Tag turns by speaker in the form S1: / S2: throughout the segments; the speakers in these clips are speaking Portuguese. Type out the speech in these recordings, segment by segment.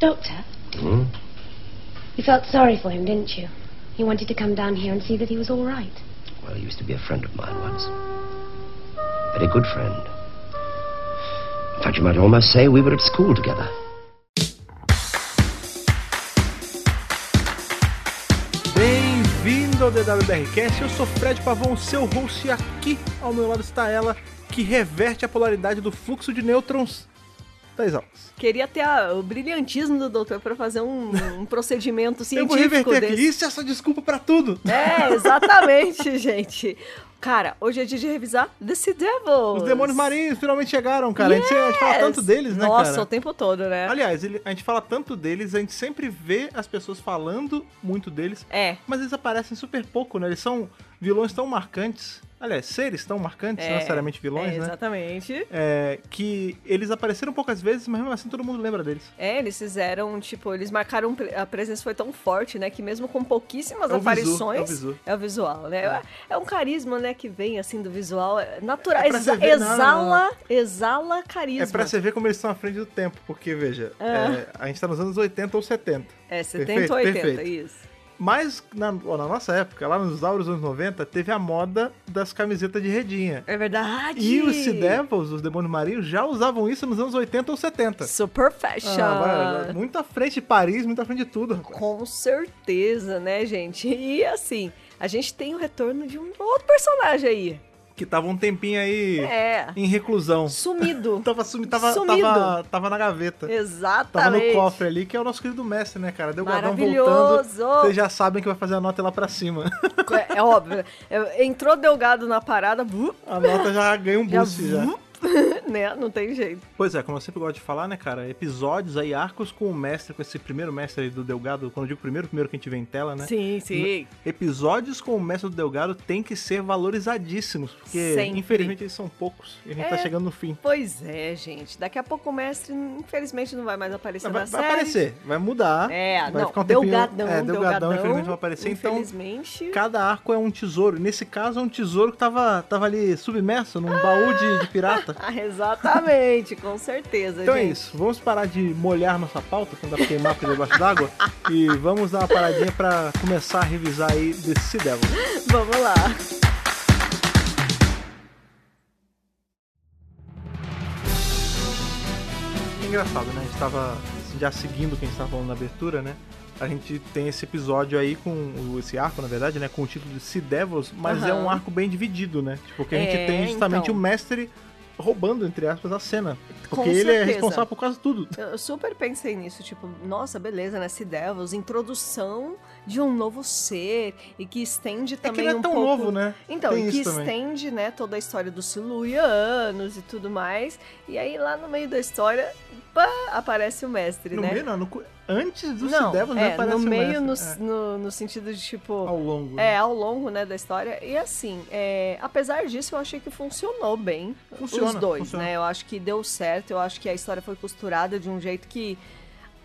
S1: Doctor,
S2: Hmm?
S1: you felt sorry for him, didn't you? You wanted to come down here and see that he was all right.
S2: Well, he used to be a friend of mine once. Very good friend. In fact, you might almost say we were at school together.
S3: Bem-vindo ao DWBRCast, eu sou Fred Pavão, seu host, e aqui ao meu lado está ela, que reverte a polaridade do fluxo de nêutrons. Thais Alves.
S4: Queria ter a- o brilhantismo do doutor pra fazer um, um procedimento
S3: Eu vou
S4: científico
S3: reverter aqui.
S4: desse.
S3: Isso é só desculpa pra tudo.
S4: É, exatamente, gente. Cara, hoje é dia de revisar The Sea Devil.
S3: Os demônios marinhos finalmente chegaram, cara. A, gente, a gente fala tanto deles, né,
S4: Nossa,
S3: cara?
S4: o tempo todo, né?
S3: Aliás, ele- a gente fala tanto deles, a gente sempre vê as pessoas falando muito deles,
S4: É.
S3: mas eles aparecem super pouco, né? Eles são vilões tão marcantes. Aliás, seres tão marcantes, não
S4: é,
S3: necessariamente vilões,
S4: é,
S3: né?
S4: Exatamente.
S3: É, que eles apareceram poucas vezes, mas mesmo assim todo mundo lembra deles.
S4: É, eles fizeram, tipo, eles marcaram. pre- A presença foi tão forte, né? Que mesmo com pouquíssimas
S3: É o visu,
S4: aparições.
S3: é o visu.
S4: é o visual, né? É. um carisma, né? Que vem assim do visual. é Natural.
S3: É pra
S4: exa-
S3: você ver, não, não,
S4: exala, exala carisma.
S3: É pra você ver como eles estão à frente do tempo, porque, veja, é, a gente tá nos anos 80 ou 70.
S4: É, 70
S3: Perfeito,
S4: 80,
S3: perfeito.
S4: isso.
S3: Mas, na, ó, na nossa época, lá nos auros anos 90, teve a moda das camisetas de redinha.
S4: É verdade.
S3: E os Sea Devils, os demônios marinhos, já usavam isso nos anos 80 ou 70.
S4: Super fashion.
S3: Ah, vai, muito à frente de Paris, muito à frente de tudo, rapaz.
S4: Com certeza, né, gente? E assim, a gente tem o retorno de um outro personagem aí.
S3: Que tava um tempinho aí
S4: É.
S3: em reclusão.
S4: Sumido.
S3: Tava, sumi, tava,
S4: Sumido.
S3: tava, tava na gaveta. Tava no
S4: Exatamente.
S3: cofre ali, que é o nosso querido mestre, né, cara? Deu guardão voltando.
S4: Maravilhoso.
S3: Vocês já sabem que vai fazer a nota lá pra cima.
S4: É, é óbvio. É, entrou Delgado na parada, vup,
S3: A nota já ganha um
S4: já
S3: boost já.
S4: vup, né? Não tem jeito.
S3: Pois é, como eu sempre gosto de falar, né, cara? Episódios aí, arcos com o mestre, com esse primeiro mestre aí do Delgado. Quando eu digo primeiro, primeiro que a gente vê em tela, né?
S4: Sim, sim.
S3: Episódios com o mestre do Delgado tem que ser valorizadíssimos, porque
S4: Sempre.
S3: infelizmente eles são poucos e a gente tá
S4: É.
S3: chegando no fim.
S4: Pois é, gente. Daqui a pouco o mestre, infelizmente, não vai mais aparecer
S3: Vai,
S4: na
S3: vai
S4: é série.
S3: aparecer, vai mudar.
S4: É,
S3: vai
S4: não,
S3: ficar um tempinho-
S4: Delgadão,
S3: É, Delgadão,
S4: Delgadão,
S3: infelizmente vai aparecer. Então,
S4: Infelizmente.
S3: cada arco é um tesouro. Nesse caso, é um tesouro que tava, tava ali submerso num baú de, de pirata.
S4: Ah, exatamente, com certeza,
S3: Então é
S4: gente.
S3: isso, vamos parar de molhar nossa pauta, quando dá pra queimar aqui debaixo d'água, e vamos dar uma paradinha pra começar a revisar aí The Sea Devil.
S4: Vamos lá.
S3: Que engraçado, né? A gente tava assim, já seguindo o que a gente tava falando na abertura, né? A gente tem esse episódio aí com o- esse arco, na verdade, né? Com o título de Sea Devils, mas é
S4: Aham.
S3: um arco bem dividido, né? Tipo, que a gente
S4: É,
S3: tem justamente
S4: então.
S3: o mestre roubando, entre aspas, a cena.
S4: Com
S3: Porque ele é
S4: certeza.
S3: responsável por quase tudo.
S4: Eu eu super pensei nisso, tipo, nossa, beleza, né? Se Devils, introdução de um novo ser e que estende
S3: É que
S4: também
S3: ele é
S4: um
S3: tão
S4: pouco...
S3: novo, né?
S4: Então,
S3: Tem
S4: e que
S3: isso também.
S4: estende, né, toda a história dos Siluianos e tudo mais. E aí, lá no meio da história, pá, aparece o mestre,
S3: No
S4: né?
S3: meio, não. no cu- antes do Sea
S4: não,
S3: Devils
S4: é,
S3: já aparece
S4: no
S3: o
S4: meio, no,
S3: mestre. É,
S4: no, no sentido de, tipo...
S3: ao longo. né?
S4: É, ao longo, né, da história. E assim, é, apesar disso, eu achei que funcionou bem
S3: Funciona,
S4: os dois,
S3: funciona.
S4: né? Eu acho que deu certo, eu acho que a história foi costurada de um jeito que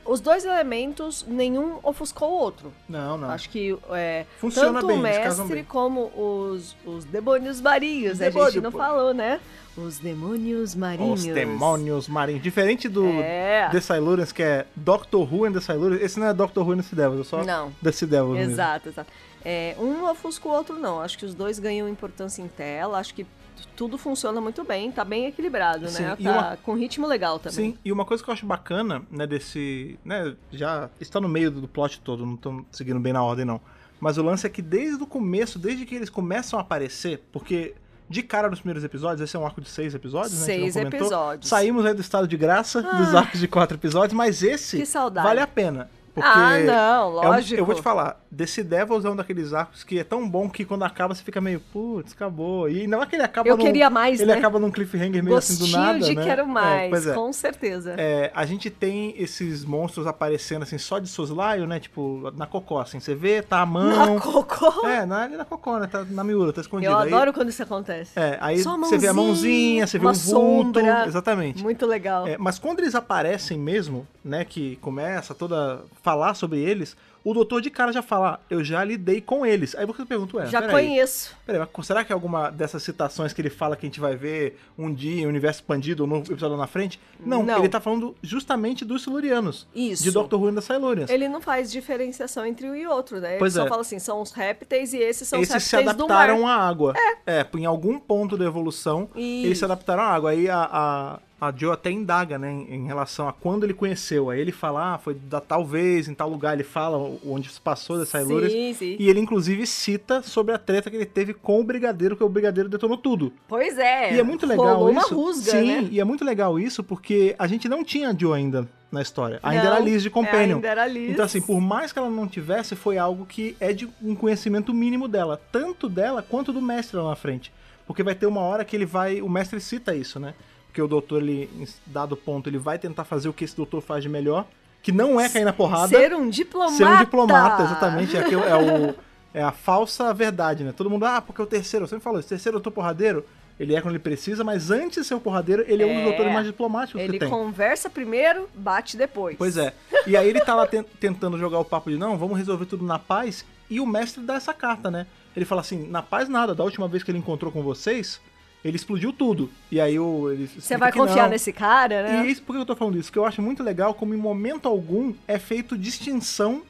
S4: os dois elementos, nenhum ofuscou o outro.
S3: Não, não.
S4: Acho que é,
S3: Ah. Funciona
S4: tanto
S3: bem,
S4: o
S3: eles casam
S4: mestre
S3: bem.
S4: como os, os demônios marinhos, a
S3: Demônio,
S4: gente não
S3: pô.
S4: falou, né? Os demônios marinhos.
S3: Os demônios marinhos. Diferente do
S4: É.
S3: The Silurians, que é Doctor Who and The Silurians. Esse não é Doctor Who and The Sea Devils, é só
S4: Não.
S3: The Sea Devils mesmo.
S4: Exato, exato. É, um não ofusca o outro, não. Acho que os dois ganham importância em tela. Acho que t- tudo funciona muito bem, tá bem equilibrado,
S3: Sim,
S4: né?
S3: e
S4: Tá
S3: uma-
S4: com ritmo legal também.
S3: Sim, e uma coisa que eu acho bacana, né, desse... Né, já está no meio do plot todo, não estão seguindo bem na ordem, não. Mas o lance é que desde o começo, desde que eles começam a aparecer, porque... De cara nos primeiros episódios, esse é um arco de seis episódios, né? a gente não
S4: Seis
S3: comentou.
S4: episódios. Ah.
S3: Saímos aí do estado de graça dos arcos de quatro episódios, mas esse
S4: Que saudade.
S3: vale a pena. Porque
S4: ah, não,
S3: É um-
S4: lógico.
S3: eu vou te falar, desse Devils é um daqueles arcos que é tão bom que quando acaba você fica meio, putz, acabou. E não é que ele acaba
S4: Eu
S3: num,
S4: queria mais,
S3: Ele
S4: né?
S3: acaba num cliffhanger meio
S4: Gostinho
S3: assim do nada,
S4: de
S3: né?
S4: quero
S3: É,
S4: mais,
S3: pois é.
S4: com certeza.
S3: É, a gente tem esses monstros aparecendo assim só de soslaio, né? Tipo, na cocó, assim. Você vê, tá a mão.
S4: Na cocô.
S3: É, na, ali na cocó, né? Tá na miúra, tá escondido.
S4: eu
S3: aí,
S4: adoro quando isso acontece.
S3: É, aí
S4: Só a
S3: você vê a mãozinha, você vê
S4: uma
S3: um vulto.
S4: sombra.
S3: Exatamente.
S4: Muito legal.
S3: É, mas quando eles aparecem mesmo, né, que começa toda falar sobre eles, o doutor de cara já fala, "Ah, eu já lidei com eles. Aí você pergunta, ué,
S4: Já
S3: peraí,
S4: conheço.
S3: peraí, mas será que é alguma dessas citações que ele fala que a gente vai ver um dia em universo expandido ou no episódio lá na frente? Não,
S4: Não.
S3: ele tá falando justamente dos Silurianos.
S4: Isso.
S3: De Doctor Who and the Silurians.
S4: Ele não faz diferenciação entre um e outro, né? Ele
S3: Pois
S4: só
S3: é.
S4: fala assim, são os répteis e esses são
S3: Esses
S4: os
S3: se
S4: répteis do mar.
S3: adaptaram à água. É. em algum ponto da evolução, eles
S4: Isso.
S3: se adaptaram à água. Aí a, a, a Joe até indaga, né, em, em relação a quando ele conheceu. Aí ele fala, ah, foi da tal vez, em tal lugar, ele fala o- onde se passou das Silurians.
S4: Sim, sim.
S3: E ele, inclusive, cita sobre a treta que ele teve com o Brigadeiro, que o Brigadeiro detonou tudo.
S4: Pois é.
S3: e é muito legal
S4: rolou
S3: isso.
S4: uma rusga,
S3: Sim,
S4: né?
S3: e é muito legal isso porque a gente não tinha a Joe ainda na história. Ainda
S4: Não,
S3: era a Liz de Companion.
S4: Ainda era Liz.
S3: Então, assim, por mais que ela não tivesse, foi algo que é de um conhecimento mínimo dela, tanto dela quanto do mestre lá na frente. Porque vai ter uma hora que ele vai. O mestre cita isso, né? Porque o doutor, ele, em dado ponto, ele vai tentar fazer o que esse doutor faz de melhor, que não é cair na porrada.
S4: Ser um diplomata.
S3: ser um diplomata, exatamente. É, aquilo- é o, é a falsa verdade, né? Todo mundo, ah, porque é o terceiro, você me falou, o terceiro doutor porradeiro, ele é quando ele precisa, mas antes de ser o porradeiro, ele é, um dos
S4: É.
S3: doutores mais diplomáticos que
S4: Ele
S3: tem.
S4: conversa primeiro, bate depois.
S3: Pois é. E aí ele tá lá ten- tentando jogar o papo de não, vamos resolver tudo na paz. E o mestre dá essa carta, né? Ele fala assim: na paz nada, da última vez que ele encontrou com vocês, ele explodiu tudo. E aí o. ele
S4: Você
S3: explica
S4: vai
S3: que
S4: confiar
S3: não.
S4: nesse cara, né?
S3: E é isso, por que eu tô falando isso? Que eu acho muito legal como em momento algum é feito distinção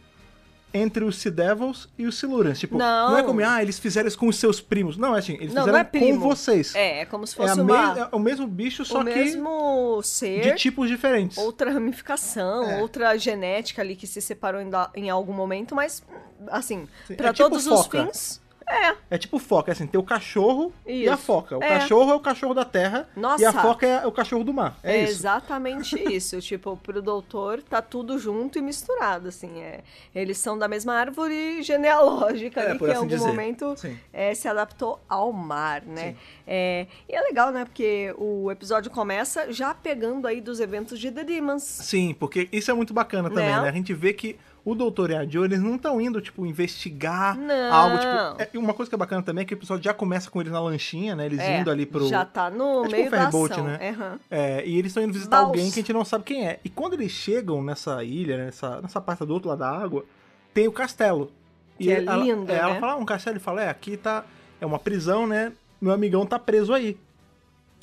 S3: entre os Sea Devils e os Silurians. Tipo,
S4: Não.
S3: é como, ah, eles fizeram isso com os seus primos. Não, é assim, eles
S4: Não,
S3: fizeram
S4: não é
S3: com
S4: primo.
S3: vocês.
S4: É, é como se
S3: É
S4: fosse
S3: a
S4: uma,
S3: me- é o mesmo bicho, só
S4: o mesmo
S3: que
S4: ser,
S3: de tipos diferentes.
S4: outra ramificação,
S3: É.
S4: outra genética ali que se separou em, da- em algum momento, mas, assim,
S3: Sim,
S4: pra
S3: é tipo
S4: todos os
S3: foca.
S4: fins... É,
S3: É tipo foca, é assim, tem o cachorro e a
S4: Isso.
S3: foca. O
S4: É.
S3: cachorro é o cachorro da terra
S4: Nossa.
S3: e a foca é o cachorro do mar. É,
S4: é
S3: isso.
S4: exatamente isso. Tipo, pro doutor tá tudo junto e misturado, assim. É. Eles são da mesma árvore genealógica
S3: É,
S4: ali,
S3: por
S4: que em
S3: assim
S4: algum
S3: dizer.
S4: momento
S3: Sim.
S4: é, se adaptou ao mar, né? É, e é legal, né? Porque o episódio começa já pegando aí dos eventos de The Demons.
S3: Sim, porque isso é muito bacana também,
S4: Né?
S3: né? A gente vê que o doutor e a Joe, eles não estão indo, tipo, investigar
S4: Não.
S3: algo. Tipo, é, e uma coisa que é bacana também é que o episódio já começa com eles na lanchinha, né? Eles
S4: É,
S3: indo ali pro.
S4: Já tá no
S3: É tipo
S4: meio
S3: um
S4: da
S3: ferryboat,
S4: ação.
S3: né?
S4: Aham.
S3: É, e eles estão indo visitar
S4: Balsa.
S3: alguém que a gente não sabe quem é. E quando eles chegam nessa ilha, né, nessa, nessa parte do outro lado da água, tem o castelo. E
S4: Que é
S3: ela,
S4: lindo,
S3: é, Ela
S4: né?
S3: fala, ah, um castelo. Ele fala, é, aqui tá... É uma prisão, né? Meu amigão tá preso aí.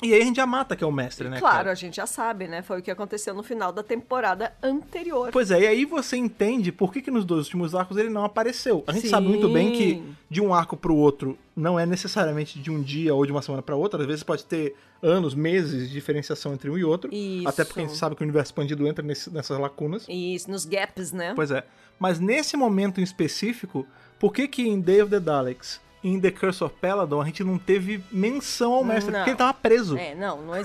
S3: E aí a gente já mata que é o mestre, né?
S4: claro,
S3: cara?
S4: a gente já sabe, né? Foi o que aconteceu no final da temporada anterior.
S3: Pois é, e aí você entende por que, que nos dois últimos arcos ele não apareceu. A gente sabe muito bem que
S4: Sim.
S3: de um arco pro outro não é necessariamente de um dia ou de uma semana pra outra. Às vezes pode ter anos, meses de diferenciação entre um e outro.
S4: Isso.
S3: Até porque a gente sabe que o universo expandido entra nesse- nessas lacunas.
S4: Isso, nos gaps, né?
S3: Pois é. Mas nesse momento em específico, por que que em Day of the Daleks e em The Curse of Peladon a gente não teve menção ao mestre?
S4: Não.
S3: Porque ele tava preso.
S4: É, não, não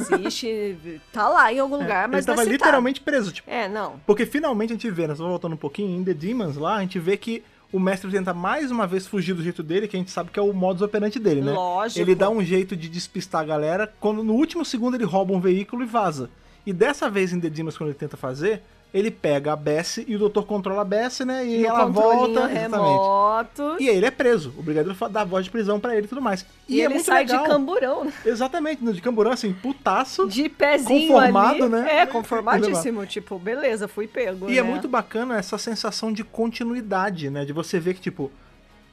S4: existe. tá lá em algum lugar, mas
S3: ele tava
S4: não é citado.
S3: literalmente preso. Tipo,
S4: É, não.
S3: porque finalmente a gente vê, né? Só voltando um pouquinho, em The Demons lá, a gente vê que o mestre tenta mais uma vez fugir do jeito dele, que a gente sabe que é o modus operandi dele, né?
S4: Lógico.
S3: Ele dá um jeito de despistar a galera quando no último segundo ele rouba um veículo e vaza. E dessa vez em The Demons, quando ele tenta fazer, ele pega a Bessie e o doutor controla a Bessie, né? E
S4: No
S3: ela
S4: controlinho
S3: volta. Exatamente.
S4: remoto.
S3: E aí ele é preso. O brigadeiro fa- dá a voz de prisão pra ele e tudo mais. E,
S4: E
S3: é
S4: ele
S3: muito
S4: sai
S3: legal.
S4: de camburão, né?
S3: Exatamente, no de camburão, assim, putaço.
S4: de pezinho
S3: Conformado,
S4: ali.
S3: né?
S4: É, conformadíssimo. tipo, beleza, fui pego.
S3: E é
S4: né?
S3: muito bacana essa sensação de continuidade, né? De você ver que, tipo,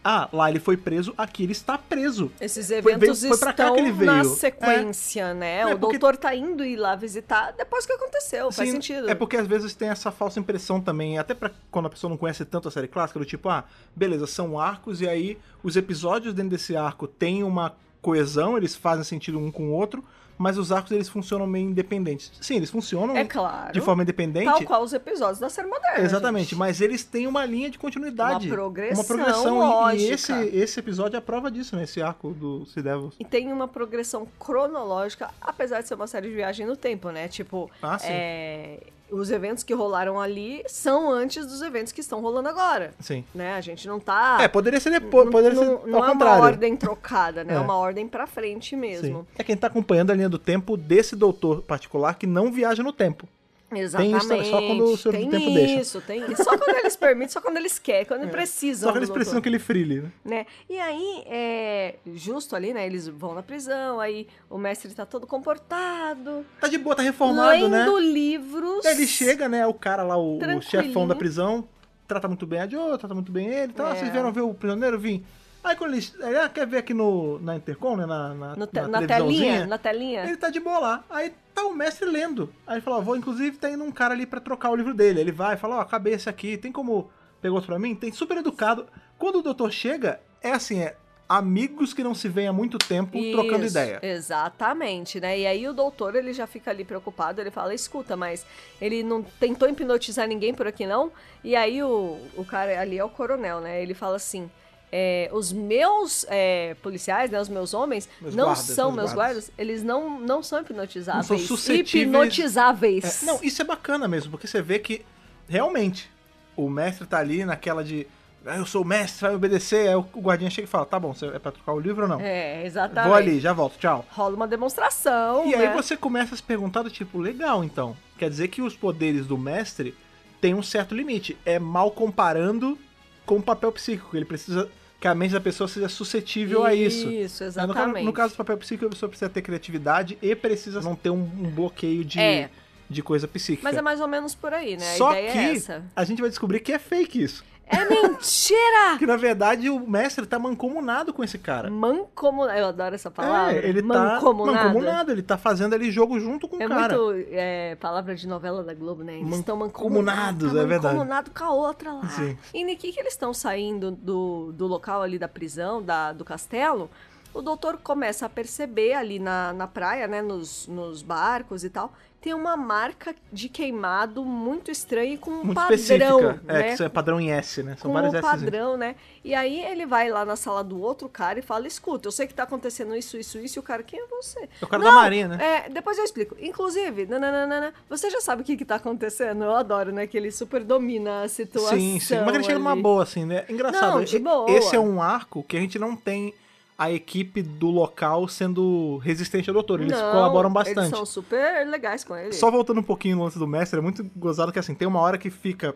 S3: ah, lá ele foi preso, aqui ele está preso.
S4: Esses
S3: veio-
S4: eventos
S3: foi pra cá
S4: estão
S3: que ele veio.
S4: na
S3: É.
S4: sequência, né?
S3: É,
S4: o
S3: porque-
S4: doutor tá indo ir lá visitar depois que aconteceu, faz
S3: Sim,
S4: sentido.
S3: É porque às vezes tem essa falsa impressão também, até pra quando a pessoa não conhece tanto a série clássica, do tipo, ah, beleza, são arcos e aí os episódios dentro desse arco têm uma coesão, eles fazem sentido um com o outro, mas os arcos eles funcionam meio independentes. Sim, eles funcionam
S4: É claro.
S3: de forma independente.
S4: Tal qual os episódios da série moderna.
S3: Exatamente,
S4: É, gente.
S3: mas eles têm uma linha de continuidade.
S4: Uma progressão
S3: Uma progressão. e- E,
S4: lógica.
S3: esse, esse episódio é a prova disso, né? Esse arco do Sea Devils.
S4: E tem uma progressão cronológica, apesar de ser uma série de viagem no tempo, né? Tipo,
S3: Ah, sim.
S4: é, os eventos que rolaram ali são antes dos eventos que estão rolando agora.
S3: Sim.
S4: Né? A gente não tá.
S3: é, poderia ser depois,
S4: não,
S3: poderia ser
S4: não-
S3: ao
S4: não é uma
S3: contrário.
S4: ordem trocada, né?
S3: É.
S4: É uma ordem pra frente mesmo.
S3: Sim. É quem tá acompanhando a linha do tempo desse doutor particular que não viaja no tempo.
S4: Exatamente.
S3: isso, só quando o senhor do
S4: Tem
S3: tempo deixa. É.
S4: isso, tem isso. Só quando eles permitem, só quando eles querem, quando precisam.
S3: Só que eles
S4: do
S3: precisam que
S4: doutor,
S3: ele frile, né?
S4: né? E aí, é, justo ali, né? Eles vão na prisão, aí o mestre tá todo comportado,
S3: Tá de boa, tá reformado, né?
S4: lendo livros.
S3: Aí Ele chega, né? O cara lá, o, o
S4: Tranquilinho.
S3: chefão da prisão, trata muito bem a Joe, trata muito bem ele. Tá,
S4: É.
S3: vocês vieram ver o prisioneiro? Vim. Aí quando eles. Ele ah, quer ver aqui no, na Intercom, né? Na, na,
S4: No te-
S3: na
S4: na,
S3: televisãozinha.
S4: telinha, na telinha.
S3: Ele tá de boa lá. Aí tá o mestre lendo. Aí ele fala, ó, vou, inclusive, tá indo um cara ali pra trocar o livro dele. Ele vai, fala, ó, acabei esse aqui, tem como pegar outro pra mim? Tem super educado. Quando o doutor chega, é assim, é amigos que não se veem há muito tempo Tipo, trocando
S4: Isso,
S3: ideia.
S4: Exatamente, né? E aí o doutor, ele já fica ali preocupado, ele fala, escuta, mas ele não tentou hipnotizar ninguém por aqui, não? E aí o, o cara ali é o coronel, né? Ele fala assim, é, os meus é, policiais, né, os meus homens,
S3: Meus
S4: não
S3: guardas,
S4: são
S3: meus
S4: meus
S3: guardas.
S4: guardas. eles não, não são hipnotizáveis.
S3: Não são suscetíveis-
S4: Hipnotizáveis.
S3: É, não, isso é bacana mesmo, porque você vê que realmente o mestre tá ali naquela de "Ah, eu sou o mestre, vai me obedecer. Aí o o guardinha chega e fala, tá bom, você é pra trocar o livro ou não?
S4: É,
S3: Vou ali,
S4: exatamente.
S3: já volto, tchau.
S4: Rola uma demonstração,
S3: E
S4: né?
S3: aí você começa a se perguntar do tipo, legal, então. Quer dizer que os poderes do mestre têm um certo limite. É mal comparando com o papel psíquico. Ele precisa que a mente da pessoa seja suscetível a isso.
S4: Isso,
S3: Mas no ca-
S4: exatamente.
S3: No, caso do papel psíquico, a pessoa precisa ter criatividade e precisa não ter um, um bloqueio de,
S4: É.
S3: de coisa psíquica.
S4: Mas é mais ou menos por aí, né?
S3: Só
S4: a ideia
S3: que
S4: é essa.
S3: a gente vai descobrir que é fake isso.
S4: É mentira!
S3: Que na verdade o mestre tá mancomunado com esse cara.
S4: Mancomunado. Eu adoro essa palavra.
S3: É, ele
S4: mancomunado.
S3: tá mancomunado, ele tá fazendo ali jogo junto com
S4: É
S3: o cara.
S4: muito é, palavra de novela da Globo, né? Eles
S3: Man-
S4: estão
S3: comunados,
S4: mancomunados.
S3: é verdade.
S4: Mancomunado com a outra lá.
S3: Sim.
S4: E no que, que eles estão saindo do, do local ali da prisão, da, do castelo, o doutor começa a perceber ali na, na praia, né? Nos, nos barcos e tal, tem uma marca de queimado muito estranha e com um
S3: muito
S4: padrão.
S3: específica. É,
S4: né?
S3: que isso é padrão em S, né? São
S4: com
S3: várias
S4: o
S3: S.
S4: padrão, né? E aí ele vai lá na sala do outro cara e fala: escuta, eu sei que tá acontecendo isso, isso, isso, e o cara, quem é você?
S3: É o cara da Marinha, né?
S4: É, depois eu explico. Inclusive, nananana, você já sabe o que, que tá acontecendo. Eu adoro, né? Que ele super domina a situação.
S3: Sim, sim. Mas ele chega numa
S4: ali.
S3: boa, assim, né? Engraçado.
S4: Não, de
S3: e-
S4: boa.
S3: Esse é um arco que a gente não tem a equipe do local sendo resistente ao doutor. Eles
S4: Não,
S3: colaboram bastante.
S4: Eles são super legais com ele.
S3: Só voltando um pouquinho no lance do mestre, é muito gozado que assim, tem uma hora que fica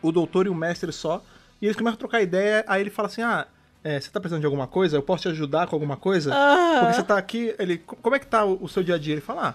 S3: o doutor e o mestre só, e eles começam a trocar ideia, aí ele fala assim, ah, é, você tá precisando de alguma coisa? Eu posso te ajudar com alguma coisa?
S4: Ah.
S3: Porque você tá aqui, ele, co- como é que tá o, o seu dia a dia? Ele fala, ah,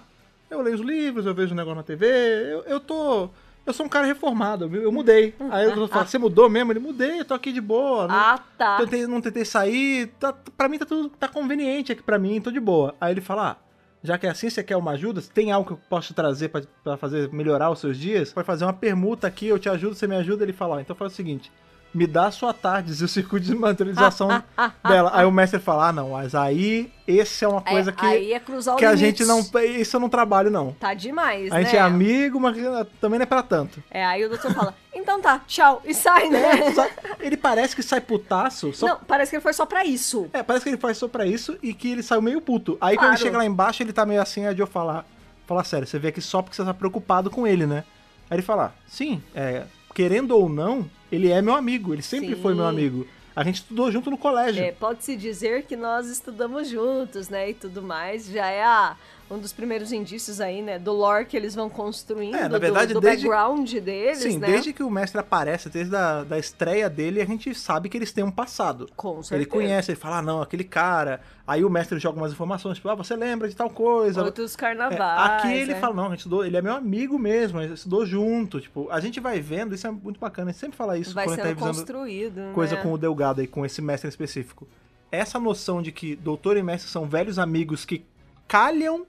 S3: eu leio os livros, eu vejo o negócio na TV, eu, eu tô... Eu sou um cara reformado, eu, eu mudei. Aí o doutor fala, você mudou mesmo? Ele, mudei, eu tô aqui de boa. né?" não-
S4: Ah, tá.
S3: Tentei, não tentei sair, tá, pra mim tá tudo tá conveniente aqui pra mim, tô de boa. Aí ele fala, ah, já que é assim, você quer uma ajuda? Se Tem algo que eu posso te trazer pra, pra fazer melhorar os seus dias? Pode fazer uma permuta aqui, eu te ajudo, você me ajuda? Ele fala, ó, então faz o seguinte, me dá a sua tardes e o circuito de materialização
S4: Ah,
S3: dela. Aí o mestre fala, ah, não, mas aí, esse é uma
S4: É,
S3: coisa que,
S4: aí é cruzar o
S3: que a
S4: limite.
S3: gente não, isso eu não trabalho não.
S4: Tá demais,
S3: A gente
S4: né?
S3: é amigo, mas também não é pra tanto.
S4: É, aí o doutor fala, então tá, tchau, e sai, né?
S3: É, Só- ele parece que sai putaço, só
S4: Não, parece que ele foi só pra isso.
S3: É, parece que ele faz só pra isso e que ele saiu meio puto. Aí quando
S4: Claro.
S3: ele chega lá embaixo, ele tá meio assim, a Joe fala, fala sério, você veio aqui só porque você tá preocupado com ele, né? Aí ele fala, sim, é, querendo ou não, ele é meu amigo, ele sempre
S4: Sim.
S3: foi meu amigo. A gente estudou junto no colégio.
S4: É, Pode-se dizer que nós estudamos juntos, né, e tudo mais. Já é a- um dos primeiros indícios aí, né, do lore que eles vão construindo,
S3: É, na
S4: do-
S3: verdade,
S4: do,
S3: desde-
S4: background deles,
S3: sim,
S4: né?
S3: desde que o mestre aparece, desde a da estreia dele, a gente sabe que eles têm um passado.
S4: Com
S3: Ele
S4: certeza.
S3: conhece, ele fala, ah, não, aquele cara. Aí o mestre joga umas informações, tipo, ah, você lembra de tal coisa.
S4: Outros
S3: É,
S4: carnavais,
S3: aqui ele
S4: né?
S3: fala, não, a gente estudou, ele é meu amigo mesmo, a gente estudou junto. Tipo, a gente vai vendo, isso é muito bacana, a gente sempre fala isso
S4: Vai
S3: quando a
S4: sendo
S3: gente tá revisando
S4: construído,
S3: coisa
S4: né?
S3: com o Delgado e com esse mestre em específico. Essa noção de que doutor e mestre são velhos amigos que calham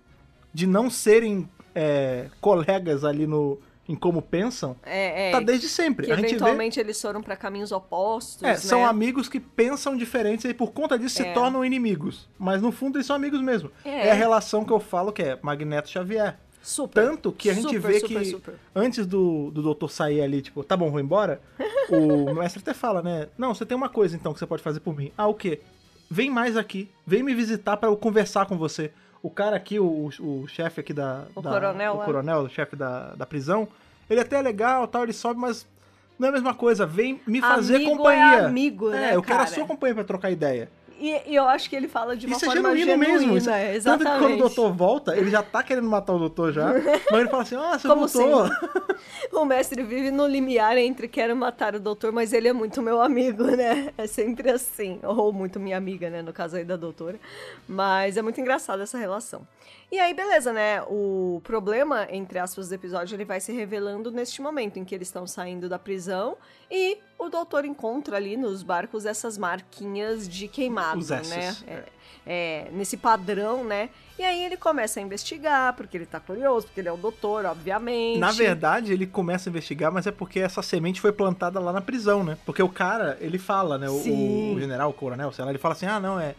S3: de não serem é, colegas ali no em como pensam,
S4: É, é,
S3: tá desde sempre.
S4: que
S3: a gente vê.
S4: eventualmente eles foram pra caminhos opostos,
S3: É,
S4: né?
S3: são amigos que pensam diferentes e por conta disso se
S4: É.
S3: tornam inimigos. Mas no fundo eles são amigos mesmo.
S4: É.
S3: é a relação que eu falo que é Magneto Xavier.
S4: Super.
S3: Tanto que a gente
S4: Super,
S3: vê
S4: super,
S3: que
S4: super.
S3: antes do, do doutor sair ali, tipo, tá bom, vou embora, o mestre até fala, né? Não, você tem uma coisa então que você pode fazer por mim. Ah, o quê? Vem mais aqui, vem me visitar pra eu conversar com você. O cara aqui, o, o chefe aqui da.
S4: O
S3: da-
S4: coronel,
S3: O
S4: né?
S3: coronel, o chefe da, da prisão, ele até é legal tal, ele sobe, mas não é a mesma coisa. Vem me fazer
S4: Amigo é
S3: companhia.
S4: amigo,
S3: é,
S4: né,
S3: eu quero a
S4: cara?
S3: sua companhia pra trocar ideia.
S4: E, e eu acho que ele fala de uma
S3: Isso é
S4: forma
S3: genuíno mesmo. Isso... é
S4: genuína,
S3: Tanto
S4: exatamente.
S3: que quando o doutor volta, ele já tá querendo matar o doutor já. mas ele fala assim, ah, você
S4: Como
S3: voltou.
S4: O mestre vive no limiar entre quero matar o doutor, mas ele é muito meu amigo, né? É sempre assim. Ou muito minha amiga, né? No caso aí da doutora. Mas é muito engraçada essa relação. E aí, beleza, né? O problema, entre aspas, do episódio, ele vai se revelando neste momento em que eles estão saindo da prisão e o doutor encontra ali nos barcos essas marquinhas de queimado,
S3: Os
S4: né?
S3: S's,
S4: É, é, nesse padrão, né? E aí ele começa a investigar, porque ele tá curioso, porque ele é o doutor, obviamente.
S3: Na verdade, ele começa a investigar, mas é porque essa semente foi plantada lá na prisão, né? Porque o cara, ele fala, né? O,
S4: Sim.
S3: o general, o coronel, sei lá, ele fala assim, ah, não, é...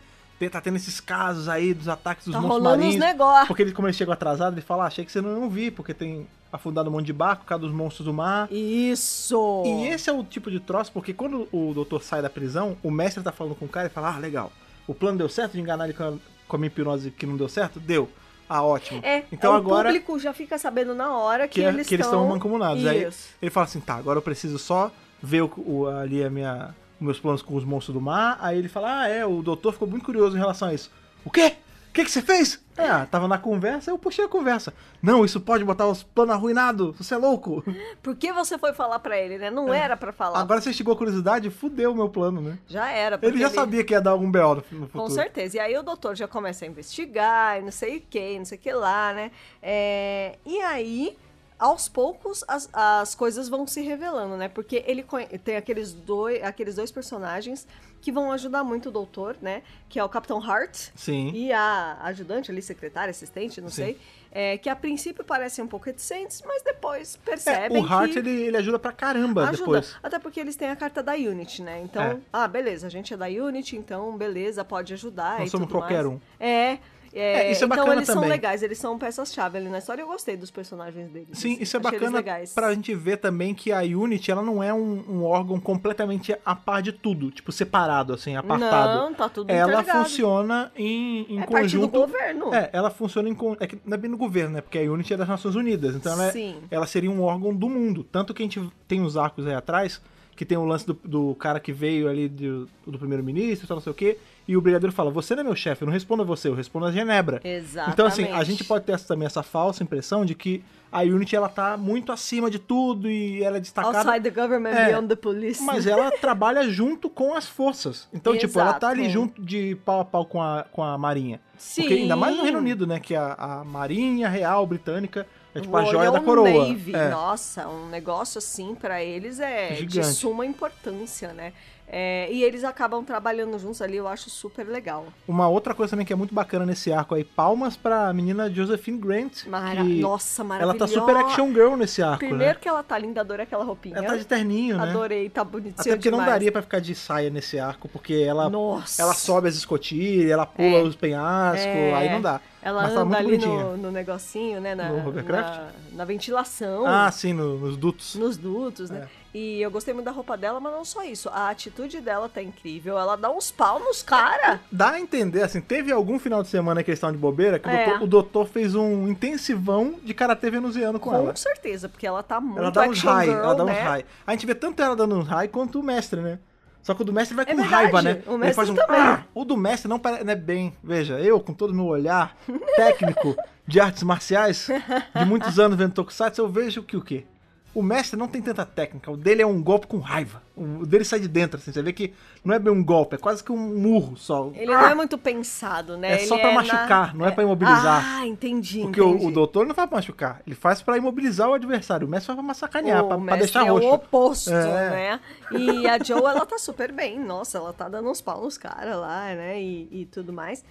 S3: Tá tendo esses casos aí dos ataques dos
S4: tá
S3: monstros
S4: rolando uns
S3: marinhos.
S4: negócios.
S3: Porque ele, como ele chegou atrasado, ele fala: ah, achei que você não, não vi, porque tem afundado um monte de barco por causa dos monstros do mar.
S4: Isso!
S3: E esse é o tipo de troço, porque quando o doutor sai da prisão, o mestre tá falando com o cara e fala: ah, legal, o plano deu certo de enganar ele com a, com a minha hipnose que não deu certo? Deu. Ah, ótimo.
S4: É,
S3: então
S4: o
S3: agora
S4: público já fica sabendo na hora que,
S3: que, é-
S4: eles
S3: que eles estão mancomunados. Aí
S4: Isso.
S3: ele fala assim: tá, agora eu preciso só ver o, o- ali a minha, os meus planos com os monstros do mar. Aí ele fala: ah, é, o doutor ficou muito curioso em relação a isso. O quê? O que, que você fez? Ah, tava na conversa, eu puxei a conversa. Não, isso pode botar os planos arruinados, você é louco.
S4: Por que você foi falar pra ele, né? Não era pra falar.
S3: É. Agora você chegou a curiosidade, fudeu o meu plano, né?
S4: Já era.
S3: Ele
S4: porque
S3: já sabia que ia dar algum BO no no futuro.
S4: Com certeza. E aí o doutor já começa a investigar, e não sei o que, não sei o que lá, né? É, E aí, aos poucos, as, as coisas vão se revelando, né? Porque ele conhe- tem aqueles dois, aqueles dois personagens que vão ajudar muito o doutor, né? Que é o Capitão Hart,
S3: Sim.
S4: e a ajudante ali, secretária, assistente, não
S3: Sim.
S4: sei, é, que a princípio parecem um pouco reticentes, mas depois
S3: É,
S4: percebem
S3: o Hart,
S4: que
S3: ele, ele ajuda pra caramba
S4: ajuda.
S3: depois.
S4: Até porque eles têm a carta da Unity, né? Então,
S3: É.
S4: ah, beleza, a gente é da Unity, então beleza, pode ajudar
S3: Nós
S4: e
S3: somos
S4: tudo
S3: qualquer
S4: mais.
S3: um.
S4: É, é,
S3: É, isso é
S4: então
S3: bacana
S4: eles são
S3: também.
S4: legais, eles são peças-chave ali na história. Eu gostei dos personagens deles.
S3: Sim,
S4: assim,
S3: isso é
S4: achei eles
S3: bacana
S4: legais.
S3: pra gente ver também que a Unity, ela não é um, um órgão completamente a par de tudo, tipo, separado, assim, apartado.
S4: Não, tá tudo
S3: ela
S4: interligado.
S3: funciona em, em
S4: É parte do
S3: conjunto.
S4: governo.
S3: É, ela funciona em. con- É que não é bem no governo, né? Porque a Unity é das Nações Unidas. Então ela, é-
S4: Sim.
S3: ela seria um órgão do mundo. Tanto que a gente tem os arcos aí atrás, que tem o lance do, do cara que veio ali do, do primeiro-ministro, tal, não sei o quê. E o brigadeiro fala: Você não é meu chefe, eu não respondo a você, eu respondo a Genebra.
S4: Exatamente.
S3: Então, assim, a gente pode ter essa- também essa falsa impressão de que a Unity ela tá muito acima de tudo e ela é destacada.
S4: Outside the government,
S3: É,
S4: beyond the police.
S3: Mas ela trabalha junto com as forças. Então, tipo, ela tá ali
S4: Exato.
S3: junto de pau a pau com a, com a Marinha.
S4: Sim.
S3: Porque ainda mais no Reino Unido, né? Que a, a Marinha Real Britânica é tipo a
S4: Royal
S3: joia da coroa.
S4: um Navy,
S3: É.
S4: Nossa, um negócio assim pra eles é de
S3: Gigante.
S4: suma importância, né? É, e eles acabam trabalhando juntos ali, eu acho super legal.
S3: Uma outra coisa também que é muito bacana nesse arco aí, palmas pra menina Josephine Grant.
S4: Mara...
S3: que
S4: Nossa,
S3: Ela
S4: maravilhosa.
S3: tá super action girl nesse arco,
S4: Primeiro
S3: né?
S4: que ela tá linda, adorei aquela roupinha.
S3: Ela tá de terninho, né?
S4: Adorei, tá bonitinha
S3: Até porque
S4: demais.
S3: não daria pra ficar de saia nesse arco, porque ela,
S4: Nossa.
S3: ela sobe as escotilhas, ela pula
S4: É.
S3: os penhascos,
S4: É.
S3: aí não dá.
S4: Ela
S3: Mas tá
S4: anda
S3: muito
S4: ali
S3: bonitinha.
S4: no, no negocinho, né? Na,
S3: No hovercraft?
S4: na, na ventilação.
S3: Ah, sim, É. no- nos dutos.
S4: nos dutos, né? E eu gostei muito da roupa dela, mas não só isso. A atitude dela tá incrível. Ela dá uns pau nos cara.
S3: Dá a entender, assim, teve algum final de semana que eles estavam de bobeira que o
S4: É.
S3: doutor- o doutor fez um intensivão de karatê venusiano com,
S4: Com
S3: ela.
S4: certeza, porque ela tá muito
S3: Ela dá uns
S4: action
S3: high,
S4: girl,
S3: ela dá uns
S4: né?
S3: high. A gente vê tanto ela dando uns high quanto o mestre, né? Só que o do mestre vai com
S4: É verdade,
S3: raiva, né?
S4: o
S3: Ele
S4: mestre
S3: faz um...
S4: também.
S3: "Ah!" O do mestre não, pare- não é bem. Veja, eu, com todo o meu olhar técnico de artes marciais, de muitos anos vendo Tokusatsu, eu vejo que o quê? O mestre não tem tanta técnica. O dele é um golpe com raiva. O dele sai de dentro, assim. Você vê que não é bem um golpe, é quase que um murro só.
S4: Ele não é muito pensado, né?
S3: Ah! É
S4: Ele
S3: só pra
S4: na-
S3: machucar, não é pra imobilizar.
S4: Ah, entendi,
S3: Porque
S4: entendi.
S3: o, o doutor não faz pra machucar, ele faz pra imobilizar o adversário. O mestre faz pra massacanear,
S4: O
S3: pra, pra
S4: mestre
S3: deixar
S4: é
S3: roxo.
S4: o oposto,
S3: É.
S4: né? E a Joe, ela tá super bem. Nossa, ela tá dando uns pau nos caras lá, né? E, e tudo mais.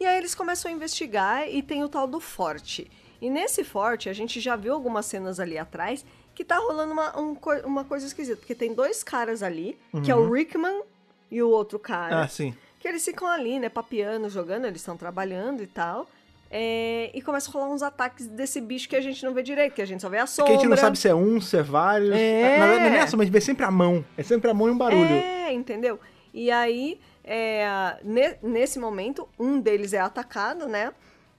S4: E aí eles começam a investigar e tem o tal do forte. E nesse forte, a gente já viu algumas cenas ali atrás que tá rolando uma, um co- uma coisa esquisita. Porque tem dois caras ali, que é o Rickman e o outro cara.
S3: Uhum. Ah, sim.
S4: Que eles ficam ali, né, papiando, jogando, eles estão trabalhando e tal. É, e começa a rolar uns ataques desse bicho que a gente não vê direito, que a gente só vê a
S3: É
S4: sombra.
S3: que a gente não sabe se é um, se é vários.
S4: É.
S3: Na verdade, não é a soma, a gente vê sempre a mão. É sempre a mão e um barulho.
S4: É, entendeu? E aí, é, ne- nesse momento, um deles é atacado, né?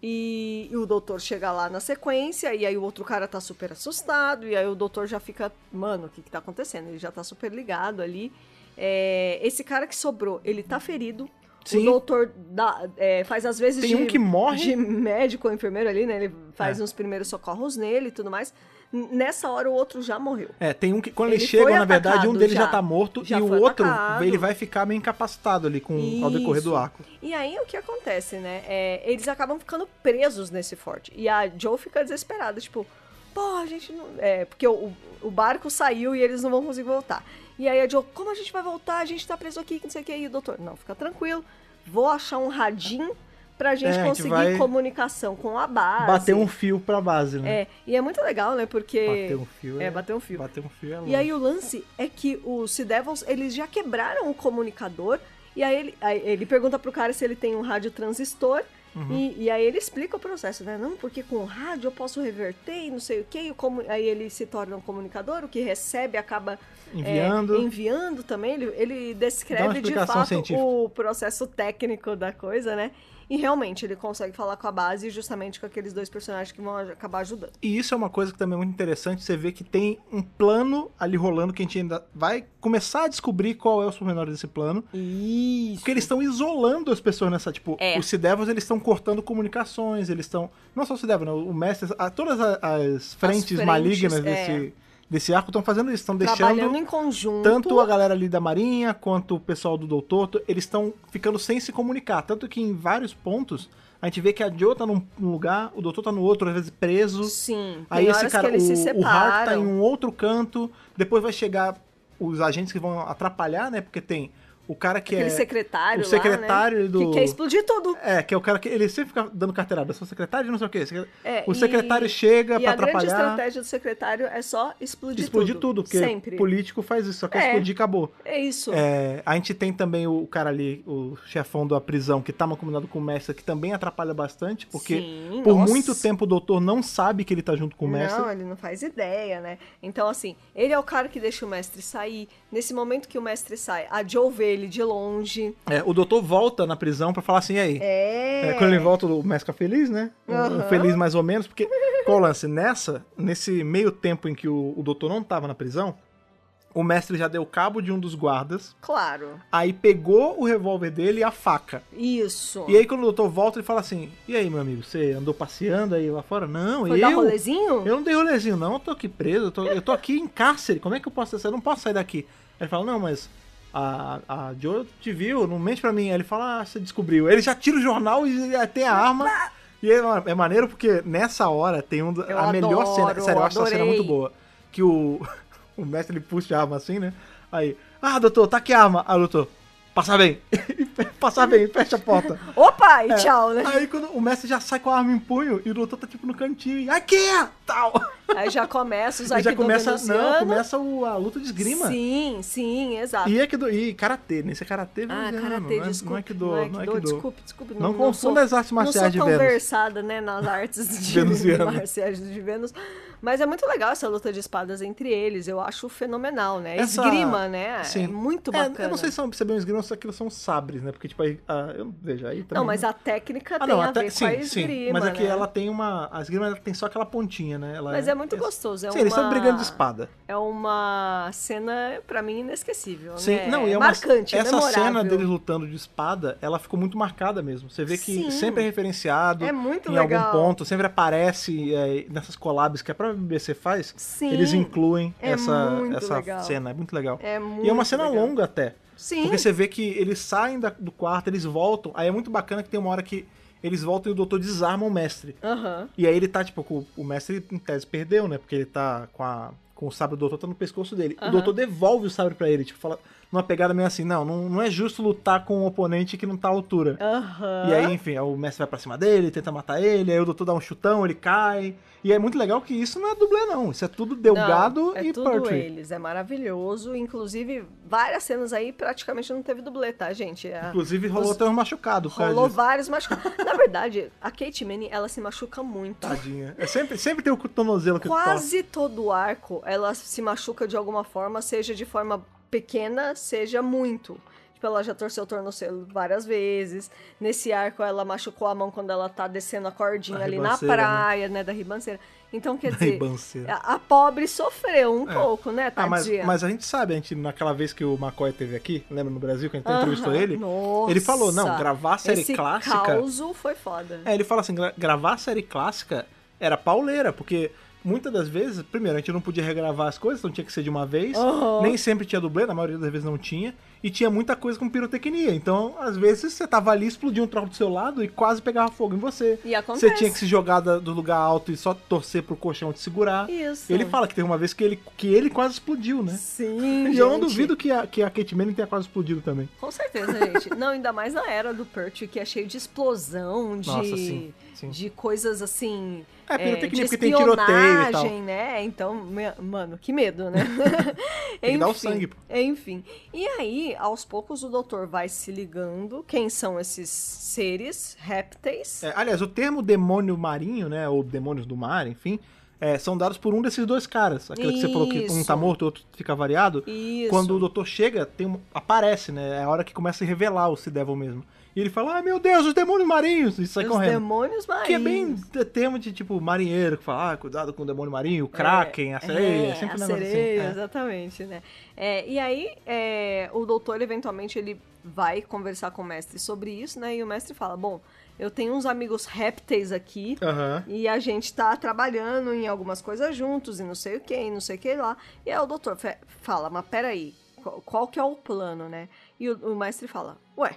S4: E, e o doutor chega lá na sequência, e aí o outro cara tá super assustado, e aí o doutor já fica, mano, o que que tá acontecendo? Ele já tá super ligado ali. É, esse cara que sobrou, ele tá ferido.
S3: Sim.
S4: O doutor dá- é, faz às vezes
S3: Tem
S4: de,
S3: um que morre.
S4: de médico ou enfermeiro ali, né? Ele faz
S3: É.
S4: uns primeiros socorros nele e tudo mais. N- Nessa hora o outro já morreu.
S3: É, tem um que. Quando
S4: Ele
S3: eles chegam,
S4: foi
S3: na verdade, um
S4: atacado
S3: deles já,
S4: já.
S3: tá morto
S4: Já
S3: e o
S4: foi
S3: outro
S4: atacado.
S3: ele vai ficar meio incapacitado ali com, ao decorrer do
S4: Isso.
S3: arco.
S4: E aí o que acontece, né? É, eles acabam ficando presos nesse forte. E a Joe fica desesperada, tipo, pô, a gente não. É, porque o, o barco saiu e eles não vão conseguir voltar. E aí a Joe, como a gente vai voltar? A gente tá preso aqui, que não sei o que. E o doutor, não, fica tranquilo, vou achar um radinho pra
S3: É, a
S4: gente
S3: gente
S4: conseguir
S3: vai
S4: comunicação com a base.
S3: Bater um fio pra base, né?
S4: Ah, É, e é muito legal, né? Porque.
S3: Bater um fio.
S4: É, bater um fio.
S3: Bater um fio é
S4: E
S3: longe.
S4: aí o lance é que os Sea Devils, eles já quebraram o comunicador, e aí ele, aí ele pergunta pro cara se ele tem um rádio transistor,
S3: Uhum.
S4: e, e aí ele explica o processo, né? Não, porque com o rádio eu posso reverter e não sei o quê, e como, aí ele se torna um comunicador, o que recebe acaba é,
S3: Enviando.
S4: enviando também, ele, ele
S3: Dá uma
S4: descreve de
S3: explicação
S4: fato
S3: científica.
S4: o processo técnico da coisa, né? E realmente ele consegue falar com a base justamente com aqueles dois personagens que vão aj- acabar ajudando.
S3: E isso é uma coisa que também é muito interessante, você vê que tem um plano ali rolando que a gente ainda vai começar a descobrir qual é o pormenor desse plano.
S4: Isso.
S3: Porque eles estão isolando as pessoas nessa, tipo,
S4: É.
S3: os Sidevos eles estão cortando comunicações, eles estão, não só os Sidevos, né, o mestre, a- todas a- as frentes,
S4: frentes,
S3: malignas
S4: é.
S3: desse, desse arco estão fazendo isso, estão
S4: Trabalhando
S3: deixando
S4: em conjunto.
S3: tanto a galera ali da marinha quanto o pessoal do doutor, t- eles estão ficando sem se comunicar, tanto que em vários pontos a gente vê que a Jo tá num num lugar, o doutor tá no outro, às vezes preso.
S4: Sim.
S3: Aí
S4: tem
S3: esse
S4: horas
S3: cara,
S4: que eles
S3: o,
S4: se
S3: o Hart tá
S4: separam.
S3: em um outro canto, depois vai chegar os agentes que vão atrapalhar, né? Porque tem o cara que
S4: Aquele
S3: é...
S4: secretário
S3: o
S4: lá,
S3: secretário
S4: né?
S3: do-
S4: Que quer explodir tudo.
S3: É, que é o cara que... Ele sempre fica dando carteirada. Eu sou secretário de não sei o quê. secre-
S4: É,
S3: o
S4: e-
S3: secretário chega
S4: e
S3: pra
S4: a grande
S3: atrapalhar,
S4: estratégia do secretário é só explodir,
S3: explodir tudo.
S4: tudo.
S3: porque
S4: Sempre.
S3: político faz isso, só quer
S4: É.
S3: explodir e acabou.
S4: É isso.
S3: É, a gente tem também o cara ali, o chefão da prisão, que tá combinado com o mestre, que também atrapalha bastante, porque
S4: Sim,
S3: por
S4: nossa.
S3: muito tempo o doutor não sabe que ele tá junto com o mestre.
S4: Não, ele não faz ideia, né? Então, assim, ele é o cara que deixa o mestre sair. Nesse momento que o mestre sai, a Joe vê ele de longe.
S3: É, o doutor volta na prisão pra falar assim, e aí?
S4: É.
S3: É, quando ele volta, o Mestre fica feliz, né? Um- um
S4: Aham.
S3: Feliz mais ou menos, porque. Qual o lance? Nessa, nesse meio tempo em que o, o doutor não tava na prisão, o mestre já deu cabo de um dos guardas,
S4: Claro.
S3: aí pegou o revólver dele e a faca.
S4: Isso.
S3: E aí, quando o doutor volta, ele fala assim: E aí, meu amigo, você andou passeando aí lá fora? Não,
S4: Foi dar um
S3: eu.
S4: rolezinho?
S3: Eu não dei rolezinho, não. Eu tô aqui preso. Eu tô, eu tô aqui em cárcere. Como é que eu posso sair? Eu não posso sair daqui. Aí ele fala, não, mas a, a Joe te viu, não mente pra mim. Aí ele fala, ah, você descobriu. Ele já tira o jornal e já tem a arma. E é, é maneiro porque nessa hora tem um, do-
S4: Eu
S3: a melhor
S4: adoro,
S3: cena. Sério, eu acho essa cena
S4: adorei.
S3: muito boa. Que o, o mestre ele puxa a arma assim, né? Aí, ah, doutor, tá aqui a arma. Aí o doutor, passar bem. E passar bem, fecha a porta.
S4: Opa, e
S3: É.
S4: tchau, né?
S3: Aí quando o mestre já sai com a arma em punho e o doutor tá tipo no cantinho e aqui! Tal!
S4: Aí já começa os
S3: E já
S4: Aikido
S3: começa, não,
S4: veneziano.
S3: começa o- a luta de esgrima.
S4: Sim, sim, exato.
S3: E é que do, e karatê, nesse é karatê
S4: Ah,
S3: veneziano,
S4: karatê,
S3: não é,
S4: desculpa.
S3: não é que do, não é que do.
S4: Desculpe, desculpe.
S3: Não confunda
S4: sou-
S3: as artes marciais de
S4: Não sou tão
S3: Vênus.
S4: versada, né, nas artes de
S3: Venusiana.
S4: marciais de Vênus. Mas é muito legal essa luta de espadas entre eles. Eu acho fenomenal, né?
S3: Essa-
S4: Esgrima, né?
S3: Sim.
S4: É muito
S3: É,
S4: bacana.
S3: eu não sei se são, se é bem um esgrima ou se aquilo são sabres, né? Porque, tipo, aí. ah, eu, veja, aí também.
S4: Não, mas a técnica
S3: Ah,
S4: tem
S3: não,
S4: a
S3: até,
S4: ver
S3: sim,
S4: com a esgrima,
S3: sim. Mas aqui
S4: né?
S3: ela tem uma. A esgrima ela tem só aquela pontinha, né? Ela
S4: Mas é muito gostoso, é
S3: sim, eles estão
S4: uma-
S3: brigando de espada.
S4: É uma cena, pra mim, inesquecível,
S3: Sim,
S4: né?
S3: não, e é uma-
S4: Marcante,
S3: Essa
S4: memorável.
S3: cena deles lutando de espada, ela ficou muito marcada mesmo. Você vê que
S4: Sim.
S3: sempre é referenciado.
S4: É muito
S3: em
S4: legal.
S3: algum ponto, sempre aparece é, nessas collabs que a própria BBC faz.
S4: Sim.
S3: Eles incluem
S4: É
S3: essa,
S4: muito
S3: essa
S4: legal.
S3: cena, é muito legal.
S4: É
S3: e é
S4: muito
S3: uma cena
S4: legal.
S3: longa até.
S4: Sim.
S3: Porque você vê que eles saem da- do quarto, eles voltam. Aí é muito bacana que tem uma hora que eles voltam e o doutor desarma o mestre.
S4: Aham.
S3: E aí ele tá, tipo, com, o mestre em tese perdeu, né? Porque ele tá com a. Com o sabre do doutor tá no pescoço dele. O
S4: Aham.
S3: doutor devolve o sabre pra ele, tipo, fala numa pegada meio assim, não, não, não é justo lutar com um oponente que não tá à altura.
S4: Aham.
S3: E aí, enfim, o mestre vai pra cima dele, tenta matar ele, aí o doutor dá um chutão, ele cai. E é muito legal que isso não é dublê, não. Isso é tudo Delgado
S4: Não, é
S3: e
S4: tudo
S3: Pertwee.
S4: eles, é maravilhoso. Inclusive, várias cenas aí praticamente não teve dublê, tá, gente? É,
S3: Inclusive, rolou
S4: os-
S3: até um machucado, por causa
S4: rolou
S3: disso.
S4: vários machucados. Na verdade, a Kate Manning, ela se machuca muito.
S3: Tadinha. É sempre, sempre tem o tornozelo que torce.
S4: Quase todo arco, ela se machuca de alguma forma, seja de forma pequena, seja muito. Tipo, ela já torceu o tornozelo várias vezes. Nesse arco, ela machucou a mão quando ela tá descendo a cordinha
S3: Da
S4: ali na
S3: ribanceira, né?
S4: praia, né? Da ribanceira. Então, quer
S3: Da
S4: dizer,
S3: ribanceira.
S4: a, a pobre sofreu um
S3: É.
S4: pouco, né,
S3: Ah, mas,
S4: tadinha?
S3: mas a gente sabe, a gente, naquela vez que o McCoy esteve aqui, lembra no Brasil, que a gente
S4: Aham.
S3: entrevistou ele?
S4: Nossa.
S3: Ele falou, não, gravar a série
S4: Esse
S3: clássica.
S4: causo foi foda.
S3: É, ele fala assim, gra- gravar a série clássica era pauleira, porque muitas das vezes, primeiro, a gente não podia regravar as coisas, então tinha que ser de uma vez,
S4: Aham.
S3: nem sempre tinha dublê, na maioria das vezes não tinha, e tinha muita coisa com pirotecnia, então às vezes você tava ali, explodia um troço do seu lado e quase pegava fogo em você.
S4: E acontece.
S3: Você tinha que se jogar da- do lugar alto e só torcer pro colchão te segurar.
S4: Isso.
S3: Ele fala que teve uma vez que ele, que ele quase explodiu, né?
S4: Sim,
S3: E eu não
S4: gente.
S3: duvido que a, que a Kate Manning tenha quase explodido também.
S4: Com certeza, gente. Não, ainda mais na era do Perch, que é cheio de explosão, de,
S3: Nossa, sim, sim.
S4: de coisas assim.
S3: É, pirotecnia,
S4: de
S3: porque tem tiroteio e tal.
S4: espionagem, né? Então, me- mano, que medo, né?
S3: Tem que dar o
S4: Enfim,
S3: sangue, pô.
S4: Enfim. E aí, aos poucos, o doutor vai se ligando quem são esses seres répteis.
S3: É, aliás, o termo demônio marinho, né? Ou demônios do mar, enfim, é, são dados por um desses dois caras. Aquilo que você falou que um
S4: Isso.
S3: tá morto, o outro fica variado.
S4: Isso.
S3: Quando o doutor chega, tem um- aparece, né? É a hora que começa a revelar o Se Devil mesmo. E ele fala, ai meu Deus, os demônios marinhos! E sai
S4: Os
S3: correndo.
S4: demônios marinhos.
S3: Que é bem de- termo de tipo marinheiro, que fala, ah, cuidado com o demônio marinho, o kraken, a sereia,
S4: é,
S3: sempre
S4: a
S3: um negócio
S4: sereia,
S3: assim. é.
S4: exatamente, né? É, e aí, é, o doutor, eventualmente, ele vai conversar com o mestre sobre isso, né? E o mestre fala, bom, eu tenho uns amigos répteis aqui,
S3: Aham.
S4: e a gente tá trabalhando em algumas coisas juntos, e não sei o que, e não sei o que lá. E aí o doutor fe- fala, mas peraí, qual, qual que é o plano, né? E o, o mestre fala, ué,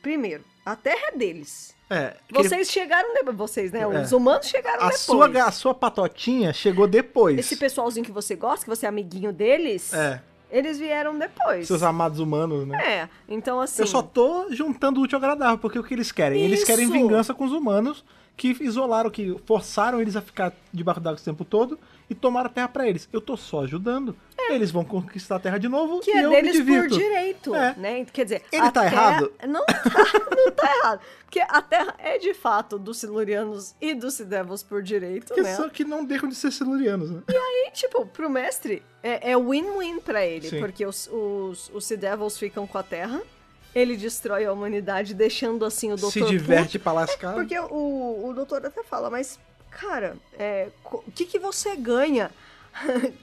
S4: primeiro, a terra é deles.
S3: É, que ele-
S4: Vocês chegaram depois, vocês, né? Os
S3: É.
S4: humanos chegaram
S3: a
S4: depois.
S3: sua, ga- a sua patotinha chegou depois.
S4: Esse pessoalzinho que você gosta, que você é amiguinho deles,
S3: É,
S4: eles vieram depois.
S3: seus amados humanos, né?
S4: É, então assim.
S3: Eu só tô juntando o útil ao agradável, porque o que eles querem? Eles
S4: Isso.
S3: querem vingança com os humanos que isolaram, que forçaram eles a ficar debaixo d'água o tempo todo e tomaram a terra pra eles. Eu tô só ajudando. Eles vão conquistar a terra de novo
S4: É. que
S3: e
S4: é
S3: eu
S4: deles
S3: me
S4: por
S3: divirto.
S4: direito,
S3: É.
S4: né? Quer dizer,
S3: Ele
S4: a
S3: tá
S4: Terra-
S3: errado?
S4: Não tá, não tá errado. Porque a Terra é de fato dos Silurianos e dos Sidevos por direito,
S3: Que
S4: né?
S3: só que não deixam de ser silurianos, né?
S4: E, tipo, pro mestre, é é win-win pra ele,
S3: Sim.
S4: porque os, os, os Sea Devils ficam com a Terra, ele destrói a humanidade, deixando assim o Dr.
S3: Se
S4: puto.
S3: diverte pra lascar.
S4: Porque o, o doutor até fala, mas, cara, é, co- o que, que você ganha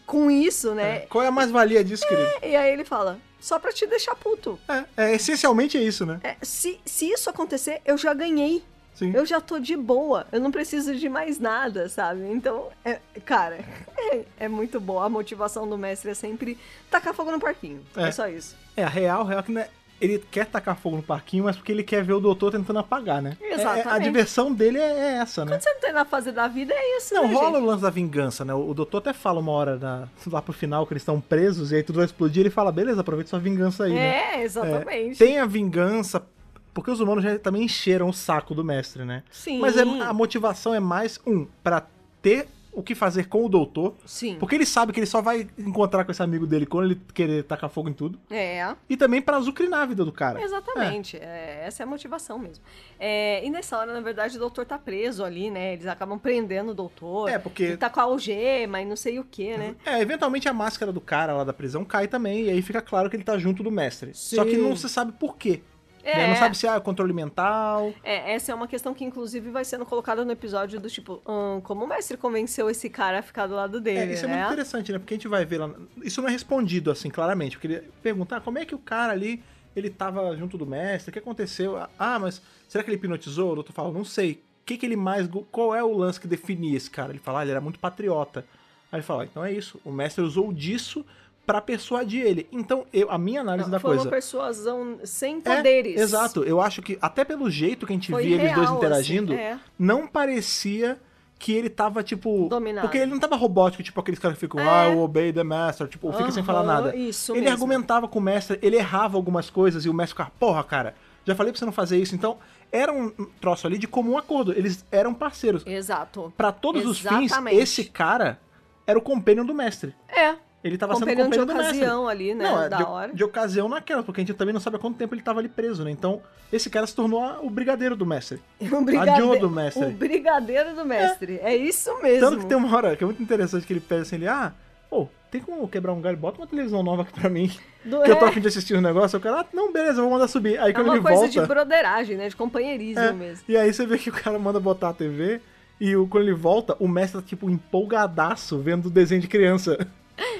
S4: com isso, né?
S3: Qual é a mais-valia disso, querido?
S4: E aí ele fala, só pra te deixar puto.
S3: É, é, essencialmente é isso, né?
S4: É, se, se isso acontecer, eu já ganhei.
S3: Sim.
S4: Eu já tô de boa. Eu não preciso de mais nada, sabe? Então, é, cara, é, é muito bom. A motivação do mestre é sempre tacar fogo no parquinho. É,
S3: É.
S4: só isso.
S3: É, a real, real que né, ele quer tacar fogo no parquinho, mas porque ele quer ver o doutor tentando apagar, né? É- é- a
S4: Exatamente.
S3: diversão dele é, é essa, né?
S4: Quando você não tem na fase da vida, é isso,
S3: Não,
S4: né,
S3: rola
S4: gente?
S3: o lance da vingança, né? O, o doutor até fala uma hora na- lá pro final que eles estão presos e aí tudo vai explodir. Ele fala, beleza, aproveita sua vingança aí, né?
S4: É, exatamente.
S3: Tem a vingança, porque os humanos já também encheram o saco do mestre, né?
S4: Sim.
S3: Mas é- a motivação é mais, um, pra ter o que fazer com o doutor.
S4: Sim.
S3: É. Porque ele sabe que ele só vai encontrar com esse amigo dele quando ele querer tacar fogo em tudo.
S4: É.
S3: E também pra azucrinar a vida do cara.
S4: Exatamente, é, essa é a motivação mesmo. É, e nessa hora, na verdade, o doutor tá preso ali, né? Eles acabam prendendo o doutor.
S3: É, porque-
S4: Ele tá com a algema e não sei o que, né?
S3: É, eventualmente a máscara do cara lá da prisão cai também, e aí fica claro que ele tá junto do mestre.
S4: Sim.
S3: Só que não se sabe por quê.
S4: É.
S3: né? Não sabe se ah, é controle mental.
S4: É, essa é uma questão que, inclusive, vai sendo colocada no episódio do tipo, "Hum, como o mestre convenceu esse cara a ficar do lado
S3: É,
S4: dele,
S3: isso é
S4: né?
S3: muito interessante, né? Porque a gente vai ver lá. Isso não é respondido assim, claramente. Porque ele pergunta, ah, como é que o cara ali, ele tava junto do mestre? O que aconteceu? Ah, mas será que ele hipnotizou? O doutor fala, não sei. O que, que ele mais. go- Qual é o lance que definia esse cara? Ele fala, ah, ele era muito patriota. Aí ele fala, ah, então é isso. O mestre usou disso pra persuadir ele. Então, eu- a minha análise da
S4: Foi
S3: coisa.
S4: uma persuasão sem
S3: É,
S4: poderes.
S3: exato. Eu acho que até pelo jeito que a gente
S4: Foi
S3: via eles dois
S4: real,
S3: interagindo,
S4: assim, é.
S3: não parecia que ele tava, tipo.
S4: Dominado.
S3: Porque ele não tava robótico, tipo aqueles caras que ficam,
S4: É.
S3: ah, eu obey the master, tipo, fica sem falar
S4: Aham,
S3: nada.
S4: isso
S3: ele
S4: mesmo.
S3: argumentava com o mestre, ele errava algumas coisas e o mestre ficava, porra, cara, já falei pra você não fazer isso. Então, era um troço ali de comum acordo. Eles eram parceiros.
S4: Exato.
S3: Pra todos os fins,
S4: Exatamente.
S3: esse cara era o companion do mestre.
S4: É.
S3: Ele tava
S4: Companion
S3: sendo
S4: de
S3: companion do mestre.
S4: ocasião ali, né,
S3: Não, é
S4: da
S3: de,
S4: hora.
S3: de ocasião naquela, porque a gente também não sabe há quanto tempo ele tava ali preso, né? Então, esse cara se tornou a- o brigadeiro do mestre.
S4: O brigadeiro,
S3: do mestre.
S4: O brigadeiro um do mestre. É, isso mesmo.
S3: um Tanto que tem uma hora que é muito interessante que ele pede assim, ele, ah, pô, Tem como quebrar um galho? Bota uma televisão nova aqui pra mim.
S4: Do-
S3: Que eu tô
S4: é.
S3: afim de assistir um negócio. O cara, ah, não, beleza, vou mandar subir. Aí
S4: É
S3: quando ele
S4: uma coisa
S3: volta.
S4: de broderagem, né? De companheirismo
S3: É,
S4: mesmo.
S3: E aí você vê que o cara manda botar a TV e o- quando ele volta, o mestre tá tipo empolgadaço vendo desenho de criança.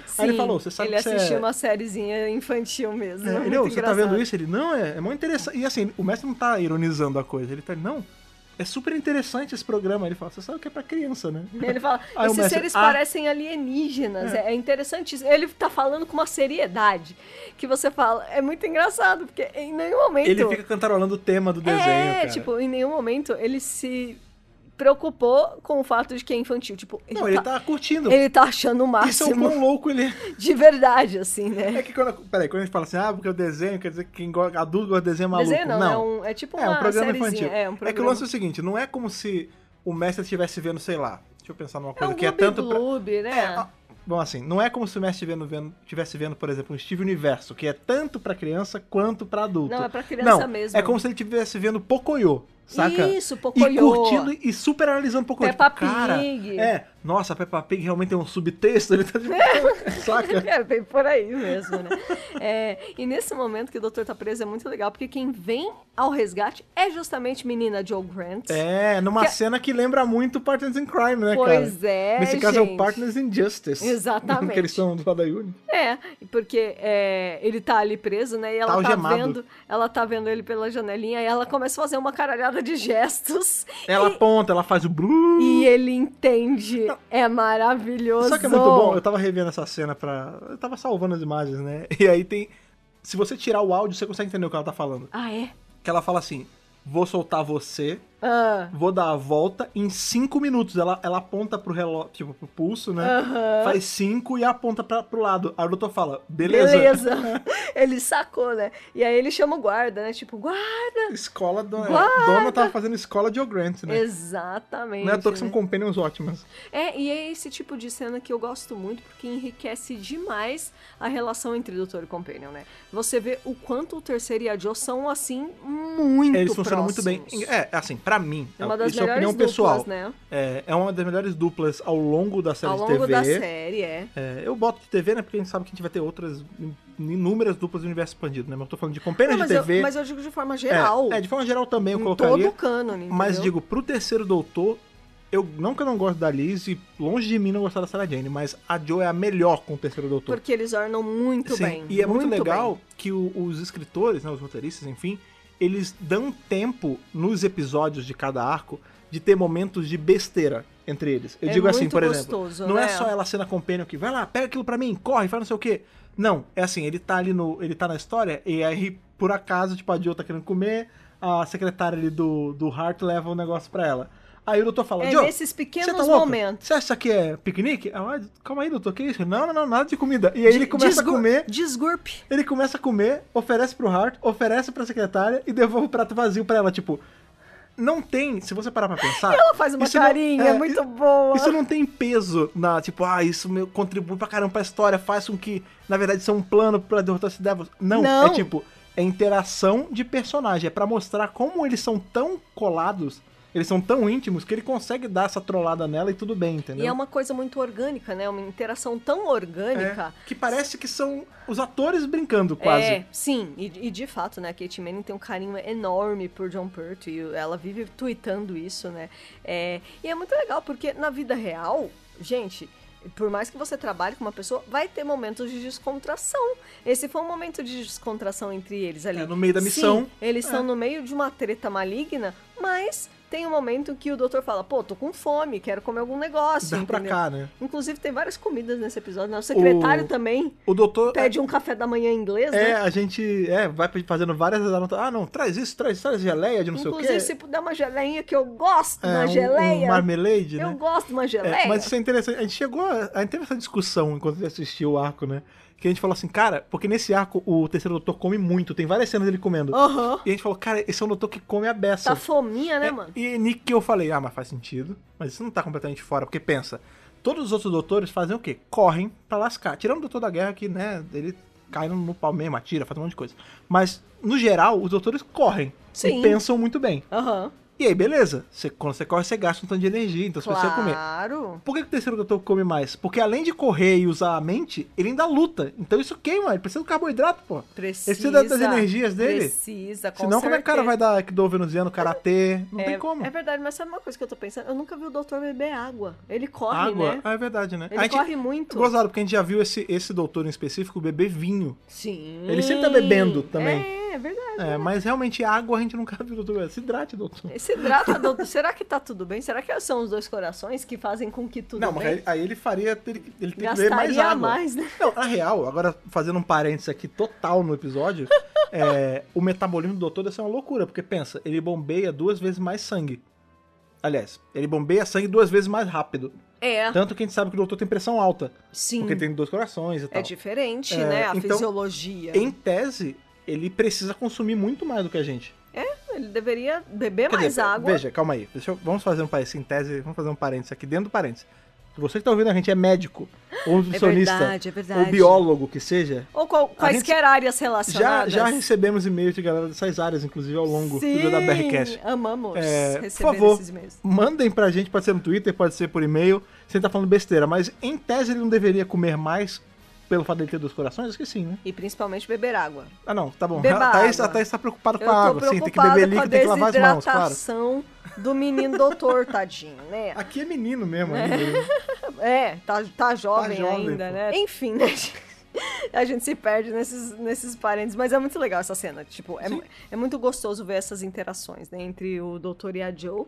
S4: Sim,
S3: Aí ele falou, "Você sabe
S4: ele
S3: que você é-
S4: assistiu uma sériezinha infantil mesmo.
S3: É,
S4: É,
S3: ele,
S4: muito
S3: "Ô, você tá vendo
S4: engraçado."
S3: isso? Ele, não, é, é muito interessante. E assim, o mestre não tá ironizando a coisa. Ele tá, não, é super interessante esse programa. Ele fala, você sabe que é pra criança, né?
S4: Ele fala,
S3: Aí o
S4: esses
S3: mestre,
S4: seres
S3: "Ah."
S4: parecem alienígenas, é. é interessante isso. Ele tá falando com uma seriedade que você fala, é muito engraçado, porque em nenhum momento...
S3: Ele fica cantarolando o tema do desenho,
S4: é,
S3: cara.
S4: tipo, em nenhum momento ele se preocupou com o fato de que é infantil. Tipo, ele,
S3: não, ele
S4: tá,
S3: tá curtindo.
S4: ele tá achando o
S3: Isso é o
S4: máximo
S3: quão louco ele é.
S4: de verdade, assim, né?
S3: É que quando, peraí, quando a gente fala assim, ah, porque o desenho, quer dizer que quem go- adulto gosta de desenho é maluco.
S4: Desenho não,
S3: não.
S4: é um- é tipo
S3: É um
S4: uma
S3: programa
S4: sériezinha,
S3: infantil.
S4: é um programa.
S3: que o lance é o seguinte, não é como se o mestre estivesse vendo, sei lá, deixa eu pensar numa
S4: É
S3: coisa
S4: um
S3: que é tanto pra...
S4: gloob-gloob, né?
S3: É, ah, bom, assim, não é como se o mestre estivesse vendo, estivesse vendo, por exemplo, um Steve Universo, que é tanto pra criança quanto pra adulto.
S4: Não, é pra criança
S3: Não,
S4: mesmo.
S3: É como se ele estivesse vendo Pocoyo, saca?
S4: Isso,
S3: E
S4: Pocoyo.
S3: curtindo e super analisando Pocoyo.
S4: Peppa
S3: tipo, cara,
S4: Pig.
S3: É, nossa, Peppa Pig realmente tem um subtexto, ele tá tipo, saca?
S4: É, bem por aí mesmo, né? É, e nesse momento que o doutor tá preso é muito legal, porque quem vem ao resgate é justamente menina Joe Grant.
S3: É, numa
S4: Que-
S3: cena que lembra muito Partners in Crime, né, cara?
S4: Pois é,
S3: Nesse caso é o
S4: gente.
S3: Partners in Justice.
S4: Exatamente.
S3: Que eles são do lado da Uni.
S4: É, porque é, ele tá ali preso, né? E
S3: Tá
S4: ela tá,
S3: algemado.
S4: vendo, ela tá vendo ele pela janelinha e ela começa a fazer uma caralhada de gestos.
S3: Ela aponta, ela faz o blu.
S4: E ele entende. É maravilhoso.
S3: Só que é muito bom, eu tava revendo essa cena pra. Eu tava salvando as imagens, né? E aí tem. Se você tirar o áudio, você consegue entender o que ela tá falando.
S4: Ah, é?
S3: Que ela fala assim: vou soltar você,
S4: Ah,
S3: vou dar a volta em cinco minutos. Ela, ela aponta pro relógio, tipo, pro pulso, né?
S4: aham.
S3: Faz cinco e aponta pra, pro lado. Aí o doutor fala, beleza.
S4: Beleza. ele sacou, né? E aí ele chama o guarda, né? Tipo, guarda.
S3: Escola do... é,
S4: Guarda!
S3: Dona tava fazendo escola de O'Grant, né?
S4: Exatamente.
S3: Não é à toa que são
S4: né?
S3: companions ótimas.
S4: É, e é esse tipo de cena que eu gosto muito, porque enriquece demais a relação entre Doutor e Companion, né? Você vê o quanto o terceiro e a Jo são, assim, muito
S3: Eles funcionam
S4: próximos.
S3: muito bem. É, assim, pra mim,
S4: É uma das
S3: isso é
S4: melhores
S3: opinião
S4: duplas,
S3: pessoal.
S4: né?
S3: É, é uma das melhores duplas ao longo da série
S4: Ao
S3: de
S4: longo
S3: TV.
S4: da série, é.
S3: É, eu boto de TV, né? Porque a gente sabe que a gente vai ter outras in- inúmeras duplas do universo expandido, né? Mas eu tô falando de companhia
S4: Não,
S3: de
S4: mas,
S3: TV.
S4: eu, mas eu digo de forma
S3: É,
S4: geral.
S3: É, de forma geral também eu
S4: em
S3: colocaria.
S4: todo o cânone,
S3: Mas
S4: entendeu?
S3: digo, pro terceiro doutor, eu não que eu não gosto da Liz e longe de mim não gostar da Sarah Jane, mas a Jo é a melhor com o terceiro doutor.
S4: Porque eles ornam muito
S3: Sim,
S4: bem.
S3: E é muito,
S4: bem.
S3: legal que o- os escritores, né, os roteiristas, enfim, eles dão tempo nos episódios de cada arco de ter momentos de besteira entre eles. Eu
S4: É
S3: digo assim,
S4: muito
S3: por
S4: gostoso,
S3: exemplo, não é
S4: né?
S3: só ela sendo a companion que vai lá, pega aquilo pra mim, corre, faz não sei o quê. Não, é assim, ele tá ali no, ele tá na história e aí por acaso, tipo, a Jo tá querendo comer, a secretária ali do do Hart leva o negócio pra ela. Aí o doutor fala,
S4: É
S3: Jo,
S4: nesses
S3: você
S4: pequenos
S3: tá louca?
S4: momentos.
S3: Você acha que isso aqui é piquenique? Ela, "Ah, calma aí, doutor, que isso? Não, não, não, nada de comida. E aí ele começa a
S4: Desgur-
S3: comer,
S4: Desgurpe.
S3: ele começa a comer, oferece pro Hart, oferece pra secretária e devolve o prato vazio pra ela. Tipo, não tem, se você parar pra pensar.
S4: Ela faz uma
S3: isso não-
S4: carinha
S3: é,
S4: muito
S3: i-
S4: boa.
S3: Isso não tem peso na, tipo, ah, isso meu, contribui pra caramba pra história, faz com que, na verdade, isso é um plano pra derrotar esse Devils. Não,
S4: Não.
S3: é tipo, é interação de personagem, é pra mostrar como eles são tão colados, eles são tão íntimos que ele consegue dar essa trollada nela e tudo bem, entendeu?
S4: E é uma coisa muito orgânica, né? Uma interação tão orgânica.
S3: É, que parece que são os atores brincando quase.
S4: É, sim, e, e de fato, né, a Kate Manning tem um carinho enorme por John Pertwee, e ela vive tweetando isso, né? É, e é muito legal, porque na vida real, gente, por mais que você trabalhe com uma pessoa, vai ter momentos de descontração. Esse foi um momento de descontração entre eles ali.
S3: É, no meio da missão.
S4: Sim, eles
S3: É.
S4: estão no meio de uma treta maligna, mas tem um momento que o doutor fala, pô, tô com fome, quero comer algum negócio,
S3: Dá pra
S4: entendeu?
S3: cá, né?
S4: Inclusive, tem várias comidas nesse episódio, né? O secretário
S3: O-
S4: também
S3: O doutor.
S4: pede um café da manhã em inglês,
S3: É,
S4: né?
S3: a gente é, vai fazendo várias anotações. Ah, não, traz isso, traz isso, traz geleia de não sei o
S4: Inclusive,
S3: quê.
S4: se puder uma geleinha, que eu gosto
S3: é,
S4: da
S3: um-
S4: geleia.
S3: Um marmelade,
S4: eu
S3: né?
S4: gosto de uma geleia.
S3: É, mas isso é interessante. A gente chegou a, a gente teve essa discussão enquanto a gente assistiu o arco, né? Que a gente falou assim, cara, porque nesse arco o terceiro doutor come muito, tem várias cenas dele comendo.
S4: Aham.
S3: E a gente falou, cara, esse é um doutor que come a beça.
S4: Tá fominha, né,
S3: É,
S4: mano?
S3: E Nick que eu falei, ah, mas faz sentido. Mas isso não tá completamente fora, porque pensa, todos os outros doutores fazem o quê? Correm pra lascar. Tirando o doutor da guerra que, né, ele cai no- no pau mesmo, atira, faz um monte de coisa. Mas, no geral, os doutores correm.
S4: Sim.
S3: E pensam muito bem.
S4: Aham.
S3: E aí, beleza. Você, quando você corre, você gasta um tanto de energia, então você precisa comer.
S4: Claro.
S3: Por que, que o terceiro doutor come mais? Porque além de correr e usar a mente, ele ainda luta. Então isso queima, ele precisa do carboidrato, pô.
S4: Precisa.
S3: Ele precisa das energias dele.
S4: Precisa, com
S3: Senão, como é que o cara
S4: certeza.
S3: vai dar Kido venusiano, karatê? Não tem como.
S4: É verdade, mas sabe uma coisa que eu tô pensando? Eu nunca vi o doutor beber água. Ele corre,
S3: Água.
S4: né?
S3: Ah, é verdade, né?
S4: Ele
S3: A gente-
S4: corre muito.
S3: Gozado, porque a gente já viu esse, esse doutor em específico beber vinho.
S4: Sim.
S3: Ele sempre tá bebendo também.
S4: É, é verdade.
S3: É, mas realmente água a gente nunca viu doutor. beber. Se hidrate, doutor.
S4: Esse hidrata, doutor. Será que tá tudo bem? Será que são os dois corações que fazem com que tudo
S3: Não, mas
S4: bem?
S3: aí, aí ele faria. Ele, ele tem que beber
S4: Gastaria
S3: mais água.
S4: mais, né?
S3: Não, na real, agora fazendo um parênteses aqui total no episódio, é, o metabolismo do doutor deve ser uma loucura, porque pensa, ele bombeia duas vezes mais sangue. Aliás, ele bombeia sangue duas vezes mais rápido.
S4: É,
S3: Tanto que a gente sabe que o doutor tem pressão alta,
S4: sim.
S3: Então, porque tem dois corações e tal.
S4: É diferente,
S3: É,
S4: né? A
S3: então,
S4: fisiologia.
S3: Em tese, ele precisa consumir muito mais do que a gente.
S4: Ele deveria beber
S3: Quer
S4: É mais
S3: dizer,
S4: água.
S3: Veja, calma aí. Deixa eu- vamos fazer um parênteses, em tese, vamos fazer um parênteses aqui dentro do parênteses. Se você que tá ouvindo a gente é médico, ou nutricionista,
S4: verdade, é
S3: ou
S4: verdade.
S3: biólogo que seja,
S4: Ou qual- quaisquer áreas
S3: Já,
S4: relacionadas.
S3: já recebemos e-mails de galera dessas áreas, inclusive ao longo
S4: Sim,
S3: do da BRCast.
S4: amamos
S3: É, por
S4: receber
S3: favor.
S4: esses e-mails.
S3: Mandem pra gente, pode ser no Twitter, pode ser por e-mail, sem tá falando besteira, mas em tese ele não deveria comer mais pelo fato dele ter dois corações? Acho que sim, né?
S4: E principalmente beber água.
S3: Ah, não, tá bom.
S4: Beba
S3: a, Thaís,
S4: água.
S3: a Thaís tá preocupada com
S4: Eu
S3: a
S4: tô
S3: água, sim, tem que
S4: preocupada
S3: beber
S4: com a
S3: líquido, tem que lavar as mãos, claro.
S4: desidratação do menino doutor, tadinho, né?
S3: Aqui é menino mesmo, né? ainda.
S4: É, tá, tá jovem
S3: Tá jovem,
S4: ainda,
S3: pô.
S4: né? Enfim, né? A gente se perde nesses, nesses parênteses, mas é muito legal essa cena. Tipo, é, mu- é muito gostoso ver essas interações, né? Entre o doutor e a Joe,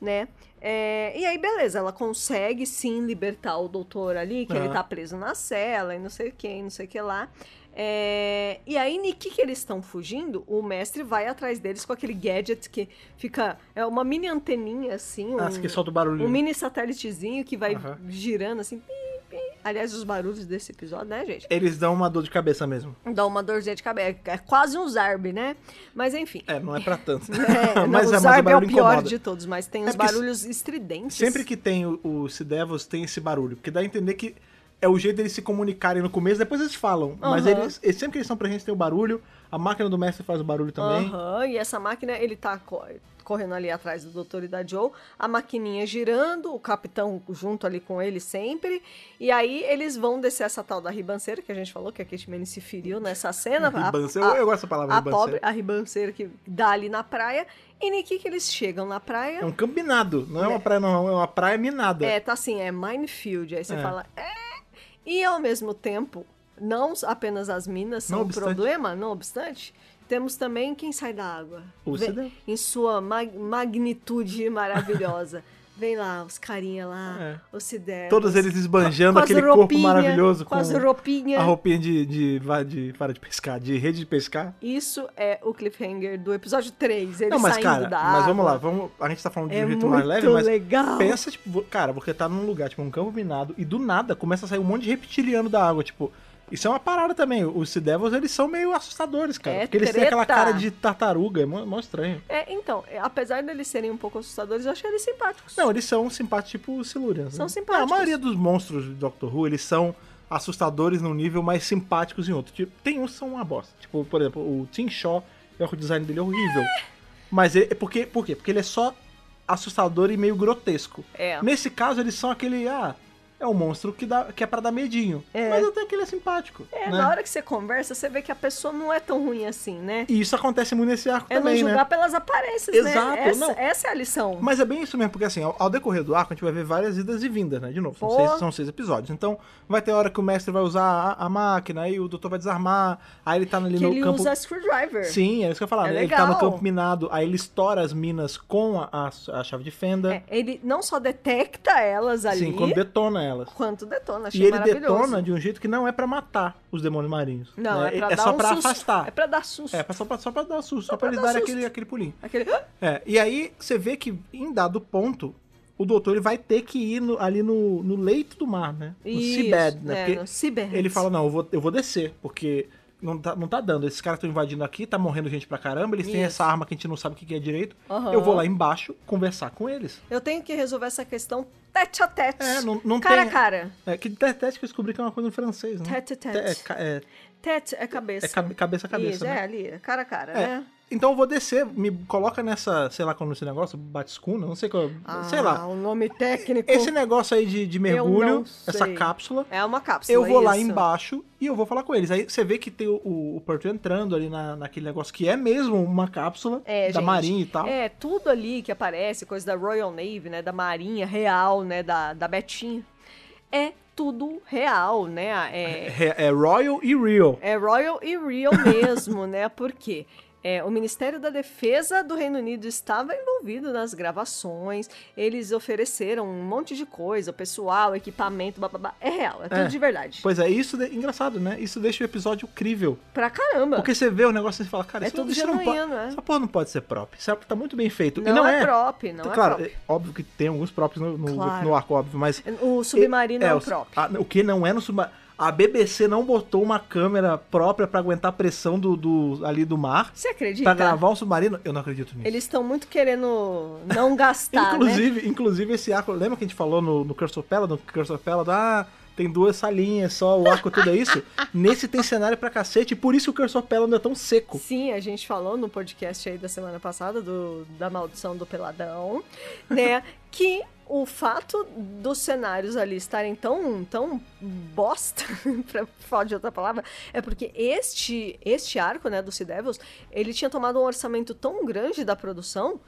S4: né? É, e aí, beleza, ela consegue sim libertar o doutor ali, que ele
S3: Aham.
S4: tá preso na cela e não sei o que, não sei o que lá. É, e aí, em que, que eles estão fugindo? O mestre vai atrás deles com aquele gadget que fica. É uma mini anteninha assim.
S3: Ah,
S4: um-
S3: que solta o barulho.
S4: um mini satélitezinho que vai
S3: Aham.
S4: girando assim. pi, pi. Aliás, os barulhos desse episódio, né, gente?
S3: Eles dão uma dor de cabeça mesmo.
S4: Dá uma dorzinha de cabeça. É quase um zarbe, né? Mas enfim.
S3: É, não é pra tanto.
S4: É, não, o
S3: mas
S4: zarbe é o
S3: barulho
S4: pior
S3: incomoda.
S4: de todos, mas tem
S3: É
S4: os
S3: porque se-
S4: barulhos estridentes.
S3: Sempre que tem o, o Cidevos, tem esse barulho. Porque dá a entender que é o jeito deles se comunicarem no começo, depois eles falam. Mas
S4: Aham.
S3: eles, eles- sempre que eles estão presentes tem o barulho, a máquina do mestre faz o barulho também.
S4: Aham, e essa máquina, ele tá co- correndo ali atrás do doutor e da Joe, a maquininha girando, o capitão junto ali com ele sempre, e aí eles vão descer essa tal da ribanceira, que a gente falou que a Kate Manning se feriu nessa cena. a-
S3: Ribanceira,
S4: a-
S3: eu, eu gosto dessa palavra,
S4: a
S3: ribanceira.
S4: pobre, a ribanceira que dá ali na praia. E nem que que eles chegam na praia.
S3: É um campo minado, não é uma praia normal, é uma praia minada.
S4: É, tá assim, é minefield. Aí você
S3: É.
S4: fala. "É". E ao mesmo tempo, não apenas as minas são
S3: Não
S4: um
S3: obstante.
S4: problema, não obstante, temos também quem sai da água.
S3: O
S4: Vem-
S3: Cidevos.
S4: em sua mag- magnitude maravilhosa. Vem lá, os carinha lá, os Cidevos.
S3: É. Todos eles esbanjando
S4: com as
S3: aquele corpo
S4: roupinha,
S3: maravilhoso
S4: com
S3: com,
S4: as roupinha.
S3: a roupinha de, de, va- de, para de pescar, de rede de pescar.
S4: Isso é o cliffhanger do episódio 3. Ele
S3: não, mas
S4: saindo
S3: cara,
S4: da
S3: mas vamos
S4: água.
S3: lá, vamos, a gente tá falando de
S4: É
S3: um jeito mais
S4: muito
S3: leve, mas
S4: legal.
S3: pensa, tipo, vo- cara, você tá num lugar, tipo, um campo minado, e do nada começa a sair um monte de reptiliano da água, tipo, isso é uma parada também, os Sea Devils, eles são meio assustadores, cara,
S4: É
S3: porque eles têm aquela
S4: treta.
S3: cara de tartaruga, é mó, mó estranho.
S4: É, então, é, apesar deles serem um pouco assustadores, eu achei eles simpáticos.
S3: Não, eles são simpáticos, tipo os Silurians.
S4: São
S3: né?
S4: simpáticos.
S3: Não, a maioria dos monstros do Doctor Who, eles são assustadores num nível, mas simpáticos em outro. Tipo, tem uns que são uma bosta. Tipo, por exemplo, o Tim Shaw, eu acho que o design dele é horrível. Mas ele, por, quê? por quê? Porque ele é só assustador e meio grotesco.
S4: É.
S3: Nesse caso, eles são aquele, ah, é um monstro que, dá, que é pra dar medinho.
S4: É.
S3: Mas até que ele é simpático.
S4: É,
S3: né?
S4: na hora que você conversa, você vê que a pessoa não é tão ruim assim, né?
S3: E isso acontece muito nesse arco
S4: É não
S3: também, né?
S4: julgar pelas aparências,
S3: Exato,
S4: né? Essa,
S3: não.
S4: essa é a lição.
S3: Mas é bem isso mesmo, porque assim, ao, ao decorrer do arco, a gente vai ver várias idas e vindas, né? De novo, são,
S4: Pô.
S3: seis, são seis episódios. Então, vai ter hora que o mestre vai usar a, a máquina, aí o doutor vai desarmar, aí ele tá ali
S4: que
S3: no
S4: ele
S3: campo.
S4: usa a screwdriver.
S3: Sim, é isso que eu ia falar,
S4: É
S3: né? Ele tá no
S4: legal.
S3: campo minado, aí ele estoura as minas com a, a- a chave de fenda.
S4: É, ele não só detecta elas ali,
S3: né? Sim, quando detona elas.
S4: quanto detona. Achei
S3: E ele
S4: maravilhoso.
S3: detona de um jeito que não é pra matar os demônios marinhos.
S4: Não,
S3: né?
S4: é pra dar
S3: só
S4: um
S3: pra
S4: susto.
S3: afastar.
S4: É pra dar susto.
S3: É, pra- só pra, só pra dar susto, só, pra,
S4: pra
S3: eles
S4: dar um
S3: darem
S4: susto.
S3: aquele, aquele pulinho.
S4: Aquele... "Ah,
S3: É, e aí você vê que em dado ponto, o doutor ele vai ter que ir no- ali no, no leito do mar, né? No
S4: Isso,
S3: seabed, né?
S4: é,
S3: Porque
S4: no seabed.
S3: Ele fala, não, eu vou, eu vou descer, porque não tá, não tá dando. Esses caras estão invadindo aqui, tá morrendo gente pra caramba, eles têm
S4: Isso.
S3: essa arma que a gente não sabe o que que é direito.
S4: Aham.
S3: Eu vou lá embaixo conversar com eles.
S4: Eu tenho que resolver essa questão tete a tete.
S3: É, não- não
S4: cara
S3: tem-
S4: a cara.
S3: É, que até que eu descobri que é uma coisa em francês, né?
S4: Tete-tete.
S3: É, ca- é,
S4: Tete é
S3: é
S4: cabeça.
S3: cabe- cabeça a cabeça,
S4: Isso,
S3: né?
S4: é ali, cara a cara,
S3: É.
S4: né?
S3: Então eu vou descer, me coloca nessa, sei lá como é esse negócio, batiscuna, não sei qual,
S4: Ah,
S3: sei lá.
S4: O nome técnico.
S3: Esse negócio aí de, de
S4: Tipo, Eu
S3: mergulho,
S4: não sei.
S3: essa cápsula,
S4: É uma cápsula.
S3: eu vou lá
S4: isso.
S3: embaixo e eu vou falar com eles. Aí você vê que tem o, o, o Porto entrando ali na, naquele negócio que é mesmo uma cápsula
S4: É,
S3: da
S4: gente,
S3: Marinha e tal.
S4: É, tudo ali que aparece, coisa da Royal Navy, né? Da Marinha Real, né? Da, da Betinha. É tudo real, né? É,
S3: É, é Royal e Real.
S4: É Royal e Real mesmo, né? Porque é, o Ministério da Defesa do Reino Unido estava envolvido nas gravações, eles ofereceram um monte de coisa, pessoal, equipamento, bababá. É real, é tudo
S3: É.
S4: de verdade.
S3: Pois é, isso é engraçado, né? Isso deixa o episódio crível.
S4: Pra caramba.
S3: Porque você vê o negócio e você fala, cara,
S4: É
S3: isso, não-
S4: tudo
S3: isso não pode.
S4: genuíno, é.
S3: Essa porra não pode ser prop. Isso tá muito bem feito.
S4: não,
S3: e não
S4: é,
S3: é.
S4: prop, não é
S3: claro,
S4: prop.
S3: é óbvio que tem alguns props no, no,
S4: Claro.
S3: no arco, óbvio, mas.
S4: O submarino é, um
S3: o-
S4: prop.
S3: a- o que não é no submarino. A BBC não botou uma câmera própria pra aguentar a pressão do, do- ali do mar
S4: Você acredita?
S3: pra gravar um submarino. Eu não acredito nisso.
S4: Eles estão muito querendo não gastar, né?
S3: inclusive, inclusive, esse arco. Lembra que a gente falou no, no Curse of Peladon? Que Curse of Peladon, ah, tem duas salinhas só, o arco tudo é isso? Nesse tem cenário pra cacete, por isso que o Curse of Peladon é tão seco.
S4: Sim, a gente falou no podcast aí da semana passada do, da maldição do peladão, né? que o fato dos cenários ali estarem tão, tão bosta, pra falar de outra palavra, é porque este, este arco, né, do Sea Devils, ele tinha tomado um orçamento tão grande da produção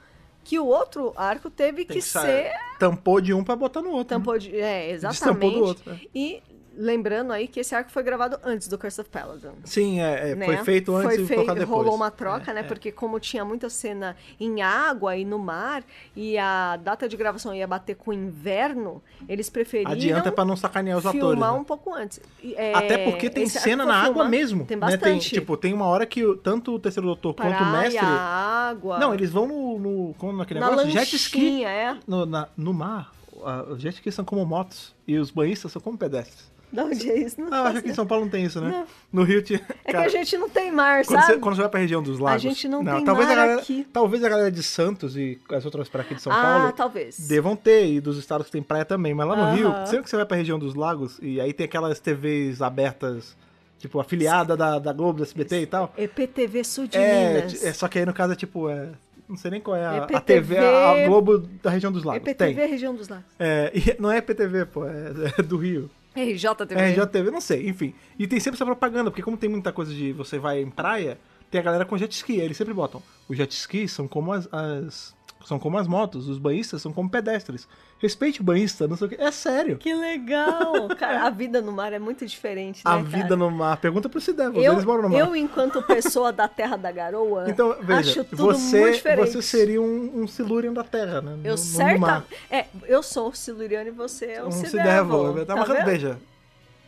S4: que o outro arco teve que, ser
S3: Tampou de um pra botar no outro.
S4: tampou de, é,
S3: Destampou
S4: exatamente.
S3: do outro, né?
S4: E lembrando aí que esse arco foi gravado antes do Curse of Peladon.
S3: Sim, é, é,
S4: né?
S3: foi feito antes
S4: Foi
S3: e
S4: feito-
S3: colocado depois.
S4: Rolou uma troca,
S3: É,
S4: né?
S3: é.
S4: Porque como tinha muita cena em água e no mar, e a data de gravação ia bater com o inverno, eles preferiram
S3: Adianta pra não sacanear os atores.
S4: filmar
S3: né?
S4: um pouco antes. E, é,
S3: Até porque tem
S4: esse arco
S3: cena
S4: foi
S3: na água
S4: filmado-
S3: mesmo.
S4: Tem
S3: né?
S4: bastante.
S3: tipo, tem uma hora que o- tanto o terceiro doutor quanto o
S4: Praia,
S3: mestre.
S4: água.
S3: Não, eles vão no. no como naquele
S4: na
S3: negócio?
S4: lanchinha,
S3: Jet ski.
S4: é.
S3: No, na- no mar, a- os jet skis são como motos e os banhistas são como pedestres.
S4: Da onde é isso? Não
S3: Ah, eu acho
S4: faço
S3: que em
S4: ideia.
S3: São Paulo não tem isso, né?
S4: Não.
S3: No Rio tinha.
S4: É
S3: Cara,
S4: que a gente não tem mar,
S3: Quando
S4: sabe?
S3: você, quando você vai pra região dos lagos.
S4: gente não tem
S3: talvez
S4: mar
S3: a galera,
S4: aqui.
S3: Talvez a galera de Santos e as outras praias aqui de São
S4: ah,
S3: Paulo
S4: talvez.
S3: Devam ter, e dos estados que tem praia também, mas lá no
S4: Aham.
S3: Rio, sempre que você vai pra região dos lagos, e aí tem aquelas TVs abertas, tipo, afiliada da, da Globo, da SBT e tal.
S4: EPTV Sul de
S3: É,
S4: Minas.
S3: é, só que aí no caso é tipo, é, não sei nem qual é a, a
S4: EPTV,
S3: TV, a, a Globo da região dos lagos.
S4: EPTV
S3: Tem.
S4: Região dos Lagos.
S3: É, e não é PTV, pô, é, é do Rio.
S4: RJTV.
S3: É RJTV, não sei, enfim. E tem sempre essa propaganda, porque como tem muita coisa de você vai em praia, tem a galera com jet ski, aí eles sempre botam. Os jet skis são como as, as- são como as motos, os banhistas são como pedestres. Respeite o banhista, não sei o que. É sério.
S4: Que legal! Cara, a vida no mar é muito diferente, né,
S3: a
S4: cara?
S3: vida no mar. Pergunta pro Cidevos,
S4: eu,
S3: eles moram no mar.
S4: eu, enquanto pessoa da terra da garoa,
S3: então, veja,
S4: acho tudo muito
S3: você,
S4: diferente.
S3: você seria um, um silurium da terra, né?
S4: Eu certa... É, eu sou o Siluriano e você é o
S3: Um
S4: Cidevo.
S3: Cidevos. Tá,
S4: tá
S3: mas,
S4: vendo?
S3: veja,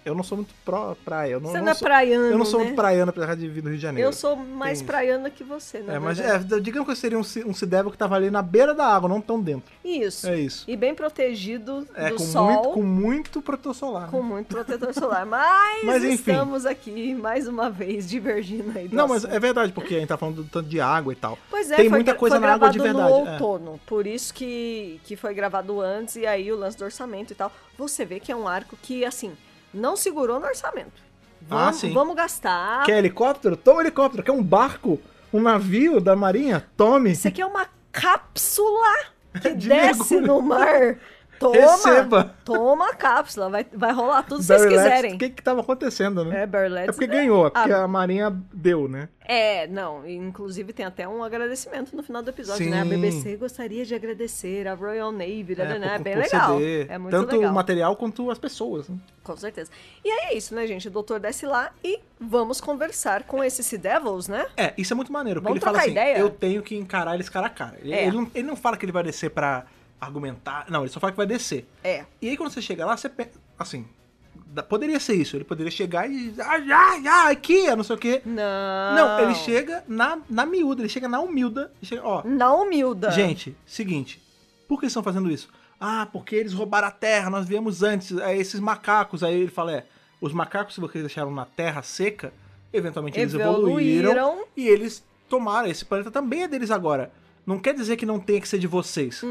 S3: eu não sou muito pró praia. Eu não,
S4: Você não,
S3: não
S4: é
S3: sou,
S4: praiano,
S3: eu não sou
S4: né?
S3: praiano, apesar de vir do Rio de Janeiro.
S4: Eu sou mais
S3: Tem isso.
S4: praiana que você, né?
S3: É, mas é, digamos que eu seria um, ci- um cidévo que tava ali na beira da água, não tão dentro.
S4: Isso.
S3: É isso.
S4: E bem protegido
S3: É,
S4: do
S3: com
S4: sol.
S3: muito, com muito protetor solar. né?
S4: com muito protetor solar. Mas,
S3: Mas, enfim.
S4: estamos aqui mais uma vez divergindo aí. do
S3: Não, mas
S4: assunto.
S3: é verdade, porque a gente tá falando do tanto de água e tal.
S4: Pois é,
S3: Tem
S4: foi,
S3: muita
S4: gra-
S3: coisa
S4: foi
S3: na água de
S4: gravado
S3: verdade, é.
S4: no outono, por isso que, que foi gravado antes e aí o lance do orçamento e tal. Você vê que é um arco que, assim, não segurou no orçamento. Vamos,
S3: Ah, sim.
S4: vamos gastar.
S3: Quer helicóptero? Toma helicóptero. Quer um barco? Um navio da marinha? Tome.
S4: Isso aqui é uma cápsula que
S3: De
S4: desce
S3: mergulho.
S4: no mar. Toma,
S3: Receba.
S4: toma a cápsula, vai, vai rolar tudo se vocês
S3: Barry Letts,
S4: quiserem.
S3: O que que tava acontecendo, né?
S4: É, Berlitz.
S3: É porque ganhou, é porque
S4: Ah.
S3: a marinha deu, né?
S4: É, não, e, inclusive tem até um agradecimento no final do episódio, né? A
S3: Sim.
S4: BBC gostaria de agradecer a Royal Navy, né?
S3: por-
S4: é bem
S3: por
S4: legal.
S3: ceder
S4: É muito
S3: Tanto
S4: legal.
S3: o material quanto as pessoas. Né?
S4: Com certeza. E aí é isso, né, gente? O doutor desce lá e vamos conversar com esses Sea Devils, né?
S3: É, isso é muito maneiro, porque
S4: Vamos
S3: ele fala
S4: trocar
S3: assim,
S4: ideia?
S3: eu tenho que encarar eles cara a cara. Ele,
S4: É.
S3: ele não, ele não fala que ele vai descer pra argumentar, não, ele só fala que vai descer.
S4: É.
S3: E aí quando você chega lá, você pensa, assim, da- poderia ser isso, ele poderia chegar e, ai, ai, ai, aqui, é não sei o quê.
S4: Não.
S3: Não, ele chega na, na miúda, ele chega na humilda, ele chega, ó,
S4: Na humilda.
S3: gente, seguinte, por que eles estão fazendo isso? Ah, porque eles roubaram a terra, nós viemos antes, aí esses macacos, aí ele fala, é, os macacos que vocês deixaram na terra seca, eventualmente eles evoluíram,
S4: Evoluíram.
S3: e eles tomaram. Esse planeta também é deles agora. Não quer dizer que não tenha que ser de vocês.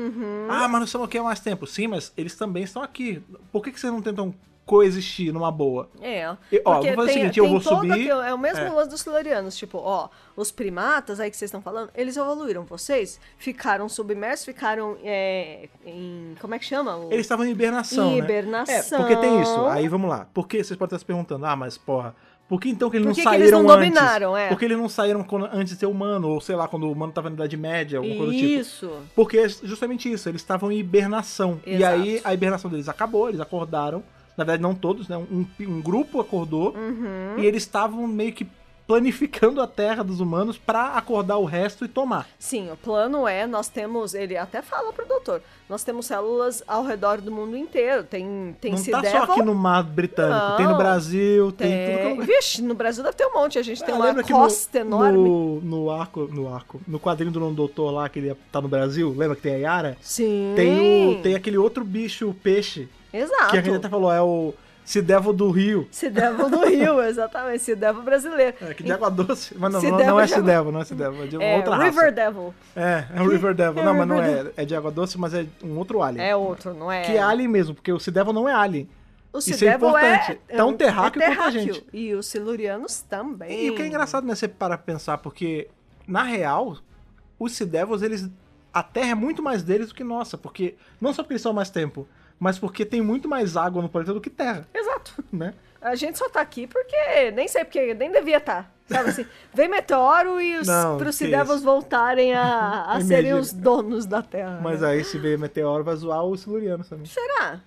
S3: Ah, mas não sei o que há mais tempo. Sim, mas eles também estão aqui. Por que, que vocês não tentam coexistir numa boa.
S4: É,
S3: E, ó,
S4: porque
S3: vou fazer o
S4: tem,
S3: seguinte, eu
S4: tem
S3: vou
S4: todo
S3: subir-
S4: aquele- é o mesmo
S3: é.
S4: lance dos silurianos, tipo, ó, os primatas aí que vocês estão falando, eles evoluíram, vocês ficaram submersos, ficaram é, em, como é que chama? O-
S3: Eles estavam em hibernação, né?
S4: Hibernação.
S3: É, porque tem isso. Aí vamos lá. Por que vocês podem estar se perguntando? Ah, mas porra, por que então que eles
S4: Por
S3: não
S4: que que
S3: saíram
S4: eles não
S3: antes?
S4: dominaram, é.
S3: Por que eles não saíram quando- antes de ser humano? Ou sei lá, quando o humano tava na Idade Média, alguma coisa do tipo.
S4: Isso.
S3: Porque é justamente isso, eles estavam em hibernação. E
S4: Exato.
S3: aí a hibernação deles acabou, eles acordaram. Na verdade, não todos, né? Um, um grupo acordou
S4: Uhum.
S3: e eles estavam meio que planificando a terra dos humanos pra acordar o resto e tomar.
S4: Sim, o plano é, nós temos, ele até fala pro doutor, nós temos células ao redor do mundo inteiro, tem, tem
S3: não tá
S4: Sidéval,
S3: só aqui no mar britânico, tem no
S4: Não.
S3: Brasil, tem, tudo que é
S4: tem...
S3: lugar.
S4: Vixe, no Brasil deve ter um monte, a gente tem
S3: Ah,
S4: uma
S3: lembra que no-
S4: costa enorme.
S3: No, no arco, no arco, no quadrinho do nome do doutor lá, que ele tá no Brasil, lembra que tem a Yara?
S4: Sim.
S3: Tem, o, tem aquele outro bicho, o peixe,
S4: Exato.
S3: que a gente até falou, é o Sidévo do Rio.
S4: Ah, Se devo do Rio, exatamente. Se devo brasileiro.
S3: É, que de água doce. Mas não, não,
S4: Sidévo
S3: não é
S4: de
S3: Sidévo, não é Sidévo, é de uma
S4: É,
S3: outra
S4: River
S3: raça.
S4: Devil.
S3: É, é um River Devil.
S4: é
S3: não, mas não
S4: River
S3: é. É de água doce, mas é um outro alien.
S4: É outro, não é?
S3: Que é alien mesmo, porque o Sidévo não é alien.
S4: O
S3: isso é
S4: Sidévo
S3: importante. Tão terráqueo quanto a gente.
S4: é E os silurianos também.
S3: E o que é engraçado, né, você para pensar, porque, na real, os Sea Devils, eles. A Terra é muito mais deles do que nossa, porque. Não só porque eles são há mais tempo, mas porque tem muito mais água no planeta do que Terra,
S4: Exato.
S3: né?
S4: A gente só tá aqui porque nem sei porque, nem devia estar. Sabe assim, vem meteoro e os,
S3: Não,
S4: pros
S3: que
S4: Sidevos
S3: isso.
S4: voltarem a, a serem
S3: Imagina.
S4: os donos da Terra.
S3: Mas é-
S4: né?
S3: aí, se ver meteoro, vai zoar os Silurianos também.
S4: Será?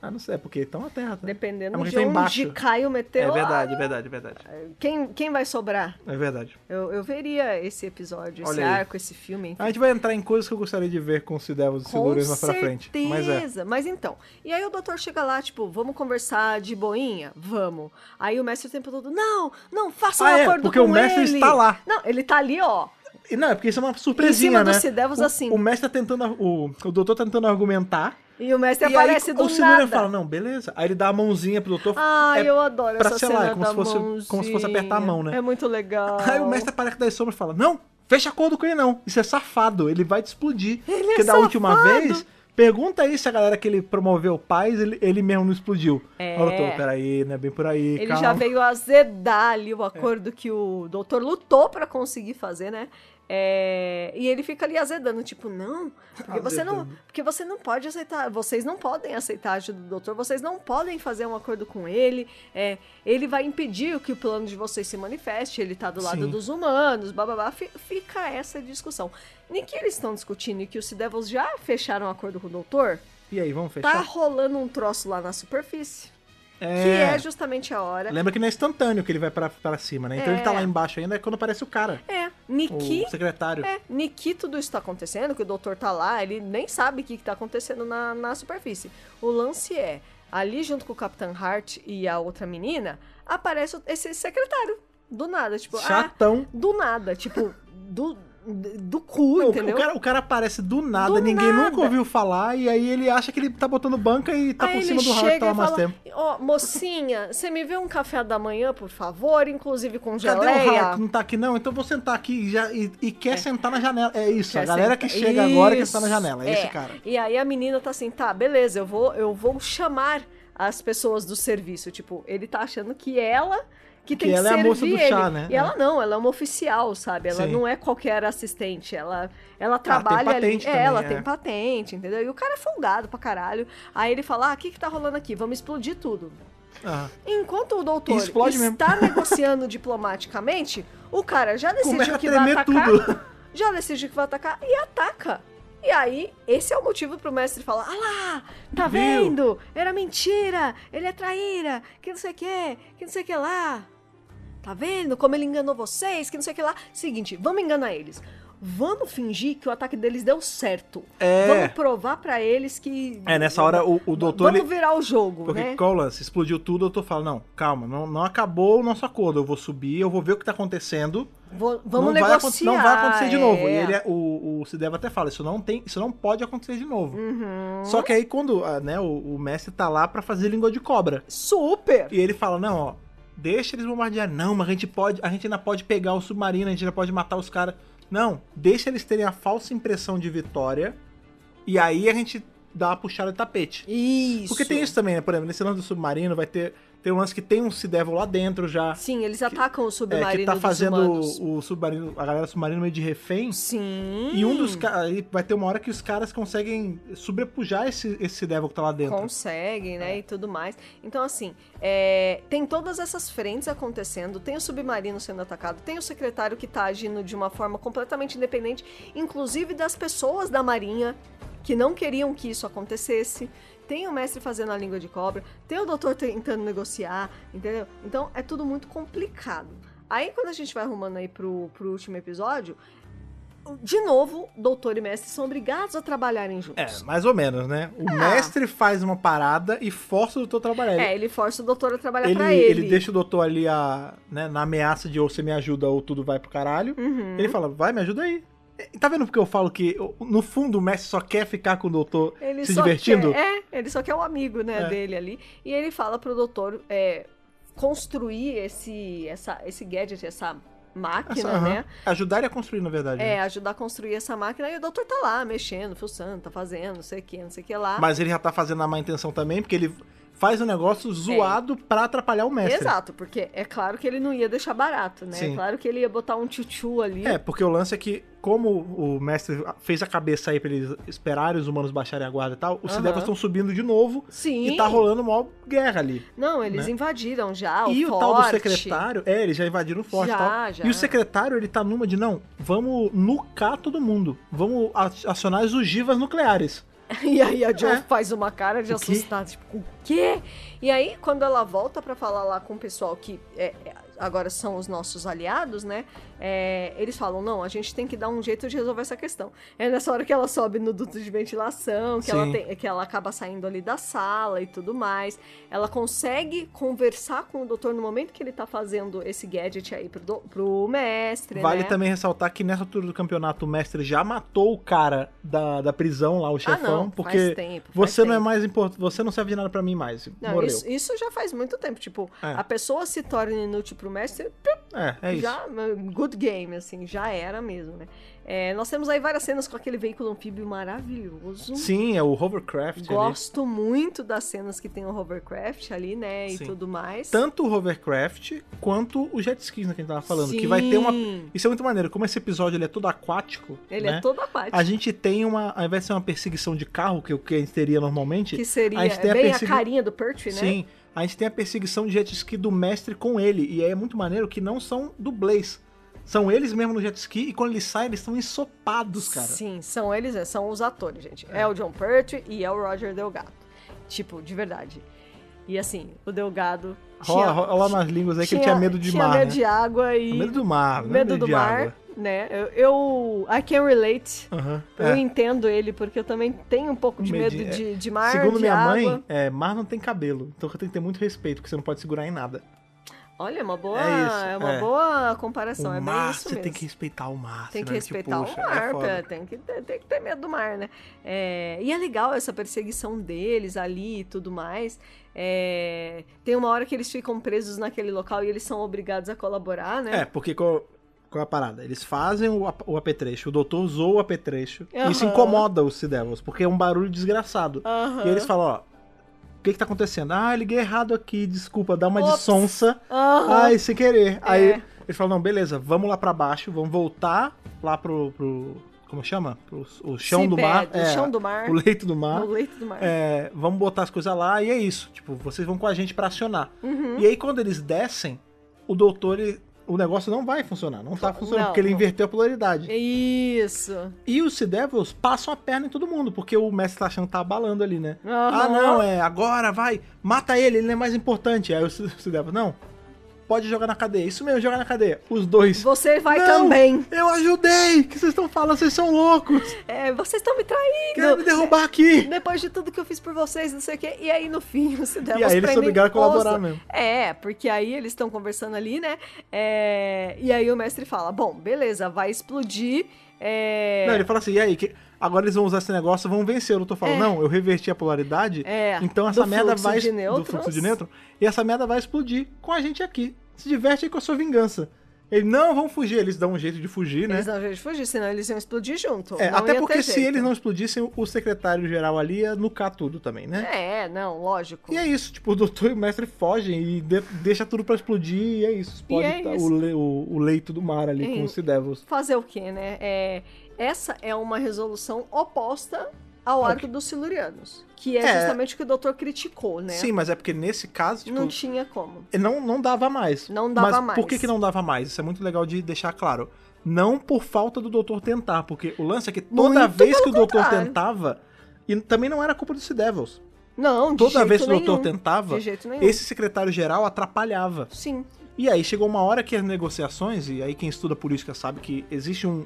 S3: Ah, não sei, é porque estão na Terra, tá?
S4: Dependendo
S3: É, mas
S4: de
S3: tá
S4: onde
S3: embaixo.
S4: cai o
S3: É
S4: meteoro.
S3: verdade, é verdade, é verdade.
S4: Quem, quem vai sobrar?
S3: É verdade.
S4: Eu, eu veria esse episódio, esse
S3: Olha aí.
S4: arco, esse filme, enfim.
S3: A gente vai entrar em coisas que eu gostaria de ver com os Sea Devils e
S4: Com
S3: Silurianos lá pra frente. Mas é.
S4: certeza. Mas então. E aí o doutor chega lá, tipo, vamos conversar de boinha? Vamos. Aí o mestre o tempo todo, não, não, faça um
S3: Ah, é,
S4: acordo
S3: porque
S4: com
S3: o mestre
S4: ele.
S3: está lá.
S4: Não, ele tá ali, ó.
S3: E Não, é porque isso é uma surpresinha,
S4: cima do
S3: né?
S4: Sea Devils,
S3: o,
S4: assim.
S3: O mestre tá tentando. O, o doutor tá tentando argumentar.
S4: E o mestre
S3: e
S4: aparece
S3: aí,
S4: do
S3: o Silurian
S4: nada.
S3: fala, não, beleza. Aí ele dá a mãozinha pro doutor.
S4: Ai,
S3: é
S4: eu adoro
S3: pra
S4: essa
S3: selar,
S4: cena
S3: é como
S4: da
S3: se fosse- como se fosse
S4: mãozinha.
S3: apertar a mão, né?
S4: É muito legal.
S3: Aí o mestre aparece das sombras e fala, não, fecha acordo com ele não. Isso é safado, ele vai te explodir.
S4: Ele é
S3: Porque da última
S4: safado.
S3: vez, pergunta aí se a galera que ele promoveu paz, ele, ele mesmo não explodiu.
S4: É.
S3: Ó, doutor, peraí, não é bem por aí,
S4: Ele
S3: calma.
S4: já veio azedar ali
S3: É.
S4: o acordo que o doutor lutou pra conseguir fazer, né? É, e ele fica ali azedando, tipo, não, porque você não,
S3: Azedando.
S4: porque você não pode aceitar, vocês não podem aceitar a ajuda do doutor, vocês não podem fazer um acordo com ele, é, ele vai impedir que o plano de vocês se manifeste, ele tá do lado
S3: Sim.
S4: dos humanos, bababá, fi- fica essa discussão. Nem que eles estão discutindo e que os Sea Devils já fecharam um acordo com o doutor,
S3: E aí, vamos
S4: tá
S3: fechar?
S4: rolando um troço lá na superfície,
S3: É.
S4: que é justamente a hora
S3: Lembra que não é instantâneo que ele vai pra, pra cima, né? Então
S4: É.
S3: ele tá lá embaixo ainda, é quando aparece o cara,
S4: É,
S3: o
S4: Niki.
S3: secretário.
S4: É, Niki, tudo isso tá acontecendo, que o doutor tá lá, ele nem sabe o que, que tá acontecendo na, na superfície. O lance é, ali junto com o Capitão Hart e a outra menina, aparece o- esse secretário. Do nada, tipo, ah,
S3: Chatão.
S4: do nada, tipo, do, do cu,
S3: Não, o-
S4: entendeu?
S3: O, cara, o cara aparece do nada,
S4: Do
S3: ninguém
S4: nada.
S3: nunca ouviu falar, e aí ele acha que ele tá botando banca e tá
S4: Aí
S3: por
S4: ele
S3: cima do
S4: chega
S3: Howard tá
S4: e
S3: lá mais
S4: fala,
S3: tempo.
S4: Ó, mocinha, você me vê um café da manhã, por favor, inclusive com
S3: Cadê
S4: geleia.
S3: o Howard? Não tá aqui não? Então vou sentar aqui e, já- e- e quer sentar na janela. É isso,
S4: Quer
S3: a galera
S4: sentar.
S3: que chega agora quer
S4: assim, Isso,
S3: sentar na janela. É, esse cara.
S4: E aí a menina tá assim, tá, beleza, eu vou, eu vou chamar as pessoas do serviço. Tipo, ele tá achando que ela que tem que,
S3: ela é a
S4: servir
S3: moça do chá,
S4: ele.
S3: né?
S4: E ela não, ela é uma oficial, sabe? Ela
S3: Sim. Ah,
S4: não é qualquer assistente, ela, ela trabalha ali.
S3: patente também,
S4: é, ela
S3: é.
S4: tem patente, entendeu? E o cara é folgado pra caralho. Aí ele fala, ah, o que que tá rolando aqui? Vamos explodir tudo.
S3: Ah.
S4: Né? Enquanto o doutor
S3: Explode mesmo.
S4: está negociando diplomaticamente, o cara já
S3: Começa
S4: decidiu
S3: a
S4: que vai
S3: tremer
S4: atacar.
S3: tudo.
S4: Já decidiu que vai atacar e ataca. E aí, esse é o motivo pro mestre falar: Ah lá, tá
S3: Viu?
S4: vendo? Era mentira, ele é traíra, que não sei o que, que não sei o que lá. Tá vendo como ele enganou vocês, que não sei o que lá. Seguinte, vamos enganar eles. Vamos fingir que o ataque deles deu certo.
S3: É.
S4: Vamos provar pra eles que.
S3: É, nessa hora o, o doutor.
S4: Vamos
S3: Ele,
S4: virar o jogo,
S3: porque
S4: né?
S3: qual o lance? Explodiu tudo, o doutor fala: não, calma, não, não acabou o nosso acordo. Eu vou subir, eu vou ver o que tá acontecendo.
S4: Vou- vamos
S3: não vai
S4: negociar.
S3: aconte- não vai acontecer de novo.
S4: é.
S3: E ele, o, o Sideva até fala, isso não tem, isso não pode acontecer de novo.
S4: Uhum.
S3: Só que aí quando, ah, né, o, o mestre tá lá pra fazer língua de cobra.
S4: Super!
S3: E ele fala, não, ó, deixa eles bombardear. Não, mas a gente pode, a gente ainda pode pegar o submarino, a gente ainda pode matar os caras. Não, deixa eles terem a falsa impressão de vitória. E aí a gente dar a puxada de tapete.
S4: Isso.
S3: Porque tem isso também, né? Por exemplo, nesse lance do submarino vai ter, tem um lance que tem um se devil lá dentro já.
S4: Sim, eles atacam o
S3: É,
S4: submarino
S3: que tá
S4: dos
S3: fazendo
S4: humanos.
S3: o, o submarino, a galera do submarino meio de refém.
S4: Sim.
S3: E um dos caras. Vai ter uma hora que os caras conseguem sobrepujar esse, esse Devil que tá lá dentro. É.
S4: Conseguem, né? E tudo mais. Então, assim, é, tem todas essas frentes acontecendo, tem o submarino sendo atacado, tem o secretário que tá agindo de uma forma completamente independente, inclusive das pessoas da Marinha que não queriam que isso acontecesse. Tem o mestre fazendo a língua de cobra, tem o doutor tentando negociar, entendeu? Então é tudo muito complicado. Aí quando a gente vai arrumando aí pro, pro último episódio, de novo, doutor e mestre são obrigados a trabalharem juntos.
S3: É, mais ou menos, né? O mestre faz uma parada e força o doutor a trabalhar.
S4: Ah. É, ele força o doutor a trabalhar
S3: ele,
S4: pra ele.
S3: ele deixa o doutor ali a, né, na ameaça de ou você me ajuda ou tudo vai pro caralho.
S4: Uhum.
S3: Ele fala, vai, me ajuda aí. E Tá vendo porque eu falo que, no fundo, o mestre só quer ficar com o doutor
S4: Ele
S3: se
S4: só
S3: divertindo?
S4: Quer, é, ele só quer um amigo, né,
S3: É.
S4: dele ali. E ele fala pro doutor é, construir esse, essa, esse gadget, essa máquina,
S3: Essa- Ah, aham.
S4: né?
S3: Ajudar ele a construir, na verdade. né?
S4: É, ajudar a construir essa máquina. E o doutor tá lá, mexendo, fuçando, tá fazendo, não sei o que, não sei o que lá.
S3: Mas ele já tá fazendo a má intenção também, porque ele faz um negócio zoado pra atrapalhar o mestre.
S4: Exato, porque é claro que ele não ia deixar barato, né?
S3: Sim.
S4: É claro que ele ia botar um tchutchu ali.
S3: É, porque o lance é que, como o mestre fez a cabeça aí pra eles esperarem os humanos baixarem a guarda e tal, os
S4: Aham.
S3: Sidevas estão subindo de novo
S4: Sim.
S3: e tá rolando uma guerra ali.
S4: Não, eles
S3: né?
S4: invadiram já Ah, o
S3: e o
S4: forte.
S3: tal do secretário, é, eles já invadiram o forte e
S4: Já,
S3: tal.
S4: já.
S3: E o secretário, ele tá numa de, não, vamos nucar todo mundo. Vamos a- acionar as ogivas nucleares.
S4: E aí a Joe
S3: É.
S4: faz uma cara de
S3: O quê?
S4: assustada, tipo, o quê? E aí, quando ela volta pra falar lá com o pessoal que é, é, agora são os nossos aliados, né? é, eles falam, não, a gente tem que dar um jeito de resolver essa questão. É nessa hora que ela sobe no duto de ventilação, que, ela,
S3: Sim.
S4: tem- que ela acaba saindo ali da sala e tudo mais. Ela consegue conversar com o doutor no momento que ele tá fazendo esse gadget aí pro, do- pro mestre,
S3: Vale
S4: né?
S3: também ressaltar que nessa altura do campeonato o mestre já matou o cara da, da prisão lá, o chefão,
S4: Ah, não, faz
S3: porque
S4: tempo, faz
S3: você não é
S4: tempo.
S3: mais importante, você não serve de nada pra mim mais.
S4: Não,
S3: Morreu.
S4: isso, isso já faz muito tempo. Tipo,
S3: É.
S4: a pessoa se torna inútil pro mestre,
S3: É, é isso.
S4: já good game, assim, já era mesmo, né? É, nós temos aí várias cenas com aquele veículo anfíbio maravilhoso.
S3: Sim, é o hovercraft ali.
S4: Gosto muito das cenas que tem o hovercraft ali, né? E
S3: Sim.
S4: tudo mais.
S3: tanto o hovercraft quanto o jet skis, né, que a gente tava falando.
S4: Sim.
S3: Que vai ter uma. Isso é muito maneiro. Como esse episódio ele é todo aquático.
S4: Ele
S3: né,
S4: é todo aquático.
S3: A gente tem uma. Ao invés de ser uma perseguição de carro, que é o que a gente teria normalmente.
S4: Que seria
S3: a gente tem
S4: bem
S3: persegui-
S4: a carinha do Pertwee, né?
S3: Sim. A gente tem a perseguição de jet ski do mestre com ele. E aí é muito maneiro que não são dublês. São eles mesmo no jet ski e quando eles saem, eles estão ensopados, cara.
S4: Sim, são eles, é, são os atores, gente. É, o John Pertwee e é o Roger Delgado. Tipo, de verdade. E assim, o Delgado.
S3: Rola,
S4: tinha-
S3: rola nas línguas aí que ele tinha medo de
S4: tinha
S3: mar.
S4: medo
S3: né?
S4: de água e.
S3: Medo do mar, não é
S4: medo
S3: medo
S4: do
S3: de
S4: mar,
S3: água.
S4: né? Eu, eu- I can relate.
S3: Aham,
S4: Eu
S3: é.
S4: entendo ele, porque eu também tenho um pouco de medo
S3: Medi-
S4: de, de mar,
S3: Segundo
S4: de
S3: minha
S4: água.
S3: mãe, é, mar não tem cabelo. Então eu tenho que ter muito respeito, porque você não pode segurar em nada.
S4: Olha, é uma boa,
S3: É isso,
S4: é uma
S3: é.
S4: boa comparação, é
S3: o
S4: bem
S3: mar,
S4: isso
S3: você
S4: mesmo.
S3: tem que respeitar o mar.
S4: Tem que
S3: senão ele
S4: respeitar
S3: puxa,
S4: o mar,
S3: é foda.
S4: pé, tem, que ter, tem que ter medo do mar, né? É, e é legal essa perseguição deles ali e tudo mais. É, tem uma hora que eles ficam presos naquele local e eles são obrigados a colaborar, né?
S3: É, porque qual, qual é a parada? Eles fazem o, ap- o apetrecho, o doutor zoa o apetrecho. E isso
S4: Aham.
S3: incomoda os Sidevils, porque é um barulho desgraçado.
S4: Aham.
S3: E eles falam, ó, o que que tá acontecendo? Ah, liguei errado aqui, desculpa, dá uma
S4: Ops.
S3: de sonsa.
S4: Aham.
S3: Ai, sem querer.
S4: É.
S3: Aí eles falam, não, beleza, vamos lá pra baixo, vamos voltar lá pro... pro como chama? Pro, o chão do mar.
S4: Seabed, o
S3: é,
S4: chão do mar.
S3: O leito do mar.
S4: No leito do mar.
S3: ah, É, vamos botar as coisas lá e é isso. Tipo, vocês vão com a gente pra acionar. E aí, quando eles descem, o doutor, ele- o negócio não vai funcionar. Não tá funcionando,
S4: Não,
S3: porque ele
S4: não.
S3: inverteu a polaridade.
S4: É Isso.
S3: E os Sea Devils passam a perna em todo mundo, porque o mestre tá achando que tá abalando ali, né?
S4: Aham.
S3: Ah, não, é agora, vai, mata ele, ele não é mais importante. Aí o Sea Sea Devil, não, pode jogar na cadeia. Isso mesmo, jogar na cadeia. Os dois.
S4: Você vai
S3: "Não,
S4: também.
S3: Eu ajudei! O que vocês estão falando? Vocês são loucos!
S4: É, vocês estão me
S3: Querem me
S4: traindo.
S3: derrubar aqui!
S4: Depois de tudo que eu fiz por vocês, não sei o quê. E aí, no fim, você deu
S3: E aí eles se obrigaram a colaborar mesmo.
S4: É, porque aí eles estão conversando ali, né? É, e aí o mestre fala: Bom, beleza, vai explodir. É,
S3: Não, ele fala assim, e aí, que- agora eles vão usar esse negócio, vão vencer. O doutor fala,
S4: É.
S3: não, eu reverti a polaridade,
S4: É,
S3: então essa
S4: do
S3: merda
S4: fluxo
S3: vai...
S4: de
S3: do
S4: nêutrons.
S3: fluxo de nêutron. E essa merda vai explodir com a gente aqui. Se diverte aí com a sua vingança. Ele, não, vamos fugir. Eles dão um jeito de fugir, né?
S4: Eles não de fugir, senão eles iam explodir junto.
S3: É,
S4: Não
S3: até
S4: ia
S3: porque
S4: ter
S3: se
S4: jeito.
S3: eles não explodissem, o secretário-geral ali ia nucar tudo também, né?
S4: É, não, lógico.
S3: E é isso, tipo, o doutor e o mestre fogem e de- deixa tudo pra explodir e é isso. Explode
S4: é
S3: tá-
S4: isso.
S3: O, le- o- o leito do mar ali
S4: É.
S3: com os Sea Devils.
S4: Fazer o quê, né? É, essa é uma resolução oposta ao arco dos Silurianos, que é,
S3: É.
S4: justamente o que o doutor criticou, né?
S3: Sim, mas é porque nesse caso, tipo,
S4: não tinha como.
S3: Não, não dava mais.
S4: Não dava
S3: Mas
S4: mais.
S3: Por que, que não dava mais? Isso é muito legal de deixar claro. Não por falta do doutor tentar, porque o lance é que toda
S4: Muito
S3: vez que o
S4: pelo
S3: doutor
S4: contrário.
S3: tentava. E também não era culpa do Sea Devils.
S4: Não, de
S3: Toda
S4: jeito
S3: vez que o doutor
S4: nenhum.
S3: tentava,
S4: De jeito nenhum.
S3: esse secretário-geral atrapalhava.
S4: Sim.
S3: E aí chegou uma hora que as negociações, e aí quem estuda política sabe que existe um.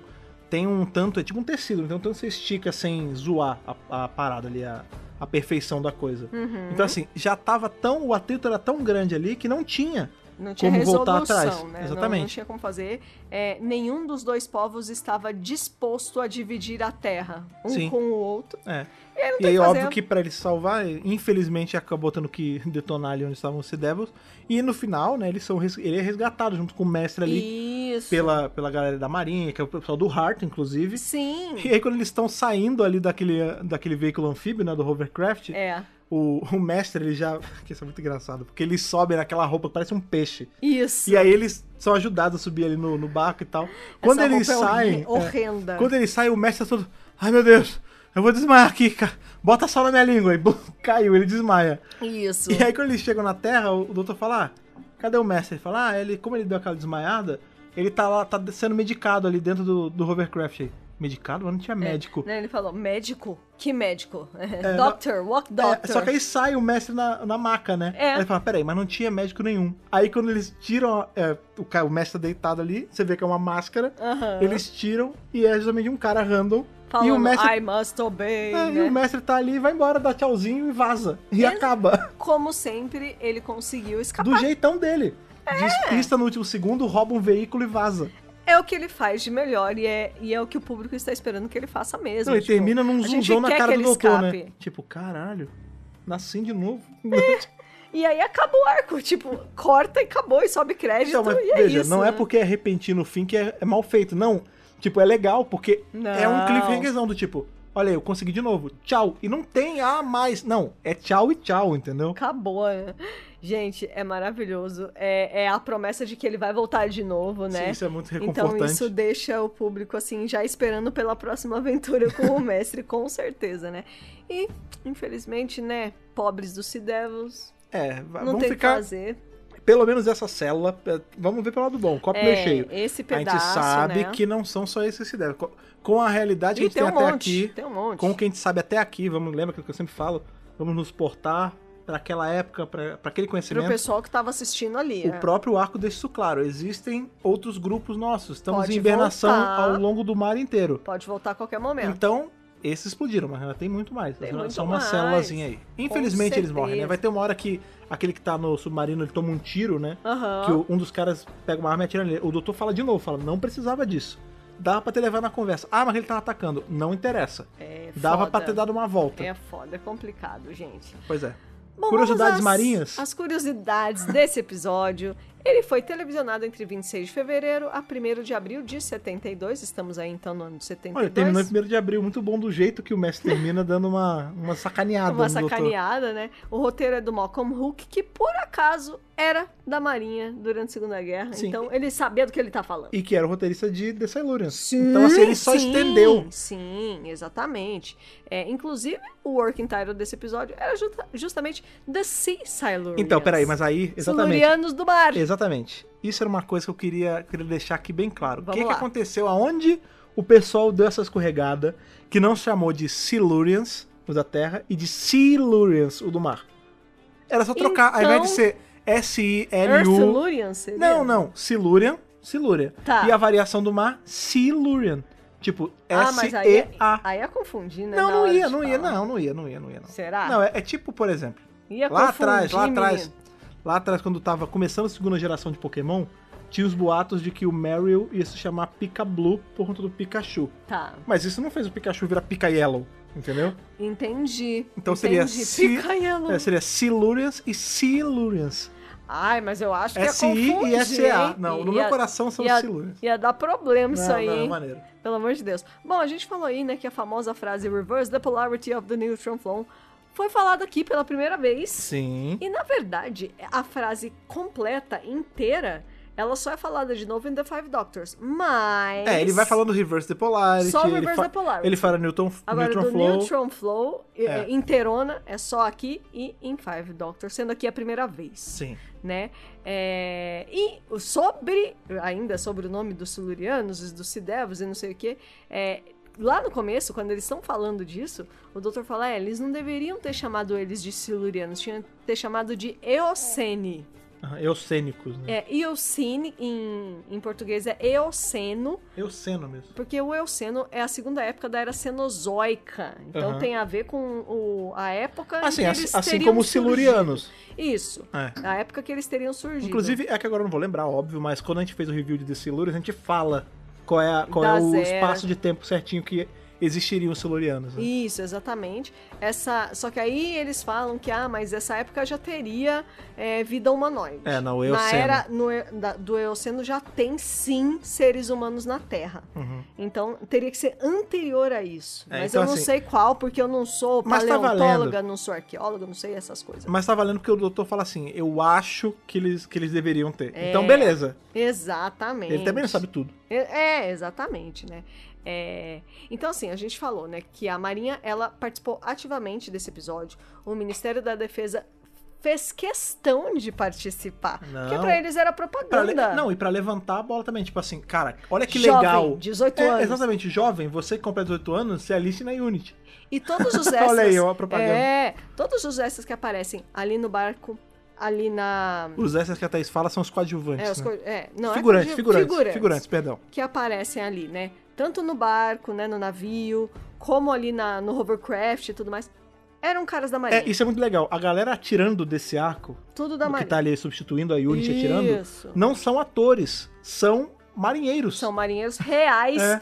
S3: Tem um tanto, é tipo um tecido, então tanto você estica sem zoar a, a parada ali, a, a perfeição da coisa.
S4: Uhum.
S3: Então, assim, já tava tão. O atrito era tão grande ali que não tinha
S4: Não tinha
S3: Como
S4: resolução,
S3: voltar atrás,
S4: né? Não- Não,
S3: exatamente.
S4: tinha como fazer. É, nenhum dos dois povos estava disposto a dividir a terra um
S3: Sim.
S4: com o outro.
S3: É.
S4: E aí não
S3: E
S4: tem
S3: aí,
S4: o que fazer.
S3: óbvio que pra ele se salvar, infelizmente acabou tendo que detonar ali onde estavam os Sea Devils. E no final, né, eles são res- ele é resgatado junto com o mestre ali
S4: Isso.
S3: pela, pela galera da marinha, que é o pessoal do Heart, inclusive.
S4: Sim.
S3: E aí quando eles estão saindo ali daquele, daquele veículo anfíbio, né, do hovercraft,
S4: É.
S3: o, o mestre, ele já... que isso é muito engraçado, porque eles sobem naquela roupa que parece um peixe.
S4: Isso.
S3: E aí eles são ajudados a subir ali no, no barco e tal. Quando
S4: Essa
S3: eles
S4: roupa é horri-
S3: saem... é,
S4: Horrenda.
S3: quando ele sai, o mestre tá todo. Ai meu Deus, eu vou desmaiar aqui, cara. Bota sal na minha língua. E bum, caiu, ele desmaia.
S4: Isso.
S3: E aí quando eles chegam na Terra, o o doutor fala: ah, cadê o mestre? Ele fala: ah, ele, como ele deu aquela desmaiada, ele tá lá, tá sendo medicado ali dentro do, do hovercraft. Aí, medicado? Mas não tinha médico.
S4: Né, Ele falou, médico? Que médico?
S3: não-
S4: doctor, what
S3: É,
S4: doctor?
S3: só que aí sai o mestre na, na maca, né?
S4: É.
S3: Aí ele fala, peraí, mas não tinha médico nenhum. Aí quando eles tiram, é, o, ca- o mestre tá deitado ali, você vê que é uma máscara,
S4: Aham.
S3: eles tiram e é justamente um cara random.
S4: Falando,
S3: e o mestre
S4: I must
S3: É,
S4: obey, né?
S3: E o mestre tá ali, vai embora, dá tchauzinho e vaza. E
S4: Ex-
S3: acaba.
S4: Como sempre, ele conseguiu escapar.
S3: Do jeitão dele. Despista no último segundo, rouba um veículo e vaza.
S4: É o que ele faz de melhor e é, e é o que o público está esperando que ele faça mesmo.
S3: Não, e
S4: tipo,
S3: termina num
S4: a gente
S3: zunzão na
S4: quer
S3: cara
S4: que
S3: do
S4: ele
S3: doutor,
S4: escape. É,
S3: né? Tipo, caralho, nasci de novo.
S4: E aí acaba o arco, tipo, corta e acabou, e sobe crédito
S3: Então, mas
S4: e é
S3: veja,
S4: isso.
S3: não é
S4: né?
S3: porque é repentino o fim que é, é mal feito, não. Tipo, é legal, porque é um
S4: Não.
S3: cliffhangerzão do tipo, olha aí, eu consegui de novo, tchau. E não tem a mais. Não, é tchau e tchau, entendeu?
S4: Acabou, né? Gente, é maravilhoso. É, é a promessa de que ele vai voltar de novo, né?
S3: Sim, isso é muito reconfortante.
S4: Então isso deixa o público assim já esperando pela próxima aventura com o mestre, com certeza, né? E infelizmente, né, pobres dos Sea Devils,
S3: É, va-
S4: não
S3: vamos
S4: tem o que
S3: ficar
S4: fazer.
S3: pelo menos essa célula, eh, vamos ver pelo lado bom, copo meio cheio.
S4: É, esse
S3: A gente
S4: pedaço,
S3: sabe
S4: né?
S3: que não são só esses que devem. Co- Com a realidade que
S4: Ih,
S3: a gente tem,
S4: tem um
S3: até
S4: monte,
S3: aqui,
S4: tem um monte.
S3: com o que a gente sabe até aqui, vamos lembra que eu sempre falo, vamos nos portar para aquela época, para aquele
S4: pro
S3: conhecimento.
S4: pessoal que tava assistindo ali.
S3: O
S4: é.
S3: próprio arco deixa isso claro. Existem outros grupos nossos. Estamos
S4: Pode
S3: em hibernação
S4: voltar.
S3: ao longo do mar inteiro.
S4: Pode voltar a qualquer momento.
S3: Então, esses explodiram, mas ainda tem muito mais.
S4: É. Tem
S3: Só-
S4: muito
S3: Só uma
S4: mais.
S3: célulazinha aí. Infelizmente eles
S4: certeza.
S3: morrem, né? Vai ter uma hora que aquele que tá no submarino ele toma um tiro, né?
S4: Aham.
S3: Que o- um dos caras pega uma arma e atira nele. O doutor fala de novo, fala, não precisava disso. Dava pra ter levado na conversa. Ah, mas ele tava atacando. Não interessa.
S4: É
S3: Dava
S4: foda.
S3: pra ter dado uma volta.
S4: É foda, é complicado, gente.
S3: Pois é.
S4: Bom,
S3: Curiosidades
S4: vamos às-
S3: marinhas?
S4: As curiosidades desse episódio. Ele foi televisionado entre 26 de fevereiro a 1 de abril de 72. Estamos aí então no ano de 72.
S3: Olha, terminou em 1 de abril, muito bom do jeito que o mestre termina, dando uma, uma sacaneada
S4: uma
S3: no doutor.
S4: sacaneada, né? O roteiro é do Malcolm Hook, que por acaso era da Marinha durante a Segunda Guerra.
S3: Sim.
S4: Então ele sabia do que ele tá falando.
S3: E que era o roteirista de The Silurians. então, assim, ele só
S4: Sim,
S3: estendeu.
S4: Sim, exatamente. É, inclusive, o working title desse episódio era justa- justamente The Sea Silurians.
S3: Então, peraí, mas aí, exatamente.
S4: Silurianos do mar.
S3: Exatamente. Isso era uma coisa que eu queria, queria deixar aqui bem claro. O
S4: Vamos
S3: que, que
S4: lá.
S3: aconteceu? Aonde o pessoal deu essa escorregada que não chamou de Silurians, os da Terra, e de Silurians, o do mar? Era só trocar, ao invés de
S4: Então-
S3: ser
S4: Earth
S3: S-I-L-U.
S4: Silurians seria?
S3: Não, não. Silurian, Silurian.
S4: Tá.
S3: E a variação do mar, Silurian. Tipo,
S4: Ah, mas aí,
S3: S-E-A.
S4: aí ia confundir, né?
S3: Não,
S4: na
S3: não
S4: hora
S3: ia,
S4: de
S3: não ia,
S4: falar. Tá.
S3: não, não ia, não ia, não ia. Não.
S4: Será?
S3: Não, é- é tipo, por exemplo.
S4: Ia
S3: Lá
S4: confundir,
S3: atrás, lá atrás,
S4: menino.
S3: lá atrás, quando tava começando a segunda geração de Pokémon, tinha os boatos de que o Meryl ia se chamar Pica Blue por conta do Pikachu.
S4: Tá,
S3: Mas isso não fez o Pikachu virar Pica Yellow, entendeu? É,
S4: entendi.
S3: Então seria
S4: Entendi.
S3: Sil-
S4: Uhum. Pica Yellow.
S3: É, seria Silurians e Silurians.
S4: Ai, mas eu acho que
S3: SI
S4: ia confundir,
S3: e SA.
S4: hein?
S3: Não, no
S4: Ia-
S3: meu coração são
S4: ia,
S3: silures.
S4: ia dar problema isso
S3: Não,
S4: aí,
S3: não, é
S4: hein?
S3: maneiro.
S4: Pelo amor de Deus. Bom, a gente falou aí, né, que a famosa frase reverse the polarity of the neutron flow foi falada aqui pela primeira vez.
S3: Sim.
S4: E na verdade, a frase completa, inteira, ela só é falada de novo em The Five Doctors. Mas.
S3: É, ele vai falando reverse the polarity.
S4: Só
S3: ele
S4: reverse
S3: fa-
S4: the polarity.
S3: Ele fala Newton,
S4: Agora,
S3: Neutron
S4: do
S3: Flow.
S4: Neutron Flow, é,
S3: É.
S4: inteirona, é só aqui e em Five Doctors, sendo aqui a primeira vez.
S3: Sim.
S4: né? É, e o- sobre, ainda sobre o nome dos Silurianos e dos Sidevos e não sei o que, lá no começo, quando eles estão falando disso, o doutor fala: é, eles não deveriam ter chamado eles de Silurianos, tinham que ter chamado de Eocene.
S3: Aham, Eucênicos, né?
S4: É, Eocene em, em português é Eoceno,
S3: Euceno mesmo.
S4: porque o Eoceno é a segunda época da era Cenozoica. Então
S3: Aham.
S4: tem a ver com o, a época. em
S3: Assim,
S4: que
S3: assim,
S4: eles
S3: assim
S4: teriam
S3: como os
S4: surgido.
S3: silurianos.
S4: Isso.
S3: É.
S4: A época que eles teriam surgido.
S3: Inclusive, é que agora eu não vou lembrar, óbvio, mas quando a gente fez o review de The Silurians, a gente fala qual é, a- qual é
S4: Das
S3: o
S4: eras.
S3: espaço de tempo certinho que existiriam os Silurianos. Né?
S4: Isso, exatamente. Essa, só que aí eles falam que ah, mas essa época já teria é, vida humanoide.
S3: É, não, o
S4: Na
S3: Eoceno.
S4: era no e- da- do Eoceno já tem sim seres humanos na Terra. Então teria que ser anterior a isso.
S3: Uhum. É,
S4: mas
S3: então,
S4: eu não
S3: assim-
S4: sei qual, porque eu não sou
S3: Mas tá
S4: paleontóloga,
S3: valendo.
S4: não sou arqueóloga, não sei essas coisas.
S3: Mas tá valendo porque o doutor fala assim: eu acho que eles, que eles deveriam ter.
S4: É,
S3: Então, beleza.
S4: Exatamente.
S3: Ele também não sabe tudo.
S4: É, é, exatamente, né? É, Então, assim, a gente falou, né, que a Marinha, ela participou ativamente desse episódio. O Ministério da Defesa fez questão de participar.
S3: Não.
S4: Porque pra eles era
S3: Pra le-
S4: propaganda.
S3: Não, e pra levantar a bola também. Tipo assim, cara, olha que
S4: Jovem,
S3: legal.
S4: 18
S3: É,
S4: anos.
S3: Exatamente, jovem, você que completa 18 anos, se aliste na Unity.
S4: E todos os extras...
S3: Olha aí, ó, a propaganda.
S4: É, todos os extras que aparecem ali no barco, ali na...
S3: Os essas que a Thaís fala são os coadjuvantes.
S4: É, os
S3: né?
S4: co- é, não,
S3: figurantes,
S4: é
S3: figurantes, figurantes, perdão.
S4: que aparecem ali, né? Tanto no barco, né, no navio, como ali na, no hovercraft e tudo mais. Eram caras da Marinha.
S3: É, isso é muito legal. A galera atirando desse arco,
S4: Tudo da
S3: o que
S4: Marinha.
S3: tá ali substituindo a Unity atirando,
S4: Isso.
S3: não são atores, são marinheiros.
S4: São marinheiros reais
S3: É.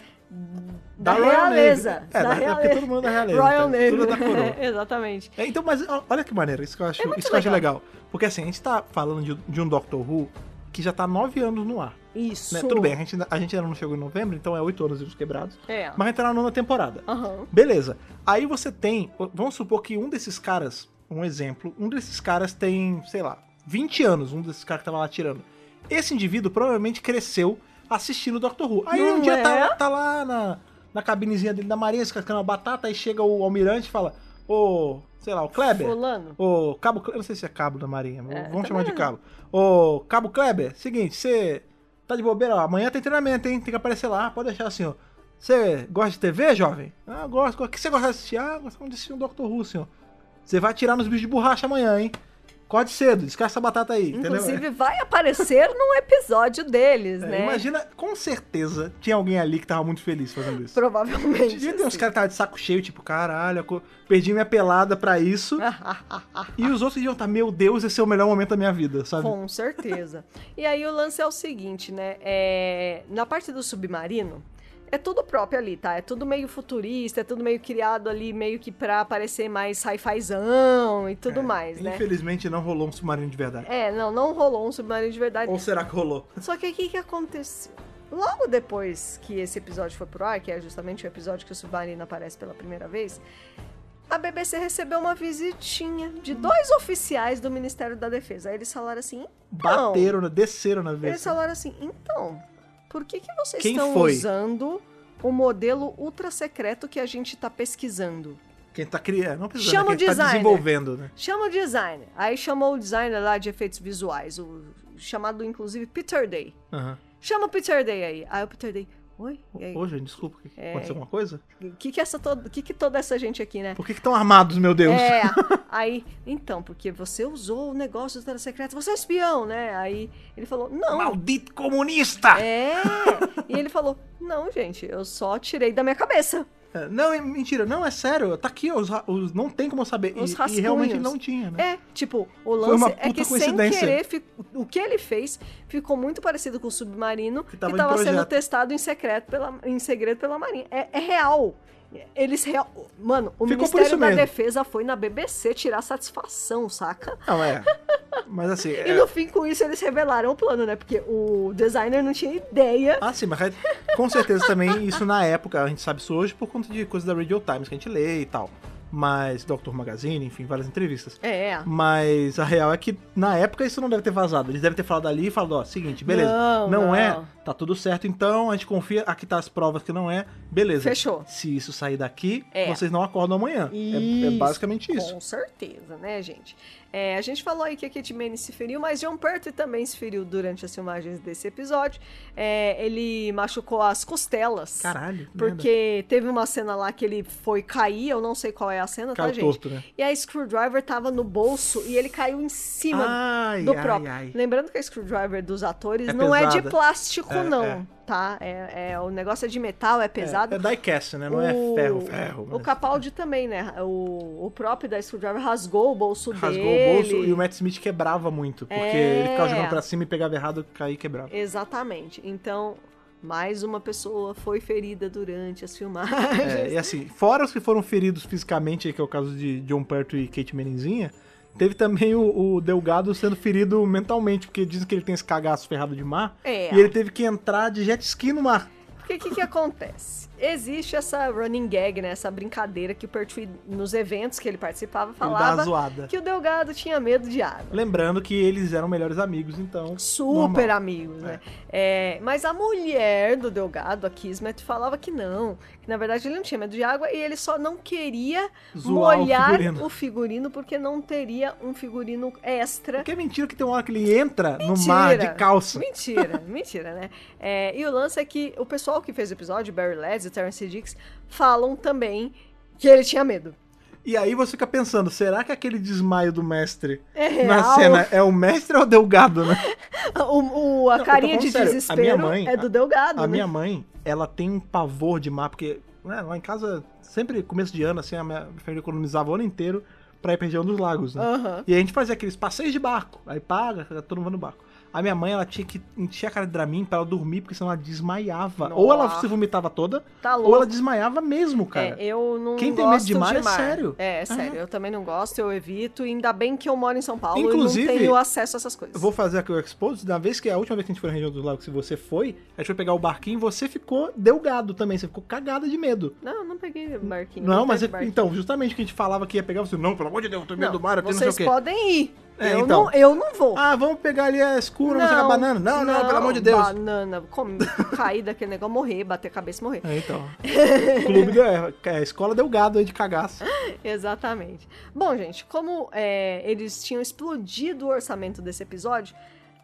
S4: da,
S3: Royal Navy.
S4: realeza.
S3: É, da- é porque todo mundo da realeza.
S4: Royal
S3: então,
S4: Navy.
S3: Tudo da coroa.
S4: Exatamente.
S3: É, então, mas ó, olha que maneiro, isso que eu acho,
S4: É muito
S3: isso que eu acho legal. Porque assim, a gente tá falando de, de um Doctor Who que já tá nove anos no ar.
S4: Isso.
S3: né? Tudo bem, a gente, ainda- a gente ainda não chegou em novembro, então é oito anos e uns quebrados.
S4: É.
S3: Mas vai entrar na nona temporada.
S4: Aham.
S3: Beleza. Aí você tem. Vamos supor que um desses caras, um exemplo, um desses caras tem, sei lá, 20 anos, um desses caras que tava lá tirando. Esse indivíduo provavelmente cresceu assistindo o Doctor Who. Aí um
S4: Não
S3: dia tá,
S4: é?
S3: lá- tá lá na, na cabinezinha dele da Marinha, descascando uma batata, aí chega o almirante e fala: Ô, sei lá, o Kleber.
S4: Fulano.
S3: Ô, Cabo Kleber, eu não sei se é Cabo da Marinha, mas
S4: É,
S3: vamos
S4: tá
S3: chamar de
S4: bom.
S3: Cabo. Ô, Cabo Kleber, seguinte, você tá de bobeira, ó, amanhã tem treinamento, hein? Tem que aparecer lá, pode deixar assim, ó. Você gosta de TV, jovem? Ah, gosto. gosto. O que você gosta de assistir? Ah, gostamos de assistir um Doctor Who, senhor. Você vai tirar nos bichos de borracha amanhã, hein? Acorde cedo, descasca essa batata aí, entendeu?
S4: Inclusive, vai aparecer num episódio deles,
S3: É,
S4: né?
S3: Imagina, com certeza, tinha alguém ali que tava muito feliz fazendo isso.
S4: Provavelmente.
S3: Devia ter uns caras
S4: sim.
S3: que estavam de saco cheio, tipo, caralho, eu perdi minha pelada pra isso.
S4: Ah.
S3: E os outros iam estar, meu Deus, esse é o melhor momento da minha vida, sabe?
S4: Com certeza. e aí o lance é o seguinte, né? É, na parte do submarino, é tudo próprio ali, tá? É tudo meio futurista, é tudo meio criado ali, meio que pra parecer mais sci-fizão e
S3: É,
S4: tudo mais, né?
S3: Infelizmente não rolou um submarino de verdade.
S4: É, não, não rolou um submarino de verdade.
S3: Ou será que rolou?
S4: Só que o que, que aconteceu? Logo depois que esse episódio foi pro ar, que é justamente o episódio que o submarino aparece pela primeira vez, a BBC recebeu uma visitinha de
S3: Hum.
S4: dois oficiais do Ministério da Defesa. Aí eles falaram assim: então,
S3: Bateram, né? desceram na
S4: Eles
S3: vez.
S4: falaram assim, então, por que, que vocês
S3: Quem
S4: estão
S3: foi?
S4: usando o modelo ultra secreto que a gente tá pesquisando?
S3: Quem tá criando, não precisa,
S4: Chama
S3: né?
S4: o
S3: Quem tá
S4: designer.
S3: desenvolvendo, né?
S4: Chama o designer. Aí chamou o designer lá de efeitos visuais, o chamado inclusive Peter Day.
S3: Aham.
S4: Chama o Peter Day aí. Aí o Peter Day, oi? E aí? É.
S3: Ô, gente, desculpa, que- aconteceu alguma coisa?
S4: O que que, essa to- que que toda essa gente aqui, né?
S3: Por que estão armados, meu Deus?
S4: É, aí, então, porque você usou o negócio ultra secreto, você é espião, né? Aí ele falou, não,
S3: Maldito comunista!
S4: É! E ele falou: Não, gente, eu só tirei da minha cabeça.
S3: É, Não, é mentira, não, é sério, tá aqui, ó, os, ra- os- não tem como eu saber. E-
S4: Os
S3: e,
S4: rascunhos.
S3: realmente não tinha, né?
S4: É, tipo, o
S3: Foi uma
S4: lance é
S3: puta
S4: que sem
S3: coincidência.
S4: querer, fi- o que ele fez ficou muito parecido com o submarino que
S3: tava em
S4: tava sendo
S3: projeto.
S4: testado em, secreto pela, em segredo pela Marinha. É, é real. Eles real... Mano, o
S3: Ficou por
S4: Ministério
S3: isso
S4: da
S3: mesmo.
S4: Defesa foi na BBC tirar satisfação, saca?
S3: Não, é. Mas assim.
S4: E
S3: é-
S4: no fim, com isso, eles revelaram o plano, né? Porque o designer não tinha ideia.
S3: Ah, sim, mas com certeza também isso na época, a gente sabe isso hoje por conta de coisas da Radio Times que a gente lê e tal. Mas Doctor Magazine, enfim, várias entrevistas.
S4: É.
S3: Mas a real é que na época isso não deve ter vazado. Eles devem ter falado ali e falado, ó, seguinte, beleza.
S4: Não, não.
S3: é, tá tudo certo, então a gente confia, aqui tá as provas que não é, beleza.
S4: Fechou.
S3: Se isso sair daqui,
S4: É.
S3: vocês não acordam amanhã. É, é
S4: Isso.
S3: basicamente isso.
S4: Com certeza, né, gente? É, a gente falou aí que a Kate Manning se feriu, mas John Pertwee também se feriu durante as filmagens desse episódio. É, ele machucou as costelas.
S3: Caralho. que merda.
S4: Porque teve uma cena lá que ele foi cair, eu não sei qual é a cena,
S3: Caiu
S4: tá, gente?
S3: torto, né?
S4: E a screwdriver tava no bolso e ele caiu em cima
S3: Ai,
S4: do
S3: ai,
S4: próprio.
S3: ai.
S4: Lembrando que a screwdriver dos atores
S3: É
S4: não é de
S3: pesada.
S4: plástico,
S3: É,
S4: não,
S3: é.
S4: tá? É, é- o negócio é de metal, é pesado.
S3: É, é diecast, né? Não é ferro, ferro.
S4: O
S3: mas-
S4: Capaldi também, né? O, o próprio da Screwdriver rasgou o bolso
S3: Rasgou
S4: dele.
S3: o bolso e o Matt Smith quebrava muito. Porque
S4: É.
S3: ele ficava jogando pra cima e pegava errado, caía e quebrava.
S4: Exatamente. Então, mais uma pessoa foi ferida durante as
S3: É,
S4: filmagens.
S3: e assim, fora os que foram feridos fisicamente, que é o caso de John Pertwee e Kate Menenzinha, teve também o, o Delgado sendo ferido mentalmente, porque dizem que ele tem esse cagaço ferrado de mar.
S4: É.
S3: E ele teve que entrar de jet ski no mar.
S4: Porque o que, que acontece? Existe essa running gag, né? Essa brincadeira que o Pertwee, nos eventos que ele participava,
S3: Ele dá uma
S4: falava
S3: zoada.
S4: que o Delgado tinha medo de água.
S3: Lembrando que eles eram melhores amigos, então.
S4: Super
S3: normal.
S4: amigos, né? É, mas a mulher do Delgado, a Kismet, falava que não. Que na verdade ele não tinha medo de água e ele só não queria
S3: Zoar o
S4: molhar o figurino.
S3: figurino.
S4: porque não teria um figurino extra.
S3: Porque é mentira que tem uma hora que ele entra no
S4: Mentira.
S3: mar de calça.
S4: Mentira, mentira, né? É, e o lance é que o pessoal que fez o episódio, Barry Lads e Terence Dix, falam também que ele tinha medo.
S3: E aí você fica pensando, será que aquele desmaio do mestre
S4: É real?
S3: na cena é o mestre ou é o Delgado, né?
S4: O, o- a
S3: Não, eu tô
S4: carinha
S3: falando
S4: de
S3: sério, a
S4: desespero
S3: minha mãe-
S4: é do Delgado,
S3: A
S4: né?
S3: minha mãe, ela tem um pavor de mar, porque né, lá em casa, sempre começo de ano, assim, a minha família economizava o ano inteiro pra ir pra região dos lagos, né?
S4: Aham.
S3: E a gente fazia aqueles passeios de barco, aí paga, fica todo mundo no barco. A minha mãe, ela tinha que encher a cara de Dramin pra ela dormir, porque senão ela desmaiava. Ou ela
S4: Nossa.
S3: se vomitava toda,
S4: Tá louco.
S3: ou ela desmaiava mesmo, cara.
S4: É, eu não
S3: Quem tem medo
S4: gosto
S3: de mar é sério.
S4: É, é sério. Eu também não gosto, eu evito. Ainda bem que eu moro em São Paulo
S3: Inclusive,
S4: e não tenho acesso a essas coisas.
S3: Eu vou fazer aqui o expose, da vez que a última vez que a gente foi na região dos lagos, se você foi, a gente foi pegar o barquinho e você ficou delgado também, você ficou cagada de medo.
S4: Não, não peguei barquinho.
S3: Não, mas
S4: teve
S3: é-
S4: barquinho.
S3: então, justamente o que a gente falava que ia pegar, você, não, pelo amor de Deus, eu tô medo
S4: Não,
S3: do mar, eu tenho não sei o
S4: vocês
S3: quê.
S4: podem ir.
S3: É,
S4: eu,
S3: então.
S4: não, eu não vou.
S3: Ah, vamos pegar ali a escura, vamos pegar a banana. Não, não, pelo amor de Deus.
S4: Banana, come, cair daquele negócio, morrer, bater a cabeça e morrer.
S3: É, então. Clube da é, escola delgado aí de cagaço.
S4: Exatamente. Bom, gente, como é, eles tinham explodido o orçamento desse episódio,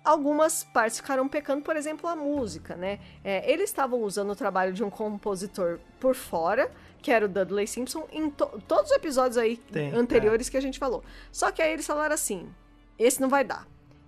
S4: algumas partes ficaram pecando, por exemplo, a música, né? É, eles estavam usando o trabalho de um compositor por fora, que era o Dudley Simpson, em to- todos os episódios aí
S3: Tem,
S4: anteriores que a gente falou. Só que aí eles falaram assim: esse não vai dar.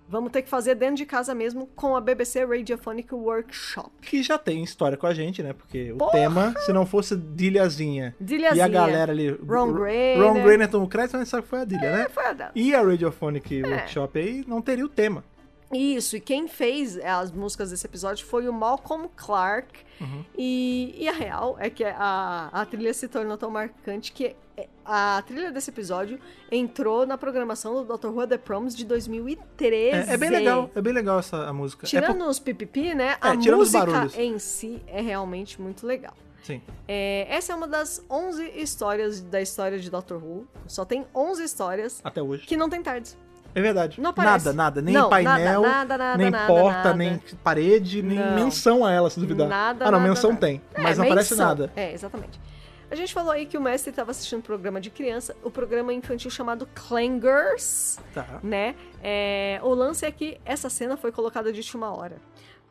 S4: Vamos ter que fazer dentro de casa mesmo com a BBC Radiophonic Workshop.
S3: Que já tem história com a gente, né? Porque
S4: Porra!
S3: o tema, se não fosse Dilhazinha, e
S4: Dilhazinha,
S3: a galera ali.
S4: Ron Grainer. É,
S3: Ron Grainer tomou crédito, mas a gente sabe que foi a Dilha, né?
S4: Foi É. a data.
S3: E a Radiophonic Workshop aí não teria o tema.
S4: Isso, e quem fez eh, as músicas desse episódio foi o Malcolm Clark.
S3: Uhum.
S4: E, e a real é que a, a trilha se tornou tão marcante que eh, a trilha desse episódio entrou na programação do Dr. Who The Proms de 2013.
S3: É, é bem legal, é bem legal essa a música. É
S4: Tirando os pipipi, né? a
S3: tirando os
S4: música
S3: barulhos.
S4: em si é realmente muito legal.
S3: por- Sim.
S4: É, essa é uma das 11 histórias da história de Dr. Who. Só tem 11 histórias
S3: Até hoje.
S4: que não tem tardes.
S3: É verdade.
S4: Não aparece.
S3: nada, nada. Nem
S4: Não,
S3: painel,
S4: nada, nada, nada,
S3: nem
S4: nada,
S3: porta,
S4: nada.
S3: nem parede, nem
S4: Não.
S3: menção a ela, se duvidar.
S4: Nada,
S3: ah, não,
S4: nada,
S3: menção
S4: nada.
S3: tem, mas
S4: É,
S3: não aparece
S4: menção.
S3: nada.
S4: É, exatamente. A gente falou aí que o mestre estava assistindo um programa de criança, o programa infantil chamado Clangers,
S3: Tá.
S4: né? É, o lance é que essa cena foi colocada de última hora.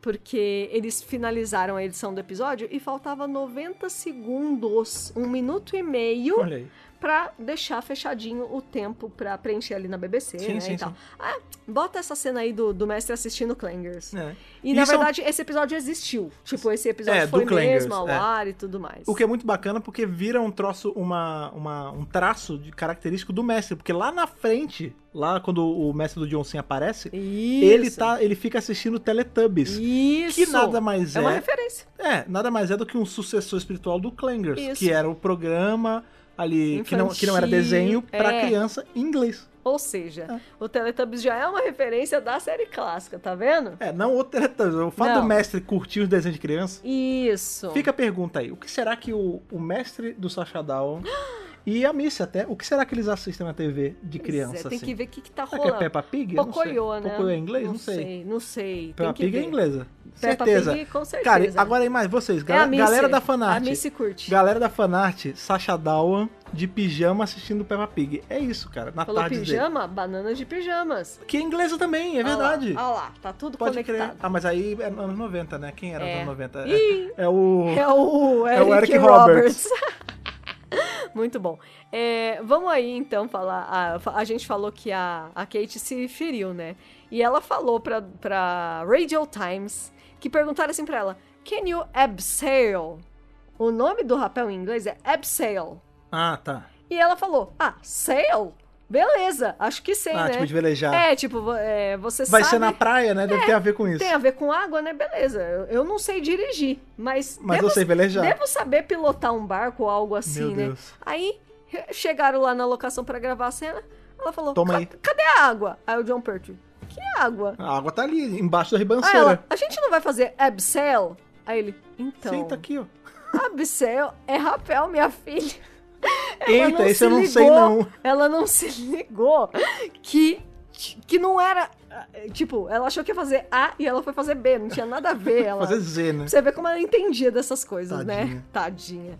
S4: Porque eles finalizaram a edição do episódio e faltava 90 segundos, um minuto e meio,
S3: Olha aí.
S4: pra deixar fechadinho o tempo pra preencher ali na BBC,
S3: Sim,
S4: né,
S3: sim,
S4: e tal.
S3: sim.
S4: Ah, bota essa cena aí do, do mestre assistindo Clangers.
S3: É.
S4: E, na
S3: Isso é um-
S4: verdade, esse episódio existiu. Tipo, esse episódio
S3: É, do
S4: foi
S3: Clangers,
S4: mesmo ao
S3: é.
S4: ar e tudo mais.
S3: O que é muito bacana porque vira um troço, uma, uma- um traço de característico do mestre. Porque lá na frente, lá quando o mestre do John Sim aparece,
S4: Isso.
S3: ele tá, ele fica assistindo Teletubbies.
S4: Isso.
S3: Que nada mais
S4: É uma
S3: é.
S4: referência.
S3: É, nada mais é do que um sucessor espiritual do Clangers,
S4: Isso.
S3: que era o programa ali que não, que não era
S4: Infantil,
S3: desenho pra
S4: é.
S3: criança em inglês.
S4: Ou seja, o Teletubbies já é uma referência da série clássica, tá vendo?
S3: É, não o Teletubbies. O fato
S4: Não.
S3: do mestre curtir os desenhos de criança.
S4: Isso.
S3: Fica a pergunta aí, o que será que o, o mestre do Sacha Down e a Missy até, o que será que eles assistem na TV de
S4: Pois
S3: criança
S4: é, Tem
S3: assim?
S4: que ver o que, que tá
S3: Será que
S4: rolando.
S3: é Peppa Pig? Eu não sei.
S4: Pocoyo, né?
S3: Pocoyo é inglês? Não, sei.
S4: Não sei.
S3: Peppa
S4: Tem que
S3: Pig é
S4: ver.
S3: inglesa.
S4: Peppa
S3: certeza.
S4: Pig, com certeza.
S3: Cara, e agora aí mais vocês,
S4: É a
S3: galera, galera
S4: Missy.
S3: da fanart.
S4: A Missy curte.
S3: Galera da fanart, Sacha Dawan de pijama assistindo Peppa Pig. É isso, cara, na
S4: Falou
S3: tarde
S4: pijama? Bananas de pijamas.
S3: dele. Que é inglesa também, é verdade.
S4: Olha lá, olha lá, tá tudo
S3: Pode
S4: conectado.
S3: crer. Ah, mas aí é anos 90, né? Quem era
S4: É.
S3: nos anos 90?
S4: Ih!
S3: É, é o...
S4: É o Eric,
S3: É o Eric
S4: Roberts. Muito bom. É, vamos aí então falar. A, a gente falou que a, a Kate se feriu, né? E ela falou pra, pra Radio Times que perguntaram assim pra ela: Can you abseil? O nome do rapel em inglês é abseil.
S3: Ah, tá.
S4: E ela falou: Ah, sail? Beleza, acho que sei,
S3: Ah,
S4: né?
S3: tipo de velejar.
S4: É, tipo, vo- é, você
S3: Vai
S4: sabe. É,
S3: ser na praia, né? Deve ter a ver com isso.
S4: Tem a ver com água, né? Beleza. Eu, eu não sei dirigir, mas.
S3: Mas eu sei velejar.
S4: Devo saber pilotar um barco ou algo assim,
S3: Meu
S4: né?
S3: Deus.
S4: Aí re- chegaram lá na locação pra gravar a cena. Ela falou:
S3: Toma
S4: "Ca-
S3: aí."
S4: Cadê a água? Aí o John Pertwee: Que água?
S3: A água tá ali, embaixo da
S4: Aí
S3: ribanceira.
S4: Ah, ela: A gente não vai fazer abseil? Aí ele: Então.
S3: Sim, tá aqui, ó.
S4: Abseil é rapel, minha filha.
S3: Eita,
S4: se
S3: esse eu não sei, não.
S4: Ela não se ligou que, que não era. Tipo, ela achou que ia fazer A e ela foi fazer B. Não tinha nada a ver. Ela,
S3: Fazer Z, né?
S4: Pra você ver como ela entendia dessas coisas, né?
S3: Tadinha.
S4: Tadinha.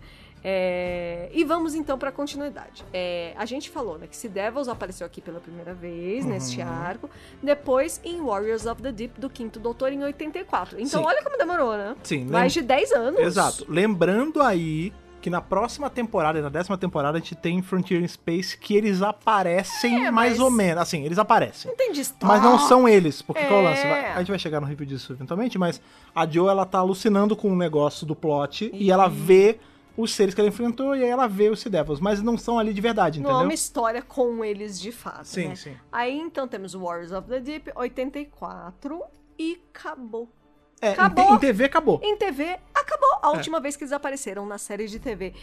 S4: É, E vamos então pra continuidade. É, a gente falou, né, que se Devils apareceu aqui pela primeira vez
S3: Uhum.
S4: neste arco, depois em Warriors of the Deep do Quinto Doutor em 84. Então
S3: Sim.
S4: olha como demorou, né?
S3: Sim, lembra-
S4: Mais de 10 anos.
S3: Exato. Lembrando aí que na próxima temporada, na décima temporada, a gente tem Frontier in Space que eles aparecem
S4: É,
S3: mais
S4: mas-
S3: ou menos. Assim, eles aparecem.
S4: Entendi.
S3: Mas não são eles, porque qual é o
S4: É.
S3: lance? Vai- A gente vai chegar no review disso eventualmente, mas a Joe ela tá alucinando com um negócio do plot e
S4: Uhum.
S3: ela vê os seres que ela enfrentou e aí ela vê os Sea Devils, mas não são ali de verdade,
S4: Não é uma
S3: entendeu?
S4: história com eles de fato.
S3: Sim,
S4: né?
S3: sim.
S4: Aí então temos Warriors of the Deep, 84 e acabou.
S3: É, em,
S4: Acabou.
S3: te- em TV acabou.
S4: Em TV, acabou.
S3: É.
S4: A última vez que eles apareceram na série de TV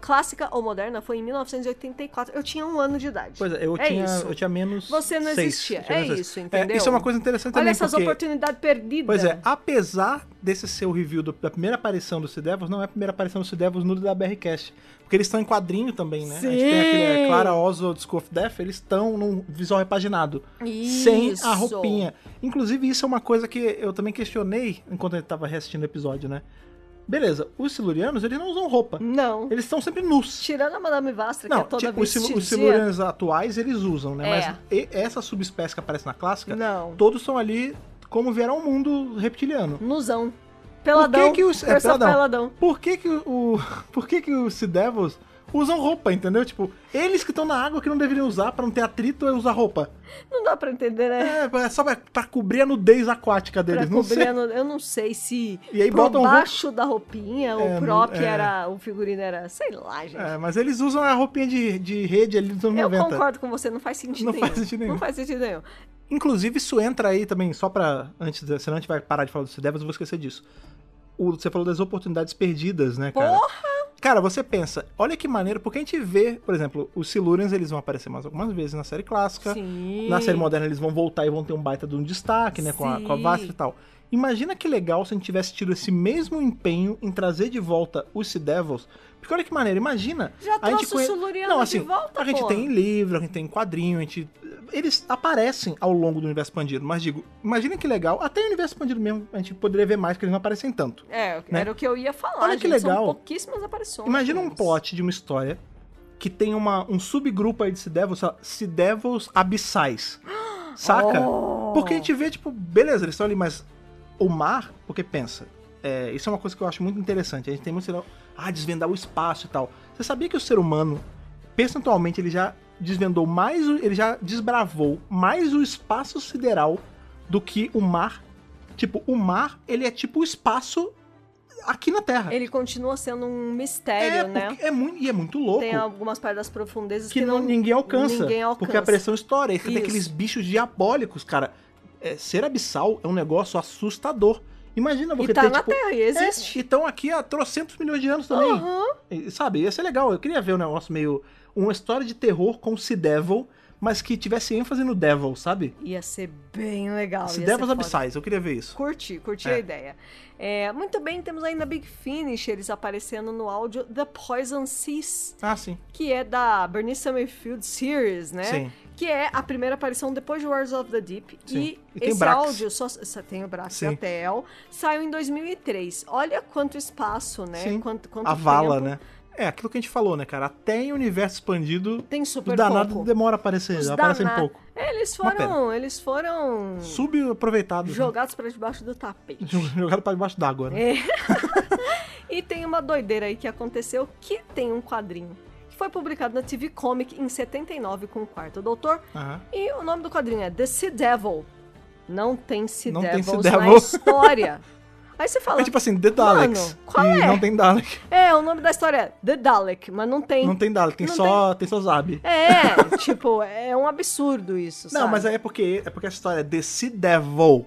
S4: clássica ou moderna foi em 1984. Eu tinha um ano de idade.
S3: Pois é, eu,
S4: é
S3: tinha,
S4: isso.
S3: eu tinha menos.
S4: Você não
S3: seis,
S4: existia.
S3: eu tinha
S4: É
S3: menos seis.
S4: isso, entendeu?
S3: isso é uma coisa interessante
S4: Olha
S3: também.
S4: essas
S3: porque...
S4: oportunidades perdidas.
S3: Pois é, apesar desse seu review do- da primeira aparição do Sea Devils, não é a primeira aparição do Sea Devils no da BRCast. Porque eles estão em quadrinho também, né? A gente tem aquele é,
S4: Sim!
S3: Clara Oswald School of Death, eles estão num visual repaginado.
S4: Isso.
S3: Sem a roupinha. Inclusive, isso é uma coisa que eu também questionei enquanto eu tava reassistindo o episódio, né? Beleza, os silurianos, eles não usam roupa.
S4: Não.
S3: Eles estão sempre nus.
S4: Tirando a Madame Vastra,
S3: Não,
S4: que é toda
S3: tipo, os silu- os
S4: vestidinha.
S3: silurianos atuais, eles usam, né?
S4: É.
S3: Mas e- essa subespécie que aparece na clássica,
S4: Não.
S3: todos são ali como vieram ao mundo reptiliano.
S4: Nusão. Peladão.
S3: que os- é,
S4: Força
S3: peladão.
S4: peladão.
S3: Por que que o por que que os Sea Devils usam roupa, entendeu? Tipo, eles que estão na água que não deveriam usar pra não ter atrito é usar roupa.
S4: Não dá pra entender, né?
S3: É, é só pra, pra cobrir a nudez aquática
S4: Pra
S3: deles, não
S4: cobrir
S3: sei.
S4: a nu- Eu não sei se
S3: E aí
S4: por
S3: botam roupa-
S4: baixo da roupinha, o
S3: É, não-
S4: prop
S3: é.
S4: era. O figurino era. Sei lá, gente.
S3: É, mas eles usam a roupinha de, de rede ali dos anos
S4: Eu
S3: 90.
S4: concordo com você, não faz sentido
S3: Não
S4: nenhum.
S3: faz sentido nenhum.
S4: Não faz sentido nenhum.
S3: Inclusive, isso entra aí também, só pra. Antes, de- senão a gente vai parar de falar do Sea Devils, eu vou esquecer disso. O- você falou das oportunidades perdidas, né, cara?
S4: Porra!
S3: Cara, você pensa, olha que maneiro, porque a gente vê, por exemplo, os Silurians, eles vão aparecer mais algumas vezes na série clássica.
S4: Sim.
S3: Na série moderna eles vão voltar e vão ter um baita de um destaque, né? Com a, com a
S4: Sim.
S3: Vastra e tal. Imagina que legal se a gente tivesse tido esse mesmo empenho em trazer de volta os Sea Devils. Porque olha que maneiro, imagina.
S4: Já
S3: a gente
S4: trouxe os Silurianos
S3: Não,
S4: de
S3: assim,
S4: volta,
S3: A gente
S4: pô.
S3: tem em livro, a gente tem em quadrinho, a gente. Eles aparecem ao longo do universo expandido, mas digo, imagina que legal. Até o universo expandido mesmo, a gente poderia ver mais, porque eles não aparecem tanto.
S4: É,
S3: Né?
S4: era o que eu ia falar.
S3: Olha que
S4: gente, São
S3: legal.
S4: pouquíssimas aparições.
S3: Imagina um plot de uma história que tem uma, um subgrupo aí de Sea Devils, sei lá, Sea Devils Abissais. Saca?
S4: Oh.
S3: Porque a gente vê, tipo, beleza, eles estão ali, mas o mar, porque pensa, é, isso é uma coisa que eu acho muito interessante. A gente tem muito sinal, ah, desvendar o espaço e tal. Você sabia que o ser humano percentualmente ele já desvendou mais, o- ele já desbravou mais o espaço sideral do que o mar. Tipo, o mar, ele é tipo o espaço aqui na Terra.
S4: Ele continua sendo um
S3: é,
S4: mistério, né?
S3: porque é muito, e é muito louco.
S4: Tem algumas partes das profundezas
S3: que
S4: que,
S3: não, ninguém, alcança,
S4: ninguém alcança.
S3: Porque a pressão estoura. E você tem
S4: Isso.
S3: aqueles bichos diabólicos, cara. É, ser abissal é um negócio assustador. Imagina você
S4: E tá
S3: ter,
S4: na
S3: tipo...
S4: Terra, e
S3: É,
S4: existe.
S3: e tão aqui há trocentos milhões de anos também.
S4: Aham.
S3: E, Sabe, ia ser legal. Eu queria ver um negócio meio... Uma história de terror com Sea Devil, mas que tivesse ênfase no Devil, sabe?
S4: Ia ser bem legal.
S3: Sea
S4: ia
S3: Devils
S4: ser foda.
S3: Abyssais, eu queria ver isso.
S4: Curti, curti
S3: É.
S4: a ideia. É, muito bem, temos ainda Big Finish, eles aparecendo no áudio The Poison Seas,
S3: Ah, sim.
S4: que é da Bernice Summerfield Series, né?
S3: Sim.
S4: Que é a primeira aparição depois de Wars of the Deep.
S3: Sim.
S4: E,
S3: E tem
S4: esse
S3: Brax.
S4: áudio, só, só tem o braço
S3: Sim.
S4: da Tel, saiu em 2003. Olha quanto espaço, né?
S3: Sim.
S4: Quanto, quanto
S3: A vala,
S4: tempo.
S3: né? É, aquilo que a gente falou, né, cara? Até em universo expandido,
S4: Tem super
S3: o danado
S4: pouco.
S3: demora a aparecer.
S4: Os
S3: aparece
S4: dana-
S3: em pouco.
S4: É, eles
S3: Uma pena.
S4: foram, eles foram
S3: Subaproveitados. né?
S4: jogados para debaixo do tapete.
S3: Jogado pra debaixo d'água, né?
S4: E tem uma doideira aí que aconteceu que tem um quadrinho que foi publicado na TV Comic em 79 com o Quarto Doutor
S3: Aham.
S4: e o nome do quadrinho é The Sea Devil. Não tem Sea
S3: Não tem
S4: Devils
S3: Sea
S4: na
S3: Devil.
S4: história. Aí você fala,
S3: É tipo assim, The Daleks.
S4: Mano, qual
S3: e
S4: é?
S3: não tem Dalek.
S4: é, o nome da história é The Dalek, mas não tem.
S3: Não tem Dalek, tem
S4: Não
S3: só, tem... só Zab.
S4: É, tipo, é um absurdo isso,
S3: não,
S4: sabe?
S3: mas aí é porque, é porque a história é The Sea Devil.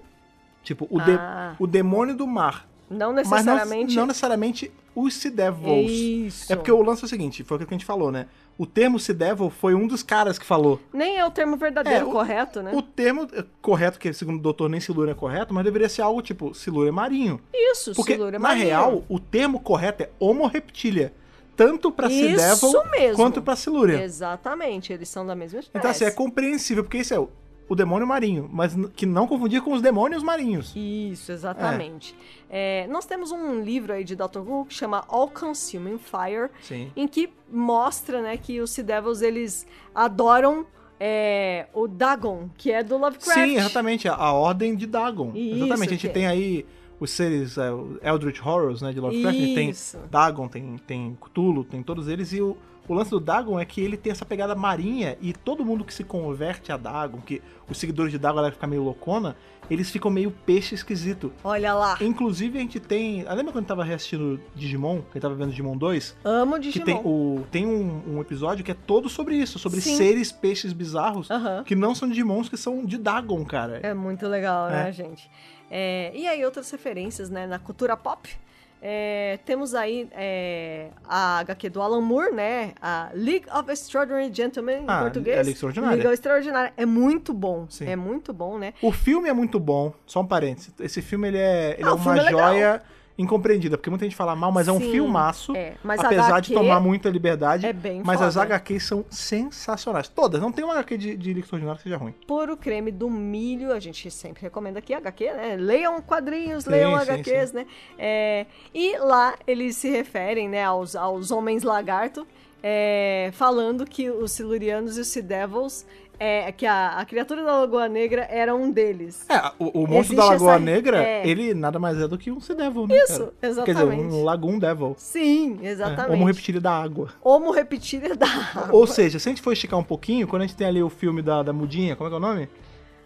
S3: Tipo, o, de-
S4: Ah.
S3: o demônio do mar.
S4: Não
S3: é- Mas não,
S4: necessariamente...
S3: não necessariamente os Sea Devils.
S4: Isso.
S3: É porque o lance é o seguinte, foi o que a gente falou, né? O termo Sea Devil foi um dos caras que falou.
S4: Nem é o termo verdadeiro
S3: É, o-
S4: correto, né?
S3: O termo eh, correto, que segundo o doutor nem Silura é correto, mas deveria ser algo tipo Silura marinho.
S4: Isso,
S3: Porque,
S4: Silura
S3: na
S4: Marinho.
S3: real, o termo correto é homo reptilia. Tanto pra
S4: Isso
S3: Sea Devil
S4: mesmo.
S3: quanto pra Silúria.
S4: Exatamente, eles são da mesma espécie.
S3: Então, assim, é compreensível, porque isso é o, o demônio marinho, mas n- que não confundir com os demônios marinhos.
S4: Isso, exatamente. É, nós temos um livro aí de Dr. Who que chama All Consuming Fire,
S3: Sim.
S4: em que mostra, né, que os Sea Devils, eles adoram é, o Dagon, que é do Lovecraft.
S3: Sim, exatamente, a, a ordem de Dagon.
S4: Isso,
S3: exatamente, a gente
S4: que- é.
S3: tem aí os seres é, o Eldritch Horrors, né, de Lovecraft, né, tem
S4: Isso.
S3: Dagon, tem, tem Cthulhu, tem todos eles, e o, o lance do Dagon é que ele tem essa pegada marinha, e todo mundo que se converte a Dagon, que os seguidores de Dagon vai ficar meio loucona, eles ficam meio peixe esquisito.
S4: Olha lá,
S3: Inclusive, a gente tem... ah, Lembra quando eu tava reassistindo Digimon, que eu tava vendo Digimon 2?
S4: amo
S3: Que
S4: Digimon.
S3: tem, o, tem um, um episódio que é todo sobre isso, sobre
S4: Sim.
S3: seres peixes bizarros
S4: Aham.
S3: que não são Digimons, que são de Dagon, cara.
S4: É muito legal,
S3: É.
S4: né, gente? É, e aí, outras referências, né? Na cultura pop, é, temos aí é, a HQ do Alan Moore, né? A League of Extraordinary Gentlemen,
S3: Ah,
S4: em português.
S3: é Liga Extraordinária.
S4: Liga Extraordinária. É muito bom.
S3: Sim.
S4: É muito bom, né?
S3: O filme é muito bom, só um parênteses. Esse filme ele é, ele
S4: Ah,
S3: é
S4: o filme
S3: uma
S4: é legal.
S3: joia incompreendida, porque muita gente fala mal, mas é um
S4: Sim,
S3: filmaço.
S4: é. Mas a
S3: apesar
S4: HQ
S3: de tomar muita liberdade.
S4: é bem
S3: mas as
S4: foda.
S3: HQs são sensacionais. Todas, não tem uma HQ de, de Liga Extraordinária que seja ruim.
S4: Puro creme do milho, a gente sempre recomenda aqui HQ, né? Leiam quadrinhos,
S3: Sim,
S4: leiam
S3: sim,
S4: HQs, né? É, e lá eles se referem, né, aos, aos homens lagarto, é, falando que os Silurianos e os Sea Devils, é, que a, a criatura da Lagoa Negra era um deles.
S3: É, o, o monstro
S4: Existe
S3: da Lagoa
S4: essa-
S3: Negra,
S4: é.
S3: ele nada mais é do que um Sea Devil, né?
S4: Isso,
S3: cara? Quer dizer,
S4: exatamente.
S3: um Lagoon Devil. É,
S4: Sim,
S3: homo
S4: exatamente.
S3: reptilio da água.
S4: Homo repetir da água.
S3: Ou seja, se a gente for esticar um pouquinho, quando a gente tem ali o filme da, da mudinha, como é que é o nome?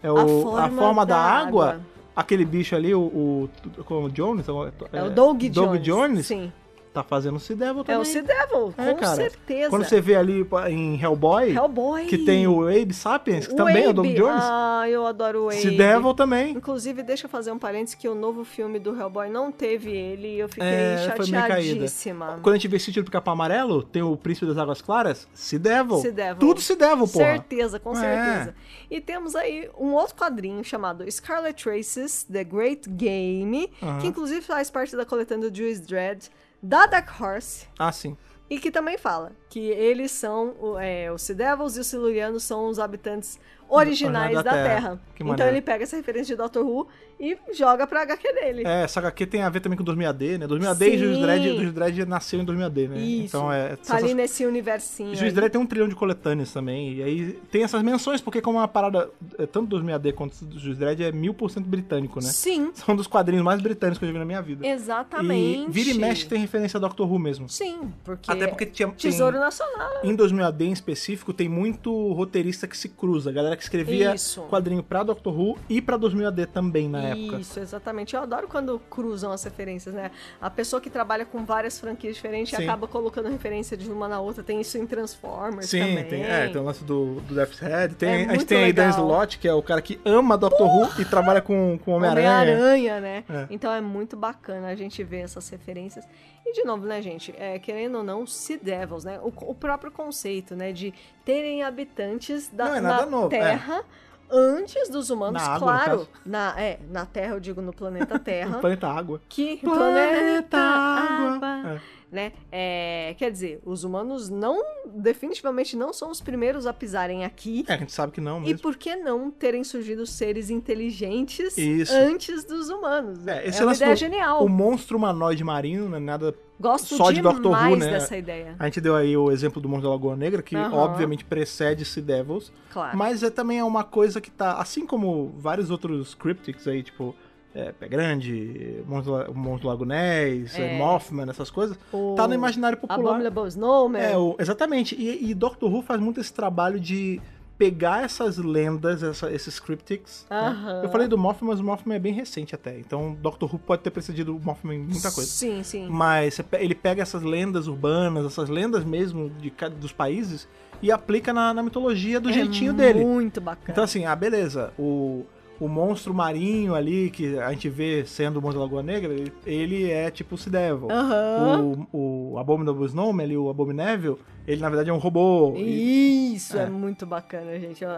S3: É o,
S4: Forma
S3: Forma da,
S4: da
S3: água.
S4: Água.
S3: Aquele bicho ali, o, o, como é o Jones?
S4: É o Doug Jones.
S3: Doug Jones
S4: Sim.
S3: tá fazendo o Sea Devil também.
S4: É o Sea Devil,
S3: É,
S4: com
S3: cara.
S4: certeza.
S3: Quando você vê ali pá, em Hellboy,
S4: Hellboy.
S3: que tem o Abe Sapiens, que
S4: O
S3: também é o Doug
S4: Abe.
S3: Jones,
S4: Ah, eu adoro o Abe.
S3: Sea Devil também.
S4: Inclusive, deixa eu fazer um parênteses que o novo filme do Hellboy não teve ele e eu fiquei
S3: É, foi meio caída.
S4: chateadíssima.
S3: Quando a gente vê Sítio do Capão Amarelo, tem o Príncipe das Águas Claras, Sea Devil.
S4: Sea Devil.
S3: Tudo Sea Devil, porra.
S4: Certeza, com
S3: É.
S4: certeza. E temos aí um outro quadrinho chamado Scarlet Traces, The Great Game,
S3: Aham.
S4: que inclusive faz parte da coletânea do Juice Dredd, da Dark Horse,
S3: Ah, sim.
S4: e que também fala que eles são o- é, os Sea Devils e os Silurianos são os habitantes originais da,
S3: da Terra.
S4: Terra.
S3: Que
S4: Então
S3: maneiro.
S4: ele pega essa referência de Doctor Who e joga pra HQ dele.
S3: É, essa HQ tem a ver também com 2000AD, né? 2000AD e
S4: Sim.
S3: Juiz Dredd, Juiz Dredd nasceu em 2000AD, né?
S4: Isso.
S3: Então é...
S4: Tá ali
S3: essas-
S4: nesse universinho.
S3: Juiz
S4: aí.
S3: Dredd tem um trilhão de coletâneas também, e aí tem essas menções, porque como é uma parada, é, tanto 2000AD quanto do Juiz Dredd é mil por cento britânico, né?
S4: Sim,
S3: São um dos quadrinhos mais britânicos que eu já vi na minha vida.
S4: exatamente.
S3: E vira e mexe tem referência a Doctor Who mesmo.
S4: Sim, porque...
S3: Até porque tinha, tem-
S4: Tesouro Nacional.
S3: em 2000AD em específico, tem muito roteirista que se cruza. Galera que escrevia
S4: Isso.
S3: quadrinho pra Doctor Who e pra 2000AD também na época.
S4: Isso, exatamente. Eu adoro quando cruzam as referências, né? A pessoa que trabalha com várias franquias diferentes
S3: Sim.
S4: acaba colocando referência de uma na outra. Tem isso em Transformers
S3: Sim,
S4: também.
S3: tem, é, tem o lance do, do Death's Head. Tem,
S4: É
S3: a gente
S4: muito
S3: tem aí Dan
S4: legal.
S3: Slott, que é o cara que ama Doctor Who e trabalha com, com Homem-Aranha.
S4: Homem-Aranha, né?
S3: É.
S4: Então é muito bacana a gente ver essas referências. E de novo, né, gente? É, querendo ou não, se Devils, né? O, o próprio conceito, né? De terem habitantes da
S3: Não, é
S4: na
S3: nada novo, é.
S4: Terra antes dos humanos,
S3: Na água, no
S4: claro.
S3: caso.
S4: Na, é, na Terra, eu digo no planeta Terra.
S3: O planeta Água.
S4: que
S3: Planeta Água. É.
S4: né? É, quer dizer, os humanos não, definitivamente não são os primeiros a pisarem aqui.
S3: É, a gente sabe que não
S4: E
S3: mesmo.
S4: por que não terem surgido seres inteligentes
S3: Isso.
S4: antes dos humanos?
S3: É,
S4: É,
S3: esse
S4: uma
S3: lance
S4: ideia
S3: do-
S4: genial.
S3: O monstro humanoide marinho, não é nada
S4: Gosto
S3: só de
S4: demais
S3: Doctor Who, né?
S4: dessa ideia.
S3: A gente deu aí o exemplo do Monstro da Lagoa Negra, que
S4: Aham.
S3: obviamente precede Sea Devils,
S4: Claro.
S3: mas é também é uma coisa que tá, assim como vários outros cryptics aí, tipo é, Pé Grande, Monstro, La- Monstro Lago Ness,
S4: É.
S3: é, Mothman, essas coisas,
S4: O
S3: tá no imaginário popular.
S4: Abominable Snowman.
S3: É, o- exatamente, e, e Doctor Who faz muito esse trabalho de pegar essas lendas, essa- esses cryptics. né?
S4: Aham.
S3: Eu falei do Mothman, mas o Mothman é bem recente até, então Doctor Who pode ter precedido o Mothman em muita coisa.
S4: Sim, sim.
S3: Mas você pe- ele pega essas lendas urbanas, essas lendas mesmo de, ca- dos países e aplica na, na mitologia do
S4: É
S3: jeitinho dele.
S4: Muito bacana.
S3: Então assim, ah, beleza, o, o monstro marinho ali que a gente vê sendo o monstro da Lagoa Negra, ele, ele é tipo o Sea Devil.
S4: Aham.
S3: O, o Abominable Snowman ali, o Abominável, ele na verdade é um robô. E-
S4: Isso, é.
S3: É.
S4: muito bacana, gente. Eu,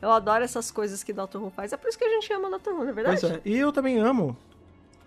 S4: eu adoro essas coisas que Doctor Who faz. É por isso que a gente ama Doctor Who, não é verdade?
S3: pois é. E eu também amo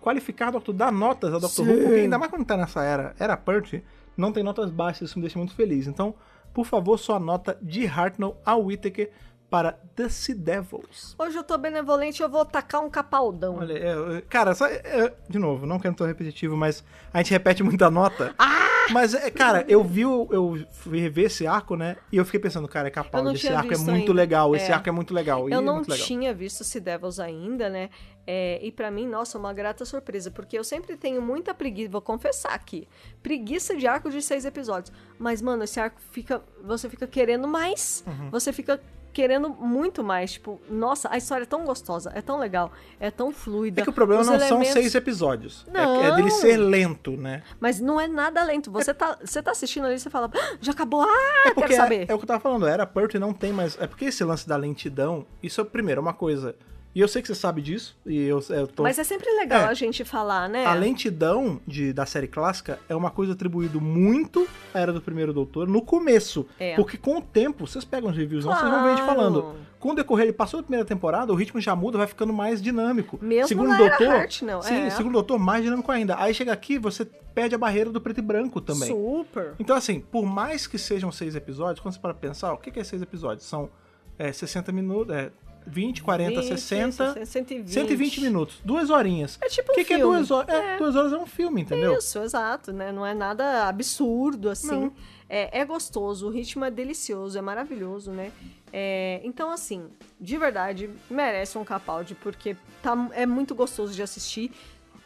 S3: qualificar Doctor, dar notas a Doctor
S4: Sim.
S3: Who, porque ainda mais quando tá nessa era, era Perth, não tem notas baixas, isso me deixa muito feliz. Então, por favor, sua nota de Hartnell a Whittaker para The Sea Devils.
S4: Hoje eu tô benevolente, eu vou tacar um capaldão.
S3: Olha, é, é, cara, só, é, é, de novo, não quero ser repetitivo, mas a gente repete muita nota.
S4: Ah!
S3: Mas, é, cara, eu vi, o- eu fui rever esse arco, né? E eu fiquei pensando, cara, é
S4: Eu não
S3: Capaldi, esse
S4: tinha
S3: arco é
S4: visto
S3: muito
S4: ainda.
S3: legal, esse
S4: É.
S3: arco é muito legal. e
S4: Eu
S3: é
S4: não
S3: muito legal.
S4: tinha visto Sea Devils ainda, né? É, e pra mim, nossa, uma grata surpresa, porque eu sempre tenho muita preguiça, vou confessar aqui, preguiça de arco de seis episódios. Mas, mano, esse arco fica. Você fica querendo mais.
S3: Uhum.
S4: Você fica querendo muito mais. Tipo, nossa, a história é tão gostosa, é tão legal, é tão fluida.
S3: É que o problema
S4: os
S3: não são
S4: elementos-
S3: seis episódios. É, é
S4: Não.
S3: dele ser lento, né?
S4: Mas não é nada lento. Você tá, você tá assistindo ali e você fala, "Ah, já acabou, ah,
S3: porque
S4: quero saber.
S3: É, é o que eu tava falando, era Perth e não tem mais. É porque esse lance da lentidão, isso é primeiro, é uma coisa. E eu sei que você sabe disso, e eu, eu tô.
S4: Mas é sempre legal
S3: É.
S4: a gente falar, né?
S3: A lentidão de, da série clássica é uma coisa atribuída muito à Era do Primeiro Doutor no começo.
S4: É.
S3: Porque com o tempo, vocês pegam os reviews, não, vocês vão ver a gente
S4: Claro.
S3: falando. Com o decorrer, ele passou da primeira temporada, o ritmo já muda, vai ficando mais dinâmico.
S4: Mesmo
S3: segundo
S4: na
S3: o
S4: Era
S3: doutor,
S4: Hartnell,
S3: Sim,
S4: é.
S3: segundo o doutor, mais dinâmico ainda. Aí chega aqui, você perde a barreira do preto e branco também.
S4: Super.
S3: Então, assim, por mais que sejam seis episódios, quando você para pensar, o que que é seis episódios? São é, 60 minutos, é, 20, 40,
S4: 20,
S3: 60,
S4: 120.
S3: 120 minutos, duas horinhas.
S4: É tipo
S3: O
S4: um
S3: que, que é
S4: filme.
S3: duas horas? É,
S4: É.
S3: duas horas é um filme, entendeu?
S4: Isso, exato, né? Não é nada absurdo, assim.
S3: Não.
S4: É, é gostoso, o ritmo é delicioso, é maravilhoso, né? É, então, assim, de verdade, merece um Capaldi, porque tá, é muito gostoso de assistir.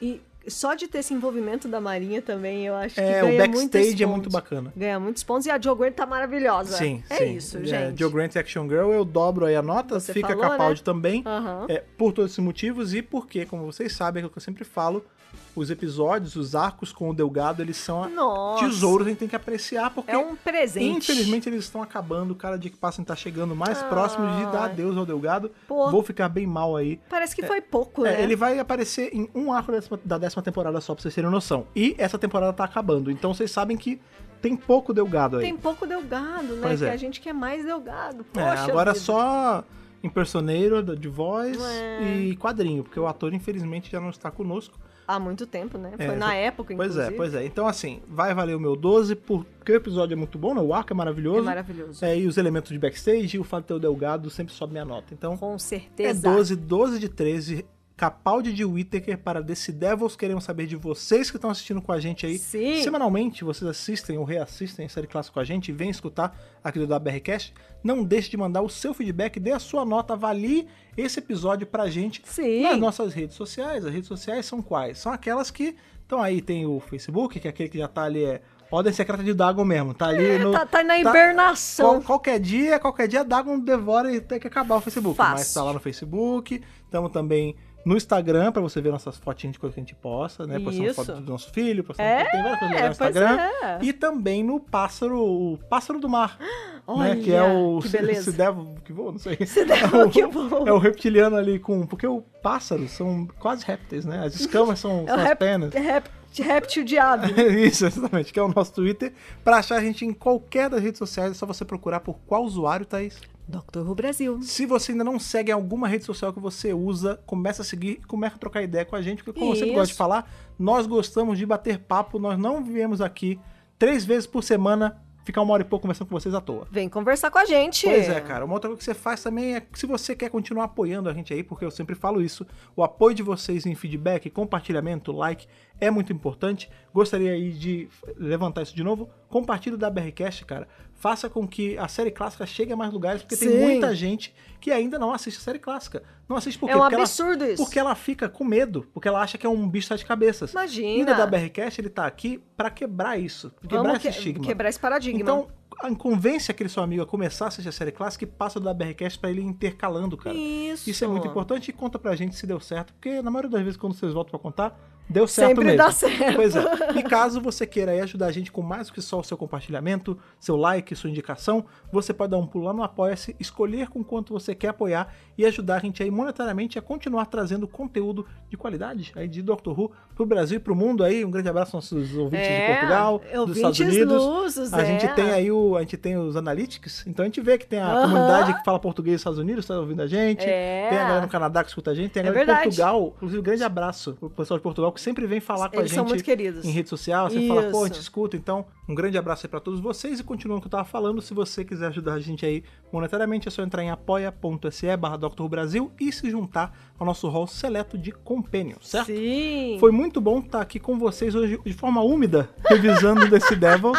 S4: E só de ter esse envolvimento da Marinha também, eu acho
S3: É,
S4: que
S3: o
S4: ganha muitos
S3: backstage é
S4: pontos.
S3: muito bacana.
S4: Ganha muitos pontos e a Jo Grant tá maravilhosa.
S3: Sim,
S4: é
S3: sim.
S4: isso, gente.
S3: Joe Grant e Action Girl, eu dobro aí a nota,
S4: Você
S3: fica
S4: falou,
S3: Capaldi
S4: né?
S3: também.
S4: Aham.
S3: É, por todos esses motivos e porque, como vocês sabem, é o que eu sempre falo, os episódios, os arcos com o Delgado, eles são
S4: Nossa.
S3: tesouros, a gente tem que apreciar, porque
S4: É um presente.
S3: Infelizmente eles estão acabando, cada dia que passa a gente tá chegando mais
S4: Ah.
S3: próximo de dar adeus ao Delgado.
S4: Pô.
S3: Vou ficar bem mal aí.
S4: Parece que foi pouco,
S3: É,
S4: né?
S3: ele vai aparecer em um arco da décima, da décima temporada só, pra vocês terem noção. E essa temporada tá acabando, então vocês sabem que tem pouco Delgado aí.
S4: Tem pouco delgado, né?
S3: Pois
S4: que
S3: é.
S4: a gente quer mais delgado.
S3: É,
S4: Poxa
S3: agora
S4: vida.
S3: só impersoneiro de voz
S4: É.
S3: e quadrinho, porque o ator infelizmente já não está conosco.
S4: Há muito tempo, né? Foi
S3: É,
S4: na
S3: foi-
S4: época,
S3: Pois
S4: inclusive.
S3: é, pois é. Então, assim, vai valer o meu 12, porque o episódio é muito bom, né? O arco é maravilhoso.
S4: É maravilhoso.
S3: É, e os elementos de backstage e o fato Teu Delgado sempre sobe minha nota. Então,
S4: Com
S3: é
S4: certeza.
S3: 12, 12 de 13. Capaldi de Whittaker para desse Devils queremos saber de vocês que estão assistindo com a gente aí.
S4: Sim.
S3: Semanalmente vocês assistem ou reassistem a série clássica com a gente e vêm escutar aqui do WRcast. Não deixe de mandar o seu feedback, dê a sua nota, avalie esse episódio pra gente
S4: Sim.
S3: nas nossas redes sociais. As redes sociais são quais? São aquelas que estão aí, tem o Facebook, que é aquele que já tá ali, é Ordem Secreta de Dagon mesmo, tá ali no...
S4: tá, tá na
S3: Qual-
S4: hibernação.
S3: qualquer dia, qualquer dia Dagon devora e tem que acabar o Facebook.
S4: Fácil.
S3: Mas tá lá no Facebook, estamos também no Instagram pra você ver nossas fotinhas de coisa que a gente posta, né? Postamos
S4: Isso.
S3: foto do nosso filho, postamos
S4: É,
S3: tem várias coisas legais no
S4: pois
S3: Instagram.
S4: é.
S3: E também no pássaro, o pássaro do mar,
S4: Olha,
S3: né? Que é o
S4: que beleza.
S3: se devo que voa, não sei.
S4: Se der,
S3: É o-
S4: que bom.
S3: É o reptiliano ali com. Porque o pássaro são quase répteis, né? As escamas são,
S4: É o
S3: são as
S4: rep-
S3: penas.
S4: rep- réptil diabo.
S3: Isso, exatamente, que é o nosso Twitter. Pra achar a gente em qualquer das redes sociais, é só você procurar por qual usuário, Thaís.
S4: Dr. Who Brasil.
S3: Se você ainda não segue alguma rede social que você usa, começa a seguir e começa a trocar ideia com a gente, porque como eu sempre
S4: Isso.
S3: gosto de falar, nós gostamos de bater papo, nós não viemos aqui três vezes por semana ficar uma hora e pouco conversando com vocês à toa.
S4: Vem conversar com a gente.
S3: Pois é, cara. Uma outra coisa que você faz também é que se você quer continuar apoiando a gente aí, porque eu sempre falo isso, o apoio de vocês em feedback, compartilhamento, like é muito importante. Gostaria aí de levantar isso de novo. Compartilhe o WRcast, cara. Faça com que a série clássica chegue a mais lugares, porque
S4: Sim.
S3: tem muita gente que ainda não assiste a série clássica. Não assiste por quê?
S4: É um
S3: porque
S4: absurdo
S3: ela,
S4: isso.
S3: Porque ela fica com medo, porque ela acha que é um bicho de cabeças.
S4: Imagina.
S3: E o WRcast, ele tá aqui pra quebrar isso, quebrar
S4: Vamos
S3: esse
S4: que-
S3: estigma.
S4: quebrar esse paradigma.
S3: Então, a- convence aquele seu amigo a começar a assistir a série clássica e passa do WRcast pra ele ir intercalando, cara.
S4: Isso.
S3: é muito importante e conta pra gente se deu certo, porque na maioria das vezes quando vocês voltam pra contar, deu certo
S4: Sempre
S3: mesmo.
S4: dá certo.
S3: Pois é. E caso você queira aí ajudar a gente com mais do que só o seu compartilhamento, seu like, sua indicação, você pode dar um pulo lá no Apoia-se, escolher com quanto você quer apoiar e ajudar a gente aí monetariamente a continuar trazendo conteúdo de qualidade aí de Doctor Who pro Brasil e pro mundo aí. Um grande abraço aos nossos ouvintes
S4: É,
S3: de Portugal, dos Estados
S4: ouvintes
S3: Unidos.
S4: lusos,
S3: a gente
S4: é.
S3: tem aí o, a gente tem os analytics, então a gente vê que tem a
S4: Aham.
S3: comunidade que fala português dos Estados Unidos, tá ouvindo a gente.
S4: É.
S3: Tem a galera no Canadá que escuta a gente, tem a
S4: É
S3: galera de
S4: verdade.
S3: Portugal. Inclusive, um grande abraço pro pessoal de Portugal que sempre vem falar com a
S4: Eles
S3: gente
S4: são muito queridos.
S3: em rede social, você fala, pô, a gente
S4: Isso.
S3: escuta. Então, um grande abraço aí pra todos vocês. E continuando o que eu tava falando, se você quiser ajudar a gente aí monetariamente, é só entrar em apoia.se barra Dr. Who Brasil e se juntar ao nosso hall seleto de companions, certo?
S4: Sim.
S3: Foi muito bom estar aqui com vocês hoje de forma úmida, revisando desse Devils.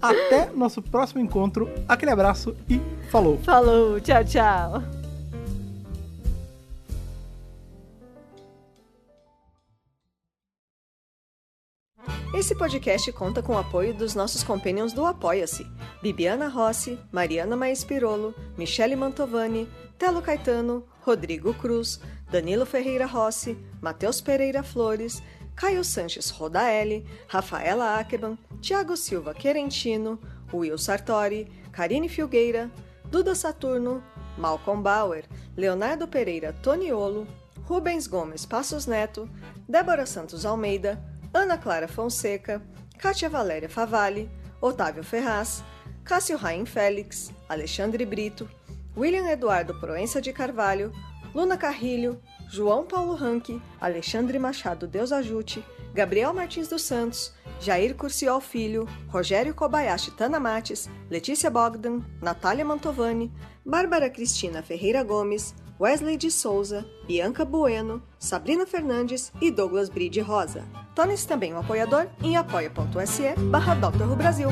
S3: Até nosso próximo encontro. Aquele abraço e falou!
S4: Falou, tchau, tchau. Esse podcast conta com o apoio dos nossos companions do Apoia-se: Bibiana Rossi, Mariana Maes Pirolo, Michele Mantovani, Telo Caetano, Rodrigo Cruz, Danilo Ferreira Rossi, Matheus Pereira Flores, Caio Sanches Rodaelli, Rafaela Ackerman, Tiago Silva Querentino, Will Sartori, Karine Filgueira, Duda Saturno, Malcolm Bauer, Leonardo Pereira Toniolo, Rubens Gomes Passos Neto, Débora Santos Almeida, Ana Clara Fonseca, Kátia Valéria Favalli, Otávio Ferraz, Cássio Raim Félix, Alexandre Brito, William Eduardo Proença de Carvalho, Luna Carrilho, João Paulo Ranque, Alexandre Machado Deus Ajute, Gabriel Martins dos Santos, Jair Curciol Filho, Rogério Kobayashi Tana Mates, Letícia Bogdan, Natália Mantovani, Bárbara Cristina Ferreira Gomes, Wesley de Souza, Bianca Bueno, Sabrina Fernandes e Douglas Bride Rosa. Torne-se também um apoiador em apoia.se barra Dr. Who Brasil.